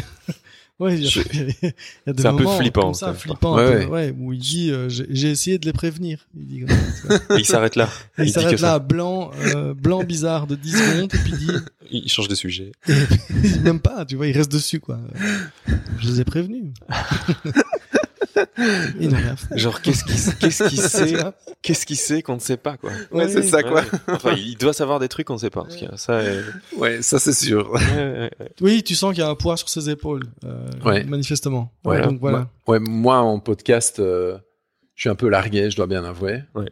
[SPEAKER 2] ouais, il y a-
[SPEAKER 1] Je-
[SPEAKER 2] il y a- il y a des
[SPEAKER 1] C'est un peu
[SPEAKER 2] moments
[SPEAKER 1] flippant,
[SPEAKER 2] comme ça,
[SPEAKER 1] quand même.
[SPEAKER 2] flippant,
[SPEAKER 3] Ouais,
[SPEAKER 2] un peu,
[SPEAKER 3] ouais.
[SPEAKER 2] ouais, où il dit euh, j'ai j'ai essayé de les prévenir. Il dit comme ça, tu vois.
[SPEAKER 1] Et il s'arrête là.
[SPEAKER 2] Et
[SPEAKER 1] Il
[SPEAKER 2] il
[SPEAKER 1] dit que
[SPEAKER 2] s'arrête là,
[SPEAKER 1] ça.
[SPEAKER 2] à blanc, euh, blanc bizarre de 10 secondes, et puis il dit
[SPEAKER 1] Il change de sujet.
[SPEAKER 2] Il dit même pas, tu vois, il reste dessus, quoi. Je les ai prévenus. Ils n'ont rien fait.
[SPEAKER 1] Genre qu'est-ce qu'il qu'est-ce qu'il sait qu'est-ce qu'il sait qu'on ne sait pas quoi.
[SPEAKER 3] Ouais, c'est
[SPEAKER 2] oui.
[SPEAKER 3] ça, quoi.
[SPEAKER 1] Ouais. Enfin il doit savoir des trucs qu'on ne sait pas. en tout cas. ça. euh,
[SPEAKER 3] Ouais, ça, c'est sûr.
[SPEAKER 1] ouais, ouais, ouais.
[SPEAKER 2] Oui, tu sens qu'il y a un poids sur ses épaules, euh,
[SPEAKER 3] Ouais.
[SPEAKER 2] manifestement.
[SPEAKER 1] Ouais.
[SPEAKER 2] Donc voilà.
[SPEAKER 3] Ouais, moi, en podcast, euh, je suis un peu largué, je dois bien l'avouer.
[SPEAKER 1] Ouais.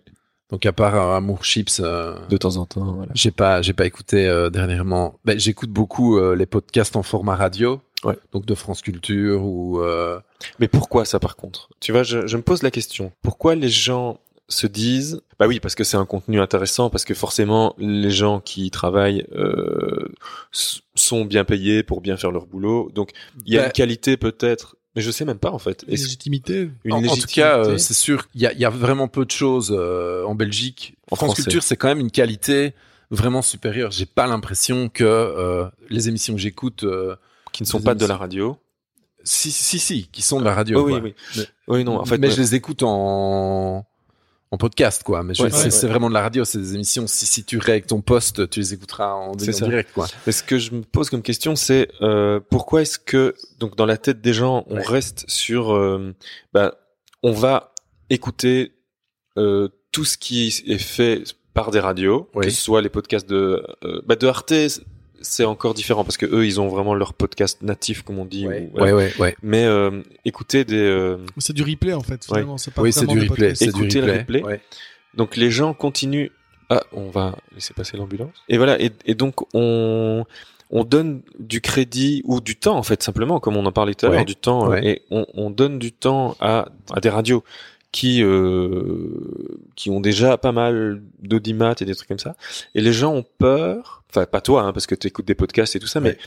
[SPEAKER 3] Donc, à part euh, Amour Chips, euh,
[SPEAKER 1] De temps en temps voilà.
[SPEAKER 3] j'ai pas, j'ai pas écouté euh, dernièrement. Ben, j'écoute beaucoup euh, les podcasts en format radio.
[SPEAKER 1] Ouais.
[SPEAKER 3] Donc, de France Culture ou. euh,
[SPEAKER 1] Mais pourquoi ça par contre Tu vois, je, je me pose la question. Pourquoi les gens se disent bah oui parce que c'est un contenu intéressant parce que forcément les gens qui y travaillent euh, s- sont bien payés pour bien faire leur boulot donc il y a
[SPEAKER 3] Bah.
[SPEAKER 1] une qualité peut-être mais je sais même pas en fait
[SPEAKER 2] Une
[SPEAKER 1] Est-ce-
[SPEAKER 2] légitimité.
[SPEAKER 1] une
[SPEAKER 3] en, en tout
[SPEAKER 1] légitimité
[SPEAKER 3] cas, euh, c'est sûr, il y a, il y a vraiment peu de choses euh, en Belgique.
[SPEAKER 1] En
[SPEAKER 3] France
[SPEAKER 1] français.
[SPEAKER 3] Culture, c'est quand même une qualité vraiment supérieure. J'ai pas l'impression que euh, les émissions que j'écoute. euh,
[SPEAKER 1] qui ne sont
[SPEAKER 3] des
[SPEAKER 1] pas de la
[SPEAKER 3] émissions.
[SPEAKER 1] radio
[SPEAKER 3] si, si, si, qui sont de la radio.
[SPEAKER 1] Oh oui
[SPEAKER 3] quoi.
[SPEAKER 1] oui
[SPEAKER 3] Mais-
[SPEAKER 1] oui non en fait
[SPEAKER 3] mais
[SPEAKER 1] ouais.
[SPEAKER 3] je les écoute en en podcast quoi mais je-
[SPEAKER 1] Ouais,
[SPEAKER 3] c'est
[SPEAKER 2] ouais.
[SPEAKER 3] c'est vraiment de la radio c'est des émissions si si tu règles ton poste tu les écouteras en, en
[SPEAKER 1] C'est ça.
[SPEAKER 3] direct quoi
[SPEAKER 1] Mais ce que je me pose comme question, c'est euh, pourquoi est-ce que donc dans la tête des gens, on
[SPEAKER 3] Ouais.
[SPEAKER 1] reste sur, euh, ben, on va écouter euh, tout ce qui est fait par des radios,
[SPEAKER 3] Oui.
[SPEAKER 1] que ce soit les podcasts de, euh, bah, de Arte, c'est encore différent parce que eux, ils ont vraiment leur podcast natif, comme on dit. ou- voilà.
[SPEAKER 3] ouais ouais ouais
[SPEAKER 1] Mais euh, écouter des euh,
[SPEAKER 2] C'est du replay, en fait, finalement. C'est pas
[SPEAKER 3] oui c'est
[SPEAKER 2] vraiment
[SPEAKER 3] du
[SPEAKER 2] des
[SPEAKER 3] replay
[SPEAKER 2] podcasts.
[SPEAKER 3] c'est du
[SPEAKER 1] Écoutez le
[SPEAKER 3] replay,
[SPEAKER 1] replay.
[SPEAKER 3] ouais.
[SPEAKER 1] Donc les gens continuent. Ah, on va laisser passer l'ambulance. Et voilà. Et, et donc on on donne du crédit ou du temps en fait simplement, comme on en parlait tout à
[SPEAKER 3] Ouais.
[SPEAKER 1] l'heure, du temps. euh,
[SPEAKER 3] Ouais.
[SPEAKER 1] Et on, on donne du temps à à des radios qui euh, qui ont déjà pas mal d'audimat et des trucs comme ça. Et les gens ont peur. Enfin, pas toi, hein, parce que tu écoutes des podcasts et tout ça,
[SPEAKER 3] Ouais.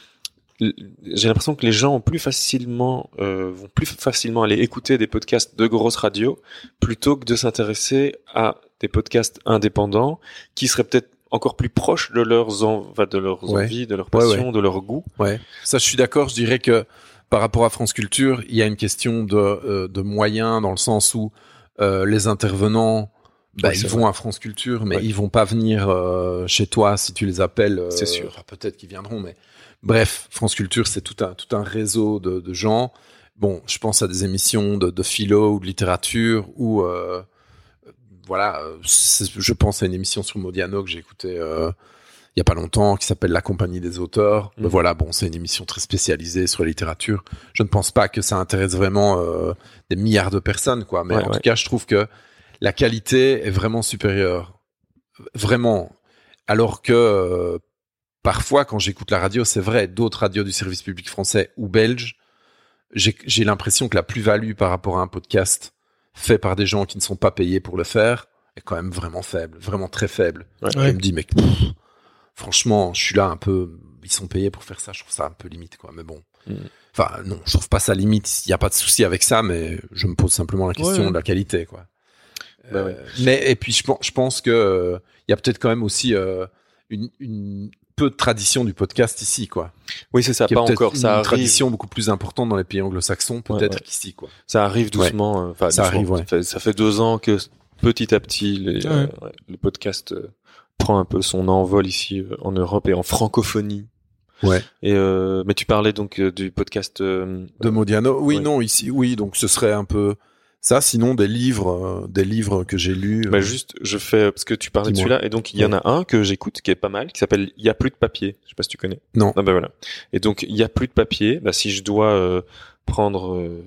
[SPEAKER 1] mais l- j'ai l'impression que les gens ont plus facilement euh, vont plus facilement aller écouter des podcasts de grosses radios plutôt que de s'intéresser à des podcasts indépendants qui seraient peut-être encore plus proches de leurs, en- enfin, de leurs
[SPEAKER 3] Ouais.
[SPEAKER 1] envies, de leurs
[SPEAKER 3] Ouais,
[SPEAKER 1] passions, de leurs goûts.
[SPEAKER 3] Ouais. ça je suis d'accord je dirais que par rapport à France Culture il y a une question de euh, de moyens dans le sens où euh, les intervenants bah,
[SPEAKER 1] Ouais, c'est
[SPEAKER 3] ils vont à France Culture, mais
[SPEAKER 1] Ouais.
[SPEAKER 3] ils vont pas venir euh, chez toi si tu les appelles. euh,
[SPEAKER 1] C'est sûr.
[SPEAKER 3] enfin, Peut-être qu'ils viendront, mais bref, France Culture, c'est tout un tout un réseau de, de gens. bon, je pense à des émissions de, de philo ou de littérature où, euh, voilà, euh, c'est- je pense à une émission sur Modiano que j'ai écoutée euh, il y a pas longtemps qui s'appelle La compagnie des auteurs.
[SPEAKER 1] Mhm.
[SPEAKER 3] Mais voilà, bon, c'est une émission très spécialisée sur la littérature. Je ne pense pas que ça intéresse vraiment euh, des milliards de personnes, quoi. Mais
[SPEAKER 1] Ouais,
[SPEAKER 3] en
[SPEAKER 1] ouais.
[SPEAKER 3] tout cas, je trouve que la qualité est vraiment supérieure. Vraiment. Alors que euh, parfois, quand j'écoute la radio, c'est vrai, d'autres radios du service public français ou belge, j'ai j'ai l'impression que la plus-value par rapport à un podcast fait par des gens qui ne sont pas payés pour le faire est quand même vraiment faible, vraiment très faible.
[SPEAKER 2] Ouais.
[SPEAKER 3] Je me dis, mais pff, franchement, je suis là un peu, ils sont payés pour faire ça, je trouve ça un peu limite, quoi. Mais bon.
[SPEAKER 1] Mm.
[SPEAKER 3] Enfin, non, je trouve pas ça limite. Il n'y a pas de souci avec ça, mais je me pose simplement la question
[SPEAKER 2] Ouais.
[SPEAKER 3] de la qualité, quoi.
[SPEAKER 1] Bah
[SPEAKER 3] Euh, Mais et puis je pense, je pense que euh, il y a peut-être quand même aussi euh, une, une peu de tradition du podcast ici, quoi.
[SPEAKER 1] Oui, c'est ça,
[SPEAKER 3] Qui est
[SPEAKER 1] pas
[SPEAKER 3] peut-être
[SPEAKER 1] encore.
[SPEAKER 3] Une
[SPEAKER 1] Ça arrive,
[SPEAKER 3] tradition beaucoup plus importante dans les pays anglo-saxons, peut-être
[SPEAKER 1] ouais.
[SPEAKER 3] qu'ici, quoi.
[SPEAKER 1] ça arrive doucement. euh, enfin,
[SPEAKER 3] Ça
[SPEAKER 1] doucement,
[SPEAKER 3] arrive, ouais.
[SPEAKER 1] Ça fait, ça fait deux ans que petit à petit, les, euh, ouais, le podcast euh, prend un peu son envol ici euh, en Europe et en francophonie.
[SPEAKER 3] Ouais.
[SPEAKER 1] Et euh, mais tu parlais donc euh, du podcast euh,
[SPEAKER 3] De Modiano. Oui,
[SPEAKER 1] Ouais.
[SPEAKER 3] non, ici, oui. Donc ce serait un peu ça. Sinon, des livres, euh, des livres que j'ai lus. euh,
[SPEAKER 1] Bah juste, je fais parce que tu parlais de
[SPEAKER 3] Dis-moi.
[SPEAKER 1] celui-là, et donc il y en a un que j'écoute qui est pas mal, qui s'appelle Il y a plus de papier. Je sais pas si tu connais.
[SPEAKER 3] Non.
[SPEAKER 1] Ah bah voilà. Et donc il y a plus de papier. Bah si je dois euh, prendre euh,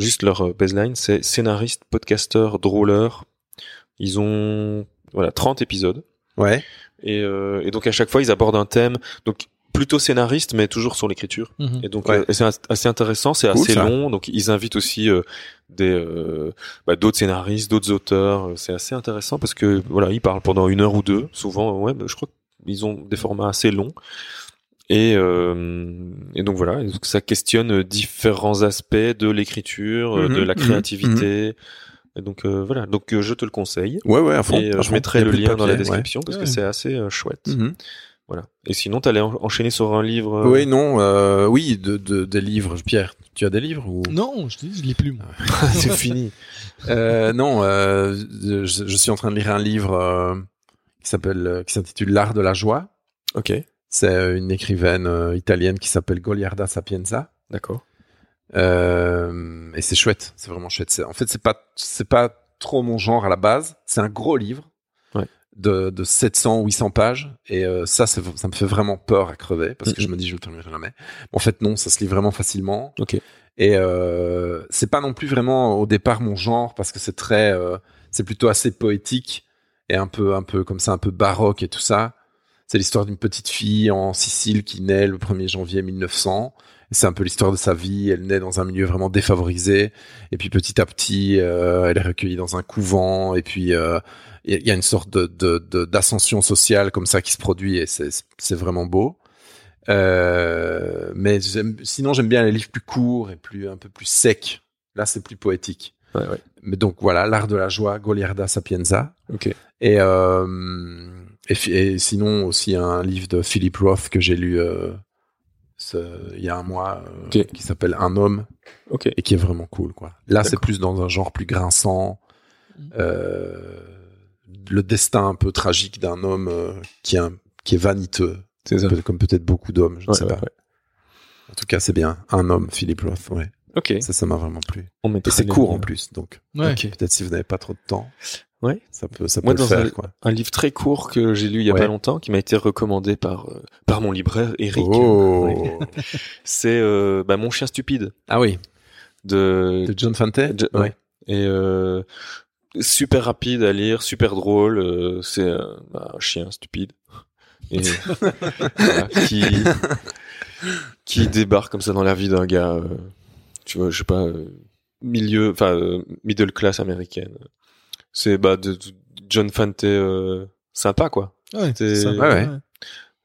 [SPEAKER 1] juste leur euh, baseline, c'est scénariste, podcasteur, drôleur. Ils ont voilà 30 épisodes
[SPEAKER 3] Ouais.
[SPEAKER 1] et, euh, et donc à chaque fois ils abordent un thème. Donc plutôt scénariste, mais toujours sur l'écriture.
[SPEAKER 2] Mhm.
[SPEAKER 1] Et donc
[SPEAKER 3] Ouais.
[SPEAKER 1] euh, c'est as- assez intéressant, c'est
[SPEAKER 3] Cool,
[SPEAKER 1] assez
[SPEAKER 3] ça.
[SPEAKER 1] long. Donc ils invitent aussi euh, des euh, bah, d'autres scénaristes, d'autres auteurs. Euh, C'est assez intéressant parce que voilà, ils parlent pendant une heure ou deux. Souvent, ouais, bah, je crois qu'ils ont des formats assez longs. Et, euh, et donc voilà, Et donc, ça questionne euh, différents aspects de l'écriture, euh,
[SPEAKER 3] Mhm,
[SPEAKER 1] de la
[SPEAKER 3] mhm,
[SPEAKER 1] créativité. Et donc euh, voilà, donc euh, je te le conseille.
[SPEAKER 3] Ouais, ouais. À fond,
[SPEAKER 1] Et euh,
[SPEAKER 3] à
[SPEAKER 1] je
[SPEAKER 3] fond.
[SPEAKER 1] mettrai
[SPEAKER 3] Il y a
[SPEAKER 1] le
[SPEAKER 3] plus de
[SPEAKER 1] lien dans la
[SPEAKER 3] papier, ouais.
[SPEAKER 1] description parce
[SPEAKER 2] Ouais.
[SPEAKER 1] que c'est assez euh, chouette.
[SPEAKER 3] Mhm.
[SPEAKER 1] Voilà. Et sinon, t'allais en- enchaîner sur un livre. euh,
[SPEAKER 3] Oui, non, euh, oui, de, de- des livres. Pierre, tu as des livres ou
[SPEAKER 2] Non, je te dis, je l'ai plus, moi.
[SPEAKER 3] c'est fini euh, Non, euh, je, je suis en train de lire un livre euh, qui s'appelle, euh, qui s'intitule L'art de la joie.
[SPEAKER 1] Ok.
[SPEAKER 3] C'est euh, une écrivaine euh, italienne qui s'appelle Goliarda Sapienza.
[SPEAKER 1] D'accord.
[SPEAKER 3] Euh, et c'est chouette, c'est vraiment chouette. C'est- En fait, c'est pas, c'est pas trop mon genre à la base. C'est un gros livre
[SPEAKER 1] Ouais.
[SPEAKER 3] de, de 700, 800 pages. Et euh, ça, c'est- ça me fait vraiment peur à crever parce que
[SPEAKER 1] Mhm.
[SPEAKER 3] je me dis, je le terminerai jamais. Mais en fait, non, ça se lit vraiment facilement.
[SPEAKER 1] Ok.
[SPEAKER 3] Et euh, c'est pas non plus vraiment au départ mon genre parce que c'est très, euh, c'est plutôt assez poétique et un peu, un peu comme ça, un peu baroque et tout ça. C'est l'histoire d'une petite fille en Sicile qui naît le 1er janvier 1900. Et C'est un peu l'histoire de sa vie. Elle naît dans un milieu vraiment défavorisé. Et puis petit à petit, euh, elle est recueillie dans un couvent. Et puis euh, il y a- il y a une sorte de- de de- d'ascension sociale comme ça qui se produit. Et c'est c'est vraiment beau. Euh, mais j'aime- sinon, j'aime bien les livres plus courts et plus un peu plus secs. Là, c'est plus poétique.
[SPEAKER 1] Ouais, ouais.
[SPEAKER 3] Mais donc voilà, l'art de la joie, Goliarda Sapienza.
[SPEAKER 1] Ok.
[SPEAKER 3] Et, euh, et, fi- et sinon aussi un livre de Philip Roth que j'ai lu euh, ce- il y a un mois, euh,
[SPEAKER 1] Ok.
[SPEAKER 3] qui s'appelle Un homme
[SPEAKER 1] Ok.
[SPEAKER 3] et qui est vraiment cool. Quoi. Là, c'est
[SPEAKER 1] D'accord.
[SPEAKER 3] plus dans un genre plus grinçant. euh, le destin un peu tragique d'un homme euh, qui, est un- qui est vaniteux,
[SPEAKER 1] C'est ça.
[SPEAKER 3] Peut- comme peut-être beaucoup d'hommes, je ne
[SPEAKER 1] Ouais,
[SPEAKER 3] sais
[SPEAKER 1] ouais,
[SPEAKER 3] pas.
[SPEAKER 1] ouais.
[SPEAKER 3] En tout cas, c'est bien. Un homme, Philippe Roth, ouais.
[SPEAKER 1] Ok.
[SPEAKER 3] Ça, ça m'a vraiment plu.
[SPEAKER 1] On
[SPEAKER 3] Et
[SPEAKER 1] mettra
[SPEAKER 3] c'est
[SPEAKER 1] les
[SPEAKER 3] court
[SPEAKER 1] liens.
[SPEAKER 3] en plus, donc
[SPEAKER 2] Ouais.
[SPEAKER 1] Ok.
[SPEAKER 3] peut-être si vous n'avez pas trop de temps,
[SPEAKER 1] Ouais.
[SPEAKER 3] ça peut, ça peut
[SPEAKER 1] Moi,
[SPEAKER 3] le
[SPEAKER 1] dans
[SPEAKER 3] faire,
[SPEAKER 1] un-
[SPEAKER 3] quoi.
[SPEAKER 1] Un livre très court que j'ai lu il y a
[SPEAKER 3] Ouais.
[SPEAKER 1] pas longtemps, qui m'a été recommandé par euh, par mon libraire Eric. Ouais.
[SPEAKER 3] Oh
[SPEAKER 1] C'est euh, bah, mon chien stupide
[SPEAKER 3] Ah oui,
[SPEAKER 1] de
[SPEAKER 3] de John Fante
[SPEAKER 1] Jo- ouais. et euh, super rapide à lire, super drôle. euh, c'est euh, bah, un chien stupide et euh, voilà, qui qui débarque comme ça dans la vie d'un gars, euh, tu vois, je sais pas, euh, milieu, enfin euh, middle class américaine. C'est bah de, de John Fante euh, sympa quoi.
[SPEAKER 2] Ouais,
[SPEAKER 1] T'es-
[SPEAKER 2] ça.
[SPEAKER 1] Ouais,
[SPEAKER 3] ouais.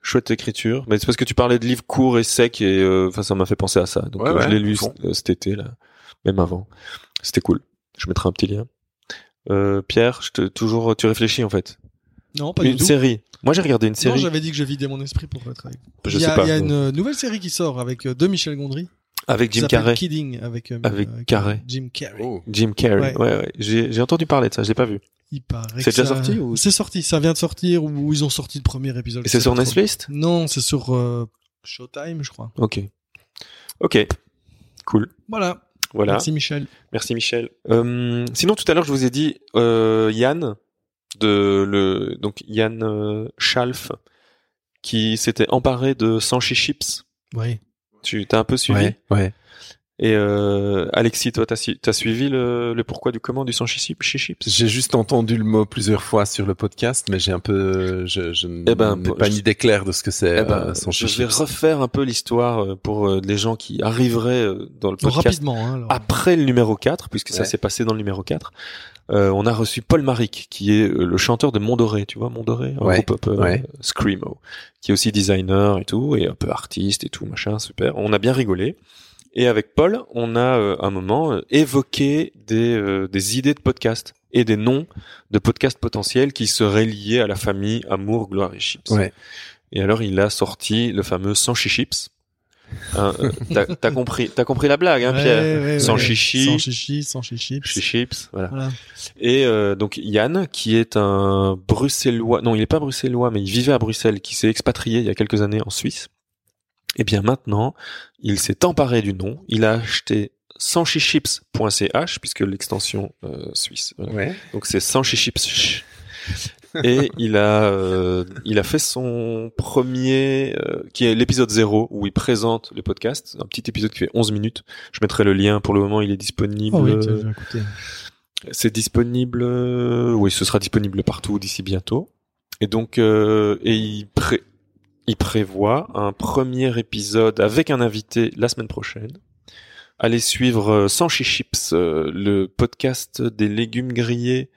[SPEAKER 1] Chouette écriture. Mais c'est parce que tu parlais de livres courts et secs et euh, enfin ça m'a fait penser à ça. Donc
[SPEAKER 3] Ouais,
[SPEAKER 1] euh,
[SPEAKER 3] ouais,
[SPEAKER 1] je l'ai lu
[SPEAKER 3] à fond.
[SPEAKER 1] c- euh, cet été là, même avant. C'était cool. Je mettrai un petit lien. Euh, Pierre, je te, toujours tu réfléchis en fait.
[SPEAKER 2] Non, pas
[SPEAKER 1] une
[SPEAKER 2] du tout.
[SPEAKER 1] série. Moi j'ai regardé une
[SPEAKER 2] Non,
[SPEAKER 1] série.
[SPEAKER 2] j'avais dit que je vidais mon esprit pour être avec.
[SPEAKER 1] je
[SPEAKER 2] il y a,
[SPEAKER 1] sais pas.
[SPEAKER 2] il y a une euh, nouvelle série qui sort avec euh, de Michel Gondry.
[SPEAKER 1] Avec
[SPEAKER 2] qui
[SPEAKER 1] Jim
[SPEAKER 2] s'appelle
[SPEAKER 1] Carrey.
[SPEAKER 2] Kidding avec euh,
[SPEAKER 1] Avec
[SPEAKER 2] euh,
[SPEAKER 1] Carrey.
[SPEAKER 2] Jim Carrey.
[SPEAKER 3] Oh.
[SPEAKER 1] Jim Carrey. Ouais,
[SPEAKER 2] Ouais.
[SPEAKER 1] ouais. J'ai j'ai entendu parler de ça. Je l'ai pas vu.
[SPEAKER 2] Il paraît
[SPEAKER 1] C'est
[SPEAKER 2] que
[SPEAKER 1] déjà
[SPEAKER 2] ça-
[SPEAKER 1] sorti ou-
[SPEAKER 2] C'est sorti, ça vient de sortir ou ils ont sorti le premier épisode.
[SPEAKER 1] Et
[SPEAKER 2] je
[SPEAKER 1] c'est
[SPEAKER 2] sais
[SPEAKER 1] sur
[SPEAKER 2] pas trop.
[SPEAKER 1] Netflix
[SPEAKER 2] Non, c'est sur euh, Showtime, je crois.
[SPEAKER 1] Ok. Ok. Cool.
[SPEAKER 2] Voilà.
[SPEAKER 1] Voilà. Merci,
[SPEAKER 2] Merci Michel.
[SPEAKER 1] Michel. Euh, sinon, tout à l'heure, je vous ai dit euh, Yann de le donc Yann euh, Schalf qui s'était emparé de Sanchi Chips.
[SPEAKER 2] Oui.
[SPEAKER 1] Tu t'as un peu suivi.
[SPEAKER 3] Ouais, ouais.
[SPEAKER 1] Et euh, Alexis, toi, t'as su- t'as suivi le, le pourquoi du comment du Sanchi Chips chez Chips
[SPEAKER 3] J'ai juste entendu le mot plusieurs fois sur le podcast, mais j'ai un peu, je, je n'ai
[SPEAKER 1] Eh ben, pour-
[SPEAKER 3] pas
[SPEAKER 1] je-
[SPEAKER 3] une idée claire de ce que c'est.
[SPEAKER 1] Eh ben,
[SPEAKER 3] euh, sans
[SPEAKER 1] je vais
[SPEAKER 3] chichi.
[SPEAKER 1] refaire un peu l'histoire euh, pour euh, les gens qui arriveraient euh, dans le
[SPEAKER 2] Donc,
[SPEAKER 1] podcast
[SPEAKER 2] rapidement. Hein, alors.
[SPEAKER 1] après le numéro 4, puisque ça
[SPEAKER 3] Ouais.
[SPEAKER 1] s'est passé dans le numéro 4. Euh, on a reçu Paul Maric, qui est euh, le chanteur de Mondoré, tu vois, Mondoré, un
[SPEAKER 3] Ouais,
[SPEAKER 1] groupe un peu euh,
[SPEAKER 3] ouais.
[SPEAKER 1] screamo, qui est aussi designer et tout, et un peu artiste et tout, machin, super. On a bien rigolé. Et avec Paul, on a euh, un moment euh, évoqué des, euh, des idées de podcast et des noms de podcasts potentiels qui seraient liés à la famille Amour, Gloire et Chips.
[SPEAKER 3] Ouais.
[SPEAKER 1] Et alors, il a sorti le fameux Sans Chips. Hein, euh, t'as, t'as compris, t'as compris la blague, hein,
[SPEAKER 2] Ouais,
[SPEAKER 1] Pierre
[SPEAKER 2] ouais,
[SPEAKER 1] Sans
[SPEAKER 2] ouais.
[SPEAKER 1] chichi.
[SPEAKER 2] Sans chichi, sans chichi.
[SPEAKER 1] Chez Chips, voilà.
[SPEAKER 2] Voilà.
[SPEAKER 1] Et euh, donc Yann, qui est un bruxellois, non, il n'est pas bruxellois, mais il vivait à Bruxelles, qui s'est expatrié il y a quelques années en Suisse. Et bien maintenant, il s'est emparé du nom, il a acheté sanchichips.ch, puisque l'extension euh, suisse. voilà.
[SPEAKER 3] Ouais.
[SPEAKER 1] Donc c'est sanchichips. Et il a, euh, il a fait son premier, euh, qui est l'épisode 0, où il présente le podcast, un petit épisode qui fait 11 minutes. Je mettrai le lien, pour le moment il est disponible.
[SPEAKER 2] Oh oui, tiens, j'ai écouté.
[SPEAKER 1] C'est disponible, euh, oui, ce sera disponible partout d'ici bientôt. Et donc, euh, et il, pré- il prévoit un premier épisode avec un invité la semaine prochaine. Allez suivre euh, Sans Chichips, euh, le podcast des légumes grillés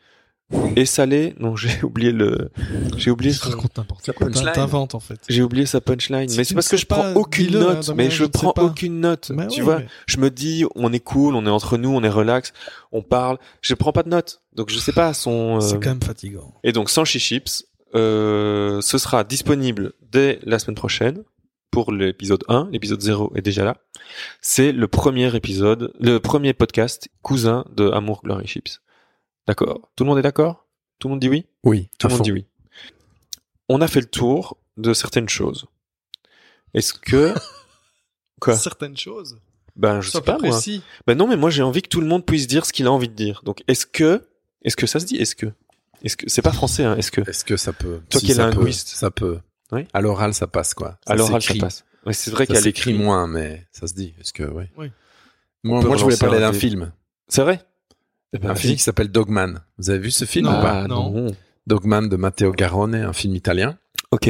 [SPEAKER 1] et salés. Non, j'ai oublié le, j'ai oublié
[SPEAKER 2] Je
[SPEAKER 1] son-
[SPEAKER 2] raconte n'importe
[SPEAKER 3] Ça
[SPEAKER 2] quoi.
[SPEAKER 3] punchline.
[SPEAKER 2] T'inventes en fait.
[SPEAKER 1] J'ai oublié sa punchline,
[SPEAKER 2] Si
[SPEAKER 1] mais
[SPEAKER 2] tu
[SPEAKER 1] c'est
[SPEAKER 2] ne
[SPEAKER 1] parce que
[SPEAKER 2] sais
[SPEAKER 1] je prends
[SPEAKER 2] pas,
[SPEAKER 1] aucune
[SPEAKER 2] dis-le, hein,
[SPEAKER 1] note,
[SPEAKER 2] Damien,
[SPEAKER 1] mais
[SPEAKER 2] je
[SPEAKER 1] je
[SPEAKER 2] ne sais
[SPEAKER 1] prends
[SPEAKER 2] pas. Bah
[SPEAKER 1] aucune note,
[SPEAKER 2] Mais
[SPEAKER 1] tu
[SPEAKER 2] ouais,
[SPEAKER 1] vois
[SPEAKER 2] mais-
[SPEAKER 1] je me dis, on est cool, on est entre nous, on est relax, on parle. Je prends pas de notes, donc je sais pas son. euh,
[SPEAKER 2] C'est quand même fatigant.
[SPEAKER 1] Et donc sans chichips, euh, ce sera disponible dès la semaine prochaine pour l'épisode 1. L'épisode 0 est déjà là. C'est le premier épisode, le premier podcast cousin de Amour, Glory Chips. D'accord. Tout le monde est d'accord Tout le monde dit oui
[SPEAKER 3] Oui,
[SPEAKER 1] Tout
[SPEAKER 3] à
[SPEAKER 1] le monde
[SPEAKER 3] fond.
[SPEAKER 1] dit oui. On a fait le tour de certaines choses. Est-ce que Quoi
[SPEAKER 2] Certaines choses.
[SPEAKER 1] ben je
[SPEAKER 2] Sois
[SPEAKER 1] sais pas
[SPEAKER 2] plus
[SPEAKER 1] moi.
[SPEAKER 2] précis.
[SPEAKER 1] Ben non, mais moi j'ai envie que tout le monde puisse dire ce qu'il a envie de dire. Donc est-ce que, est-ce que ça se dit Est-ce que, est-ce que c'est pas français hein, Est-ce que
[SPEAKER 3] Est-ce que ça peut
[SPEAKER 1] Toi qui es
[SPEAKER 3] ça peut,
[SPEAKER 1] linguiste.
[SPEAKER 3] ça peut.
[SPEAKER 1] Oui.
[SPEAKER 3] À l'oral, ça passe quoi. Ça
[SPEAKER 1] alors ça
[SPEAKER 3] s'écrit.
[SPEAKER 1] passe Ouais, C'est vrai
[SPEAKER 3] Ça
[SPEAKER 1] qu'elle
[SPEAKER 3] s'écrit
[SPEAKER 1] écrit.
[SPEAKER 3] moins, mais ça se dit. Est-ce que oui.
[SPEAKER 2] Oui.
[SPEAKER 3] Moi,
[SPEAKER 1] peut
[SPEAKER 3] moi, je voulais
[SPEAKER 1] relancer
[SPEAKER 3] parler
[SPEAKER 1] un
[SPEAKER 3] d'un
[SPEAKER 1] dé-
[SPEAKER 3] film.
[SPEAKER 1] C'est vrai
[SPEAKER 3] un film qui s'appelle Dogman. Vous avez vu ce film
[SPEAKER 2] Non.
[SPEAKER 3] ou pas
[SPEAKER 1] Ah,
[SPEAKER 2] non.
[SPEAKER 3] Dogman de Matteo Garrone, un film italien
[SPEAKER 1] Ok.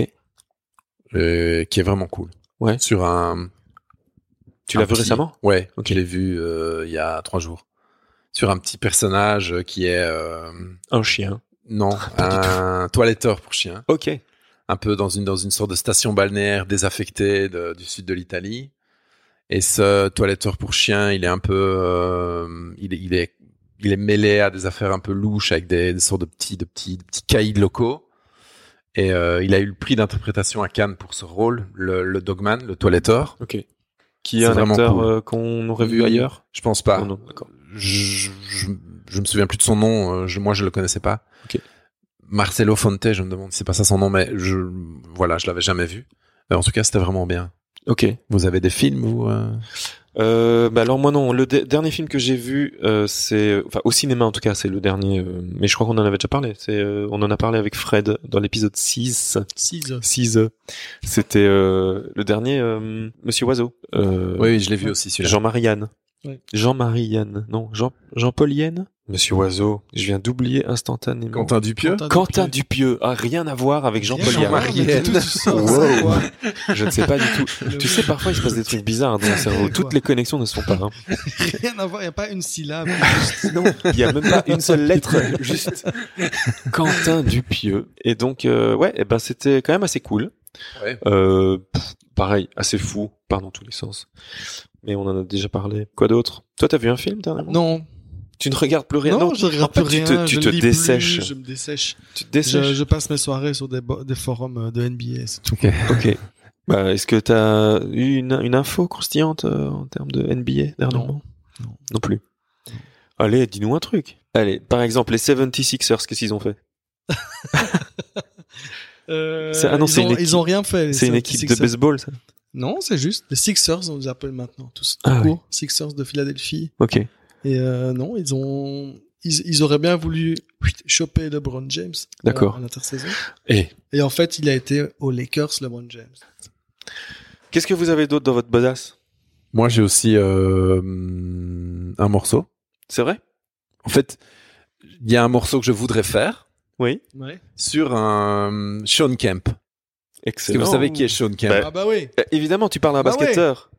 [SPEAKER 3] euh, qui est vraiment cool.
[SPEAKER 1] Ouais.
[SPEAKER 3] Sur un.
[SPEAKER 1] Tu l'as
[SPEAKER 3] un
[SPEAKER 1] vu
[SPEAKER 3] petit-
[SPEAKER 1] récemment
[SPEAKER 3] Ouais.
[SPEAKER 1] Ok.
[SPEAKER 3] Je l'ai vu euh, il y a trois jours. Sur un petit personnage euh, qui est euh,
[SPEAKER 1] Un chien.
[SPEAKER 3] non
[SPEAKER 1] Ah,
[SPEAKER 3] un toiletteur pour chien.
[SPEAKER 1] Ok.
[SPEAKER 3] un peu dans une, dans une sorte de station balnéaire désaffectée de- du sud de l'Italie. Et ce toiletteur pour chien, il est un peu, euh, il, est, il est, il est mêlé à des affaires un peu louches avec des, des sortes de petits, de petits, de petits caïds locaux. Et euh, il a eu le prix d'interprétation à Cannes pour ce rôle, le, le dogman, le toiletteur.
[SPEAKER 1] Ok. Qui est,
[SPEAKER 3] C'est
[SPEAKER 1] un
[SPEAKER 3] vraiment
[SPEAKER 1] acteur
[SPEAKER 3] cool.
[SPEAKER 1] euh, qu'on aurait vu
[SPEAKER 3] Mm.
[SPEAKER 1] ailleurs
[SPEAKER 3] Je pense pas.
[SPEAKER 1] Oh non, d'accord.
[SPEAKER 3] je, je, je me souviens plus de son nom. euh, Je, moi, je le connaissais pas.
[SPEAKER 1] Ok.
[SPEAKER 3] Marcelo Fonte, je me demande, si c'est pas ça son nom, mais je, voilà, je l'avais jamais vu. Euh, en tout cas, c'était vraiment bien.
[SPEAKER 1] Ok.
[SPEAKER 3] Vous avez des films ou euh,
[SPEAKER 1] Euh, bah alors moi non, le de- dernier film que j'ai vu, euh, c'est enfin au cinéma en tout cas, c'est le dernier. euh, mais je crois qu'on en avait déjà parlé. C'est euh, on en a parlé avec Fred dans l'épisode 6
[SPEAKER 2] Six.
[SPEAKER 1] 6 E. C'était euh, le dernier euh, Monsieur Oiseau. Euh,
[SPEAKER 3] Oui, oui, je l'ai vu aussi celui-là.
[SPEAKER 1] Jean-Marie Yann.
[SPEAKER 2] Ouais.
[SPEAKER 1] Jean-Marie Yann. Non, Jean Jean-Paul Yann. Monsieur Oiseau. Je viens d'oublier instantanément.
[SPEAKER 3] Quentin Dupieux.
[SPEAKER 1] Quentin Dupieux. Ah, rien à voir avec Jean-Paul
[SPEAKER 3] Rien à
[SPEAKER 1] Yann.
[SPEAKER 3] voir. Marianne.
[SPEAKER 1] Wow. Je ne sais pas du tout.
[SPEAKER 2] Le-
[SPEAKER 1] Tu sais, parfois il se passe des trucs bizarres hein, dans mon cerveau.
[SPEAKER 2] Quoi
[SPEAKER 1] Toutes les connexions ne se font pas. hein.
[SPEAKER 2] Rien à voir, il n'y a pas une syllabe.
[SPEAKER 1] Non, il y a même pas une seule lettre, juste Quentin Dupieux. Et donc, euh, ouais, eh ben c'était quand même assez cool.
[SPEAKER 3] Ouais.
[SPEAKER 1] Euh, pff, pareil, assez fou, part dans tous les sens. Mais on en a déjà parlé. Quoi d'autre Toi, t'as vu un film dernièrement
[SPEAKER 2] Non,
[SPEAKER 1] Tu ne regardes plus rien.
[SPEAKER 2] non, je regarde plus
[SPEAKER 1] en fait,
[SPEAKER 2] rien.
[SPEAKER 1] tu te- tu
[SPEAKER 2] je
[SPEAKER 1] te
[SPEAKER 2] lis
[SPEAKER 1] dessèches.
[SPEAKER 2] plus, je me dessèche.
[SPEAKER 1] tu te
[SPEAKER 2] Je,
[SPEAKER 1] dessèches.
[SPEAKER 2] je passe mes soirées sur des, bo- des forums euh, de NBA. c'est tout.
[SPEAKER 1] Ok. Bah, est-ce que t'as eu une, une info croustillante euh, en termes de NBA dernièrement
[SPEAKER 2] Non. Non.
[SPEAKER 1] plus. Allez, dis-nous un truc. Allez, par exemple, les 76ers, qu'est-ce qu'ils ont fait
[SPEAKER 2] Euh,
[SPEAKER 1] C'est- ah non, c'est
[SPEAKER 2] ils,
[SPEAKER 1] une
[SPEAKER 2] ont,
[SPEAKER 1] équipe-
[SPEAKER 2] Euh, ils ont rien fait. les
[SPEAKER 1] ah C'est une
[SPEAKER 2] 76ers.
[SPEAKER 1] équipe de baseball, ça
[SPEAKER 2] Non, c'est juste. Les Sixers, on les appelle maintenant tous.
[SPEAKER 1] Ah
[SPEAKER 2] tout court. Sixers de Philadelphie.
[SPEAKER 1] Ok.
[SPEAKER 2] Et euh, non, ils ont. Ils, ils auraient bien voulu choper LeBron James euh,
[SPEAKER 1] D'accord.
[SPEAKER 2] à l'intersaison.
[SPEAKER 1] Et
[SPEAKER 2] Et en fait, il a été aux Lakers, LeBron James.
[SPEAKER 1] qu'est-ce que vous avez d'autre dans votre besace
[SPEAKER 3] Moi, j'ai aussi euh, hum, un morceau.
[SPEAKER 1] C'est vrai
[SPEAKER 3] En fait, il y a un morceau que je voudrais faire
[SPEAKER 1] Oui.
[SPEAKER 2] Ouais.
[SPEAKER 3] sur un hum, Sean Kemp. Est-ce que
[SPEAKER 1] Excellent.
[SPEAKER 3] vous savez qui est Sean Kemp
[SPEAKER 1] Bah,
[SPEAKER 2] Ah bah oui.
[SPEAKER 1] Eh, Évidemment, tu parles à un
[SPEAKER 2] Bah
[SPEAKER 1] basketteur.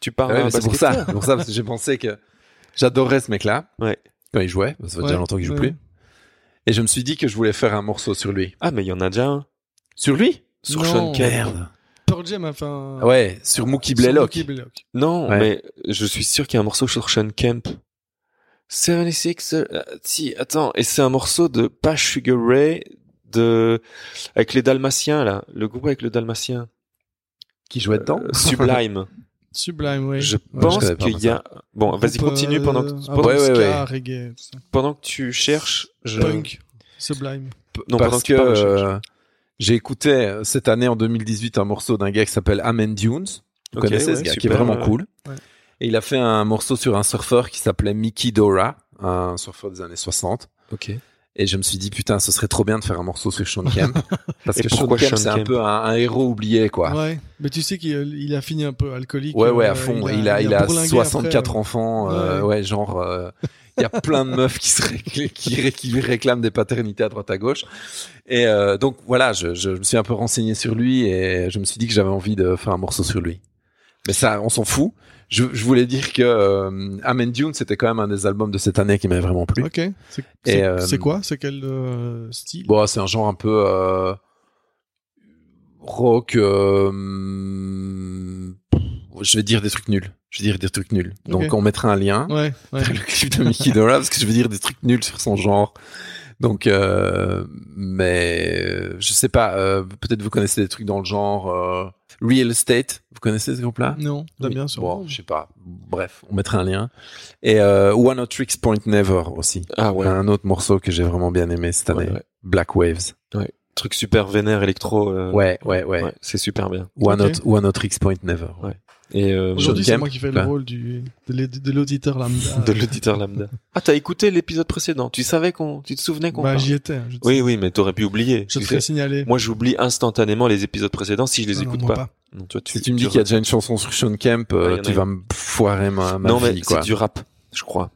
[SPEAKER 1] Tu parles
[SPEAKER 3] Ouais,
[SPEAKER 1] à Ah un
[SPEAKER 3] mais c'est pour
[SPEAKER 1] basketteur.
[SPEAKER 3] ça, c'est pour ça parce que j'ai pensé que j'adorais ce mec-là
[SPEAKER 1] Ouais.
[SPEAKER 3] quand il jouait. Ça fait déjà
[SPEAKER 2] Ouais,
[SPEAKER 3] longtemps qu'il joue
[SPEAKER 2] ouais.
[SPEAKER 3] plus. Et je me suis dit que je voulais faire un morceau sur lui.
[SPEAKER 1] Ah, mais il y en a déjà un.
[SPEAKER 3] Sur lui
[SPEAKER 1] Sur
[SPEAKER 2] Non.
[SPEAKER 1] Sean Kemp.
[SPEAKER 3] Merde.
[SPEAKER 2] Pearl Jam a fait un.
[SPEAKER 1] Ah
[SPEAKER 3] Ouais, sur Mookie
[SPEAKER 2] Ah Sur
[SPEAKER 3] Blaylock.
[SPEAKER 2] Mookie Blaylock.
[SPEAKER 1] Non,
[SPEAKER 3] Ouais.
[SPEAKER 1] mais je suis sûr qu'il y a un morceau sur Sean Kemp. 76, euh, si, attends, et c'est un morceau de pas Sugar Ray, de, avec les Dalmatiens, là, le groupe avec le Dalmatien,
[SPEAKER 3] Qui jouait dedans
[SPEAKER 1] euh, Sublime.
[SPEAKER 2] Sublime, oui.
[SPEAKER 1] je
[SPEAKER 3] je
[SPEAKER 1] pense
[SPEAKER 3] connais pas,
[SPEAKER 1] qu'il y a, bon, vas-y, continue pendant
[SPEAKER 2] euh,
[SPEAKER 1] que, pendant,
[SPEAKER 3] ouais, ouais,
[SPEAKER 2] ouais,
[SPEAKER 3] ouais.
[SPEAKER 2] reggae, tout ça.
[SPEAKER 1] pendant que tu cherches, je...
[SPEAKER 2] punk, Sublime.
[SPEAKER 1] Non, pendant
[SPEAKER 3] parce
[SPEAKER 1] que tu
[SPEAKER 3] que
[SPEAKER 1] parles, je cherche.
[SPEAKER 3] euh, j'ai écouté euh, cette année en 2018 un morceau d'un gars qui s'appelle Amen Dunes. Vous
[SPEAKER 1] Ok,
[SPEAKER 3] connaissez ce
[SPEAKER 1] ouais,
[SPEAKER 3] gars qui est
[SPEAKER 1] super,
[SPEAKER 3] vraiment
[SPEAKER 1] ouais.
[SPEAKER 3] cool.
[SPEAKER 2] Ouais.
[SPEAKER 3] Et il a fait un morceau sur un surfeur qui s'appelait Mickey Dora, un surfeur des années 60.
[SPEAKER 1] Ok.
[SPEAKER 3] Et je me suis dit, putain, ce serait trop bien de faire un morceau sur Sean Kemp. Parce
[SPEAKER 1] Et
[SPEAKER 3] que Sean
[SPEAKER 1] pourquoi
[SPEAKER 3] Kemp,
[SPEAKER 1] Sean
[SPEAKER 3] c'est un
[SPEAKER 1] Kemp
[SPEAKER 3] peu un, un héros oublié, quoi.
[SPEAKER 2] Ouais. Mais tu sais qu'il il a fini un peu alcoolique.
[SPEAKER 3] Ouais, ouais,
[SPEAKER 2] euh,
[SPEAKER 3] à fond. Il a, il a, 64 enfants. euh,
[SPEAKER 2] Ouais.
[SPEAKER 3] ouais. genre, euh, il y a plein de meufs qui, se ré- qui, ré- qui réclament des paternités à droite à gauche. Et euh, donc, voilà, je, je me suis un peu renseigné sur lui et je me suis dit que j'avais envie de faire un morceau sur lui. Mais ça, on s'en fout. Je, je voulais dire que euh, Amen Dune, c'était quand même un des albums de cette année qui m'avait vraiment plu.
[SPEAKER 2] Ok. C'est- C'est
[SPEAKER 3] euh,
[SPEAKER 2] c'est quoi C'est quel euh, style
[SPEAKER 3] Bon, c'est un genre un peu euh, rock. euh, je vais dire des trucs nuls. Je vais dire des trucs nuls. Donc
[SPEAKER 2] Ok.
[SPEAKER 3] on mettra un lien
[SPEAKER 2] Ouais. ouais.
[SPEAKER 3] vers le clip de Mickey Dora parce que je vais dire des trucs nuls sur son genre. Donc, euh, mais euh, je sais pas. euh, Peut-être vous connaissez des trucs dans le genre euh, real estate. Vous connaissez ce groupe-là
[SPEAKER 2] Ah, Non, Damien, Mm.
[SPEAKER 3] Oui.
[SPEAKER 2] Bah, sûr.
[SPEAKER 3] Bon, je sais pas. Bref, on mettra un lien. Et euh, One Hot Tricks Point Never aussi.
[SPEAKER 1] Ah ouais,
[SPEAKER 3] Un autre morceau que j'ai vraiment bien aimé cette année.
[SPEAKER 1] Ouais, ouais.
[SPEAKER 3] Black Waves.
[SPEAKER 1] truc super vénère électro. euh,
[SPEAKER 3] Ouais, ouais, ouais.
[SPEAKER 1] ouais, c'est super bien.
[SPEAKER 3] One,
[SPEAKER 2] Ok.
[SPEAKER 3] not, one not X point never.
[SPEAKER 1] Et euh,
[SPEAKER 2] Aujourd'hui,
[SPEAKER 3] Sean
[SPEAKER 2] c'est
[SPEAKER 3] Kemp,
[SPEAKER 2] moi qui fais le
[SPEAKER 3] là.
[SPEAKER 2] rôle du, de l'aud- de l'auditeur lambda.
[SPEAKER 1] de l'auditeur lambda. Ah, t'as écouté l'épisode précédent. Tu savais qu'on, tu te souvenais qu'on.
[SPEAKER 2] Bah,
[SPEAKER 1] parlait.
[SPEAKER 2] j'y étais. hein, Je te,
[SPEAKER 1] oui, oui, mais t'aurais pu oublier.
[SPEAKER 2] je
[SPEAKER 1] tu
[SPEAKER 2] te
[SPEAKER 1] sais.
[SPEAKER 2] ferai signaler.
[SPEAKER 1] Moi, j'oublie instantanément les épisodes précédents si je les
[SPEAKER 2] Non, non,
[SPEAKER 1] écoute
[SPEAKER 2] moi
[SPEAKER 1] pas. Non, toi,
[SPEAKER 3] Si tu me dis qu'il y a déjà une chanson sur Sean Kemp, euh,
[SPEAKER 1] Ouais, Ah, y en a
[SPEAKER 3] tu
[SPEAKER 1] une.
[SPEAKER 3] vas me foirer ma, ma
[SPEAKER 1] non, mais
[SPEAKER 3] vie,
[SPEAKER 1] c'est
[SPEAKER 3] quoi.
[SPEAKER 1] du rap, je crois.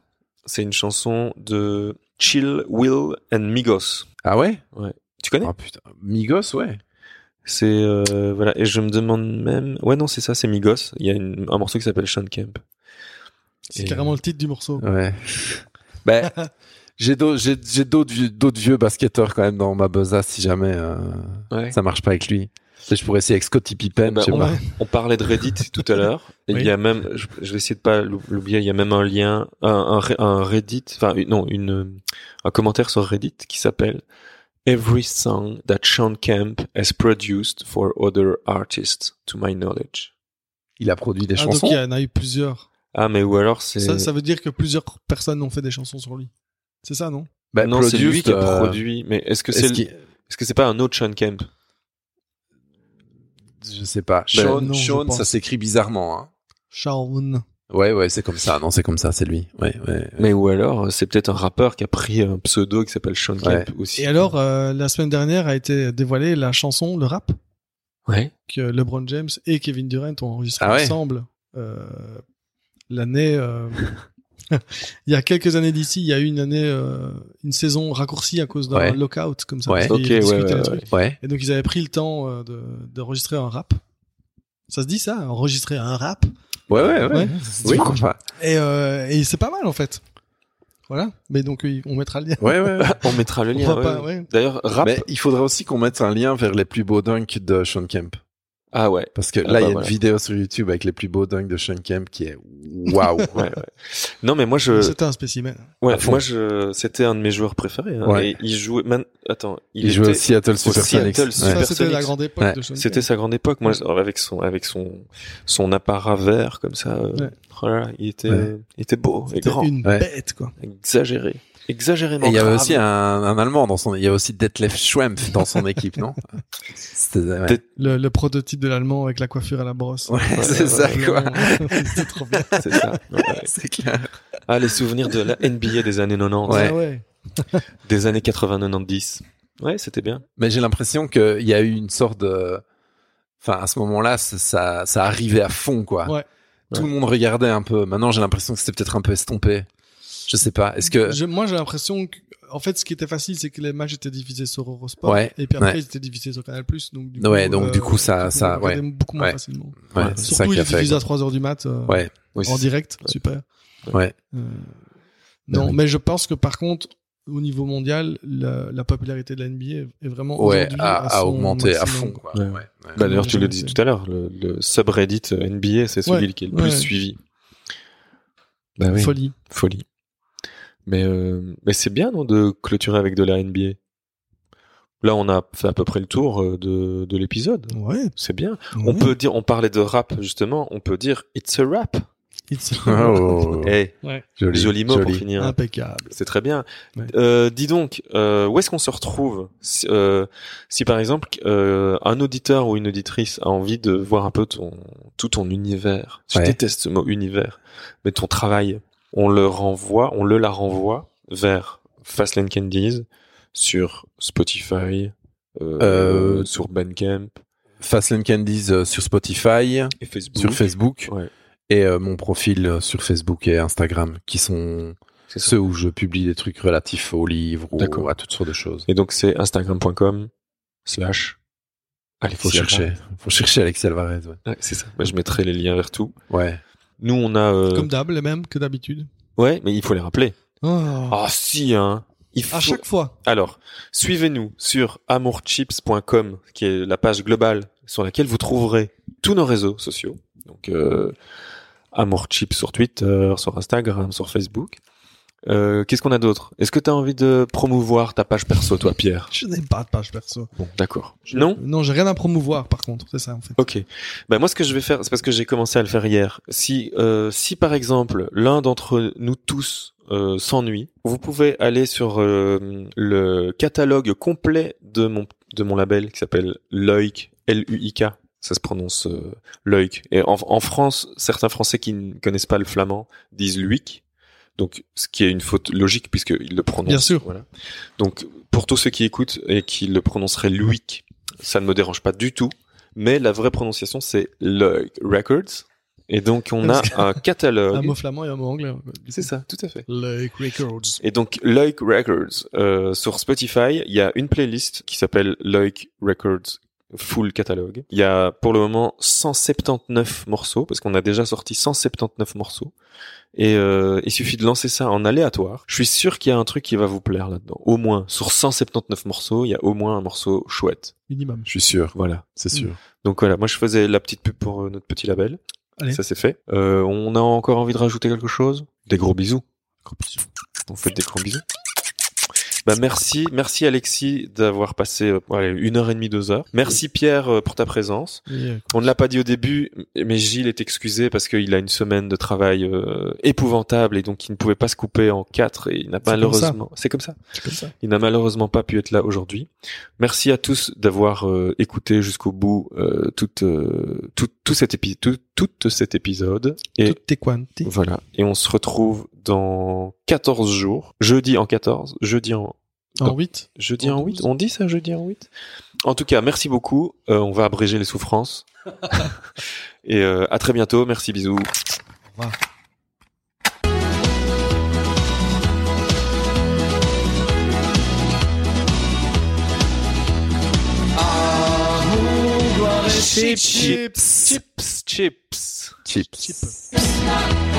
[SPEAKER 1] C'est une chanson de Chill, Will and Migos.
[SPEAKER 3] Ah ouais?
[SPEAKER 1] Tu connais
[SPEAKER 3] Ah putain. Migos, ouais.
[SPEAKER 1] C'est euh, voilà. Et je me demande même. Ouais, non, c'est ça, c'est Migos. Il y a une- un morceau qui s'appelle Sean Kemp.
[SPEAKER 2] C'est
[SPEAKER 1] Et-
[SPEAKER 2] carrément le titre du morceau.
[SPEAKER 3] Ouais. ben, j'ai d'autres, j'ai, j'ai d'autres vieux, d'autres vieux basketteurs quand même dans ma besace si jamais, euh,
[SPEAKER 1] Ouais.
[SPEAKER 3] ça marche pas avec lui. Tu sais, Je pourrais essayer avec Scottie Pippen,
[SPEAKER 1] Eh ben,
[SPEAKER 3] je sais
[SPEAKER 1] on
[SPEAKER 3] pas.
[SPEAKER 2] Ouais.
[SPEAKER 1] On parlait de Reddit tout à l'heure. Et
[SPEAKER 2] Oui.
[SPEAKER 1] il y a même, je, je vais essayer de pas l'ou- l'oublier, il y a même un lien, un, un, Re- un Reddit, enfin une- non, une, euh, un commentaire sur Reddit qui s'appelle Every song that Sean Kemp has produced for other artists, to my knowledge.
[SPEAKER 3] Il a produit des
[SPEAKER 2] Ah, donc
[SPEAKER 3] chansons.
[SPEAKER 2] il y en a eu plusieurs.
[SPEAKER 1] Ah, mais ou alors c'est.
[SPEAKER 2] Ça, ça veut dire que plusieurs personnes ont fait des chansons sur lui. C'est ça, non
[SPEAKER 3] Ben,
[SPEAKER 1] non, c'est lui
[SPEAKER 3] produced,
[SPEAKER 1] qui a
[SPEAKER 3] euh,
[SPEAKER 1] produit. Mais est-ce que c'est,
[SPEAKER 3] est-ce
[SPEAKER 1] Bah, Euh. est-ce
[SPEAKER 3] qu'il-
[SPEAKER 1] que c'est pas un autre Sean Kemp
[SPEAKER 3] je sais pas.
[SPEAKER 1] Ben,
[SPEAKER 3] Sean,
[SPEAKER 2] non, je
[SPEAKER 3] Sean, ça
[SPEAKER 2] pense.
[SPEAKER 3] s'écrit bizarrement, hein.
[SPEAKER 2] Shawn.
[SPEAKER 3] Ouais, ouais, c'est comme ça. Non, c'est comme ça, c'est lui. Ouais, ouais.
[SPEAKER 1] Mais ou alors euh, c'est peut-être un rappeur qui a pris un pseudo qui s'appelle Sean
[SPEAKER 3] Ouais.
[SPEAKER 1] Kemp aussi.
[SPEAKER 2] Et alors, euh, la semaine dernière a été dévoilée la chanson, le rap,
[SPEAKER 1] Ouais.
[SPEAKER 2] que LeBron James et Kevin Durant ont enregistré
[SPEAKER 3] Ah ouais
[SPEAKER 2] ensemble euh, l'année. euh, il y a quelques années d'ici, il y a eu une année, euh, une saison raccourcie à cause d'un
[SPEAKER 3] Ouais.
[SPEAKER 2] lockout comme ça.
[SPEAKER 3] Ouais.
[SPEAKER 2] parce qu'ils
[SPEAKER 1] Ok, ouais,
[SPEAKER 2] discutaient
[SPEAKER 1] ouais,
[SPEAKER 2] les
[SPEAKER 1] ouais.
[SPEAKER 2] trucs.
[SPEAKER 3] Ouais.
[SPEAKER 2] Et donc ils avaient pris le temps euh, de d'enregistrer un rap. Ça se dit ça, enregistrer un rap.
[SPEAKER 3] Ouais, Ah ouais, ouais.
[SPEAKER 2] Ouais.
[SPEAKER 3] Oui, pourquoi pas.
[SPEAKER 2] Et, euh, et c'est pas mal en fait. Voilà. Mais donc oui, on mettra le lien.
[SPEAKER 3] Ouais, ouais, ouais.
[SPEAKER 1] On mettra le
[SPEAKER 2] On
[SPEAKER 1] lien.
[SPEAKER 2] va
[SPEAKER 1] ouais,
[SPEAKER 2] pas,
[SPEAKER 1] ouais.
[SPEAKER 2] ouais.
[SPEAKER 1] D'ailleurs, rap.
[SPEAKER 3] Mais il faudrait aussi qu'on mette un lien vers les plus beaux dunks de Sean Kemp.
[SPEAKER 1] Ah ouais.
[SPEAKER 3] Parce que
[SPEAKER 1] Ah
[SPEAKER 3] là,
[SPEAKER 1] bah
[SPEAKER 3] il y a
[SPEAKER 1] voilà.
[SPEAKER 3] une vidéo sur YouTube avec les plus beaux dunks de Sean Kemp qui est waouh.
[SPEAKER 1] Ouais, ouais. Non, mais moi, je,
[SPEAKER 2] C'était un spécimen.
[SPEAKER 1] ouais,
[SPEAKER 3] à fond.
[SPEAKER 1] moi, je, c'était un de mes joueurs préférés. hein.
[SPEAKER 3] Ouais.
[SPEAKER 1] Et il jouait, man- attends, il,
[SPEAKER 3] Il, jouait
[SPEAKER 1] était-
[SPEAKER 3] au Seattle Supersonics.
[SPEAKER 1] Seattle
[SPEAKER 3] Ouais.
[SPEAKER 2] Ça, c'était
[SPEAKER 1] Supersonics.
[SPEAKER 2] la grande époque
[SPEAKER 3] Ouais.
[SPEAKER 2] de Sean Kemp.
[SPEAKER 1] C'était sa grande époque, moi, avec son, avec son, son apparat vert comme ça. euh,
[SPEAKER 2] Ouais.
[SPEAKER 1] oh là là, il était,
[SPEAKER 3] Ouais.
[SPEAKER 1] il était beau et
[SPEAKER 2] C'était
[SPEAKER 1] grand,
[SPEAKER 2] une
[SPEAKER 3] Ouais.
[SPEAKER 2] bête, quoi.
[SPEAKER 1] exagéré. exagérément
[SPEAKER 3] Et il y avait
[SPEAKER 1] grave.
[SPEAKER 3] aussi un, un Allemand dans son, il y a aussi Detlef Schrempf dans son équipe, non C'était- ouais.
[SPEAKER 1] Det-
[SPEAKER 2] Le, le prototype de l'allemand avec la coiffure à la brosse. Ah,
[SPEAKER 3] Ouais, c'est ça quoi.
[SPEAKER 2] c'est trop bien.
[SPEAKER 1] C'est ça. Ouais.
[SPEAKER 3] C'est clair.
[SPEAKER 1] Ah, les souvenirs de la NBA des années 90,
[SPEAKER 3] Ouais.
[SPEAKER 2] Ah ouais.
[SPEAKER 1] des années 80-90. Ouais, c'était bien.
[SPEAKER 3] Mais j'ai l'impression qu'il y a eu une sorte de, enfin à ce moment-là, ça- ça, ça arrivait à fond quoi.
[SPEAKER 2] Ouais.
[SPEAKER 3] Tout le monde regardait un peu. Maintenant, j'ai l'impression que c'était peut-être un peu estompé. Je sais pas. Est-ce que
[SPEAKER 2] Je- moi, j'ai l'impression que, en fait, ce qui était facile, c'est que les matchs étaient diffusés sur Eurosport.
[SPEAKER 3] Ouais,
[SPEAKER 2] Et puis après,
[SPEAKER 3] ouais.
[SPEAKER 2] ils étaient diffusés sur Canal+. Donc, du
[SPEAKER 3] Ouais,
[SPEAKER 2] coup,
[SPEAKER 3] donc, du coup, ça-
[SPEAKER 2] on
[SPEAKER 3] ça-
[SPEAKER 2] regardait beaucoup moins
[SPEAKER 3] Ouais.
[SPEAKER 2] facilement.
[SPEAKER 3] Ouais,
[SPEAKER 1] Ouais.
[SPEAKER 3] c'est ça
[SPEAKER 2] Surtout,
[SPEAKER 3] qui
[SPEAKER 2] ils
[SPEAKER 3] a fait.
[SPEAKER 2] diffusent à 3 heures du mat. euh,
[SPEAKER 3] quoi. Ouais.
[SPEAKER 1] Oui,
[SPEAKER 2] en
[SPEAKER 1] c'est-
[SPEAKER 2] direct, super.
[SPEAKER 3] Ouais.
[SPEAKER 2] Euh, non,
[SPEAKER 3] oui.
[SPEAKER 2] mais je pense que par contre, au niveau mondial, la, la popularité de la NBA est vraiment
[SPEAKER 3] Ouais,
[SPEAKER 2] aujourd'hui
[SPEAKER 3] à, à
[SPEAKER 2] son
[SPEAKER 3] augmenter à
[SPEAKER 2] maximum.
[SPEAKER 3] fond. Quoi.
[SPEAKER 1] Ouais.
[SPEAKER 3] Ouais, ouais.
[SPEAKER 1] Bah, D'ailleurs, tu
[SPEAKER 2] Jamais
[SPEAKER 1] le disais
[SPEAKER 2] fait.
[SPEAKER 1] tout à l'heure, le, le subreddit euh, NBA, c'est celui
[SPEAKER 2] Ouais,
[SPEAKER 1] qui est le
[SPEAKER 2] ouais,
[SPEAKER 1] plus
[SPEAKER 2] ouais.
[SPEAKER 1] suivi. Bah
[SPEAKER 3] Ah
[SPEAKER 1] oui,
[SPEAKER 2] Folie.
[SPEAKER 1] folie. Mais, euh, mais c'est bien non, de clôturer avec de la NBA. Là, on a fait à peu près le tour euh, de, de l'épisode.
[SPEAKER 2] Ouais.
[SPEAKER 1] C'est bien. On peut dire, on parlait de rap justement, on peut dire it's a rap.
[SPEAKER 2] It's
[SPEAKER 3] Oh,
[SPEAKER 1] Eh,
[SPEAKER 2] Ouais.
[SPEAKER 3] joli,
[SPEAKER 1] joli mot pour
[SPEAKER 3] joli.
[SPEAKER 1] finir.
[SPEAKER 2] Ah, impeccable.
[SPEAKER 1] C'est très bien.
[SPEAKER 2] Ouais.
[SPEAKER 1] Euh, dis donc, euh, où est-ce qu'on se retrouve si, euh, si, par exemple euh, un auditeur ou une auditrice a envie de voir un peu ton tout ton univers. Je
[SPEAKER 3] Ouais.
[SPEAKER 1] déteste ce mot univers, mais ton travail. On le renvoie, on le la renvoie vers Fastlane Candies sur Spotify, euh,
[SPEAKER 3] Euh,
[SPEAKER 1] sur Bandcamp
[SPEAKER 3] Fastlane Candies euh, sur Spotify,
[SPEAKER 1] et Facebook.
[SPEAKER 3] sur Facebook
[SPEAKER 1] Ouais.
[SPEAKER 3] et euh, mon profil euh, sur Facebook et Instagram qui sont
[SPEAKER 1] C'est ça.
[SPEAKER 3] ceux où je publie des trucs relatifs aux livres ou
[SPEAKER 1] D'accord.
[SPEAKER 3] à toutes sortes de choses.
[SPEAKER 1] Et donc c'est instagram.com slash Allez,
[SPEAKER 3] Faut chercher, faut chercher Alexis Alvarez. Ouais.
[SPEAKER 1] c'est ça. Bah, je mettrai les liens vers tout.
[SPEAKER 3] Ouais.
[SPEAKER 1] Nous, on a. euh,
[SPEAKER 2] Comme d'hab, les mêmes que d'habitude.
[SPEAKER 1] Ouais, mais il faut les rappeler.
[SPEAKER 2] Oh.
[SPEAKER 1] Ah si, hein. Il faut...
[SPEAKER 2] À chaque fois.
[SPEAKER 1] Alors, suivez-nous sur amourchips.com, qui est la page globale sur laquelle vous trouverez tous nos réseaux sociaux. Donc, euh, amourchips sur Twitter, sur Instagram, sur Facebook. Euh, Qu'est-ce qu'on a d'autre Est-ce que tu as envie de promouvoir ta page perso, toi, Pierre
[SPEAKER 2] Je n'ai pas de page perso.
[SPEAKER 1] Bon, d'accord. Non
[SPEAKER 2] Non, j'ai rien à promouvoir par contre. C'est ça en fait.
[SPEAKER 1] Ok. Bah moi, ce que je vais faire, c'est parce que j'ai commencé à le faire hier. Si, euh, si par exemple l'un d'entre nous tous euh, s'ennuie, vous pouvez aller sur euh, le catalogue complet de mon de mon label qui s'appelle Loik L-U-I-K. Ça se prononce euh, Loik. Et en, en France, certains Français qui ne connaissent pas le flamand disent Luik. Donc, ce qui est une faute logique puisqu'ils le prononcent.
[SPEAKER 2] Bien sûr.
[SPEAKER 1] Voilà. Donc, pour tous ceux qui écoutent et qui le prononceraient Luik, ça ne me dérange pas du tout. Mais la vraie prononciation, c'est Loik Records. Et donc, on a un
[SPEAKER 2] Un mot
[SPEAKER 1] catalogue.
[SPEAKER 2] flamand et un mot anglais. quoi.
[SPEAKER 1] Ah, C'est ça, tout à fait.
[SPEAKER 2] Lake Records.
[SPEAKER 1] Et donc, Loik Records, euh, sur Spotify, il y a une playlist qui s'appelle Loik Records Full Catalogue. Il y a pour le moment 179 morceaux, parce qu'on a déjà sorti 179 morceaux. Et euh, il suffit de lancer ça en aléatoire. Je suis sûr qu'il y a un truc qui va vous plaire là-dedans. Au moins, sur 179 morceaux, il y a au moins un morceau chouette.
[SPEAKER 2] Minimum.
[SPEAKER 3] Je suis sûr,
[SPEAKER 1] Voilà.
[SPEAKER 3] c'est sûr.
[SPEAKER 1] Donc voilà, moi je faisais la petite pub pour euh, notre petit label.
[SPEAKER 2] Allez.
[SPEAKER 1] Ça c'est fait. Euh, on a encore envie de rajouter quelque chose Des gros bisous. On fait des gros bisous. Bah merci, merci Alexis d'avoir passé euh, allez, une heure et demie, deux heures. Merci Pierre euh, pour ta présence.
[SPEAKER 2] Et, euh,
[SPEAKER 1] On ne l'a pas dit au début, mais Gilles est excusé parce qu'il a une semaine de travail euh, épouvantable et donc il ne pouvait pas se couper en quatre et il n'a
[SPEAKER 2] comme
[SPEAKER 1] malheureusement. C'est comme ça.
[SPEAKER 2] c'est comme ça.
[SPEAKER 1] Il n'a malheureusement pas pu être là aujourd'hui. Merci à tous d'avoir euh, écouté jusqu'au bout euh, toute, euh, tout, tout cet épi- tout, tout cet épisode. Et
[SPEAKER 2] Tout est quanti.
[SPEAKER 1] voilà. Et on se retrouve dans 14 jours. Jeudi en 14. Jeudi en,
[SPEAKER 2] En
[SPEAKER 1] Dans-
[SPEAKER 2] 8.
[SPEAKER 1] jeudi
[SPEAKER 2] En
[SPEAKER 1] en 8.
[SPEAKER 2] 12.
[SPEAKER 1] On dit ça, jeudi en 8? En tout cas, merci beaucoup. Euh, on va abréger les souffrances. Et euh, à très bientôt. Merci, bisous.
[SPEAKER 2] Chips.
[SPEAKER 1] Chips, chips.
[SPEAKER 3] Chips.
[SPEAKER 2] Chips.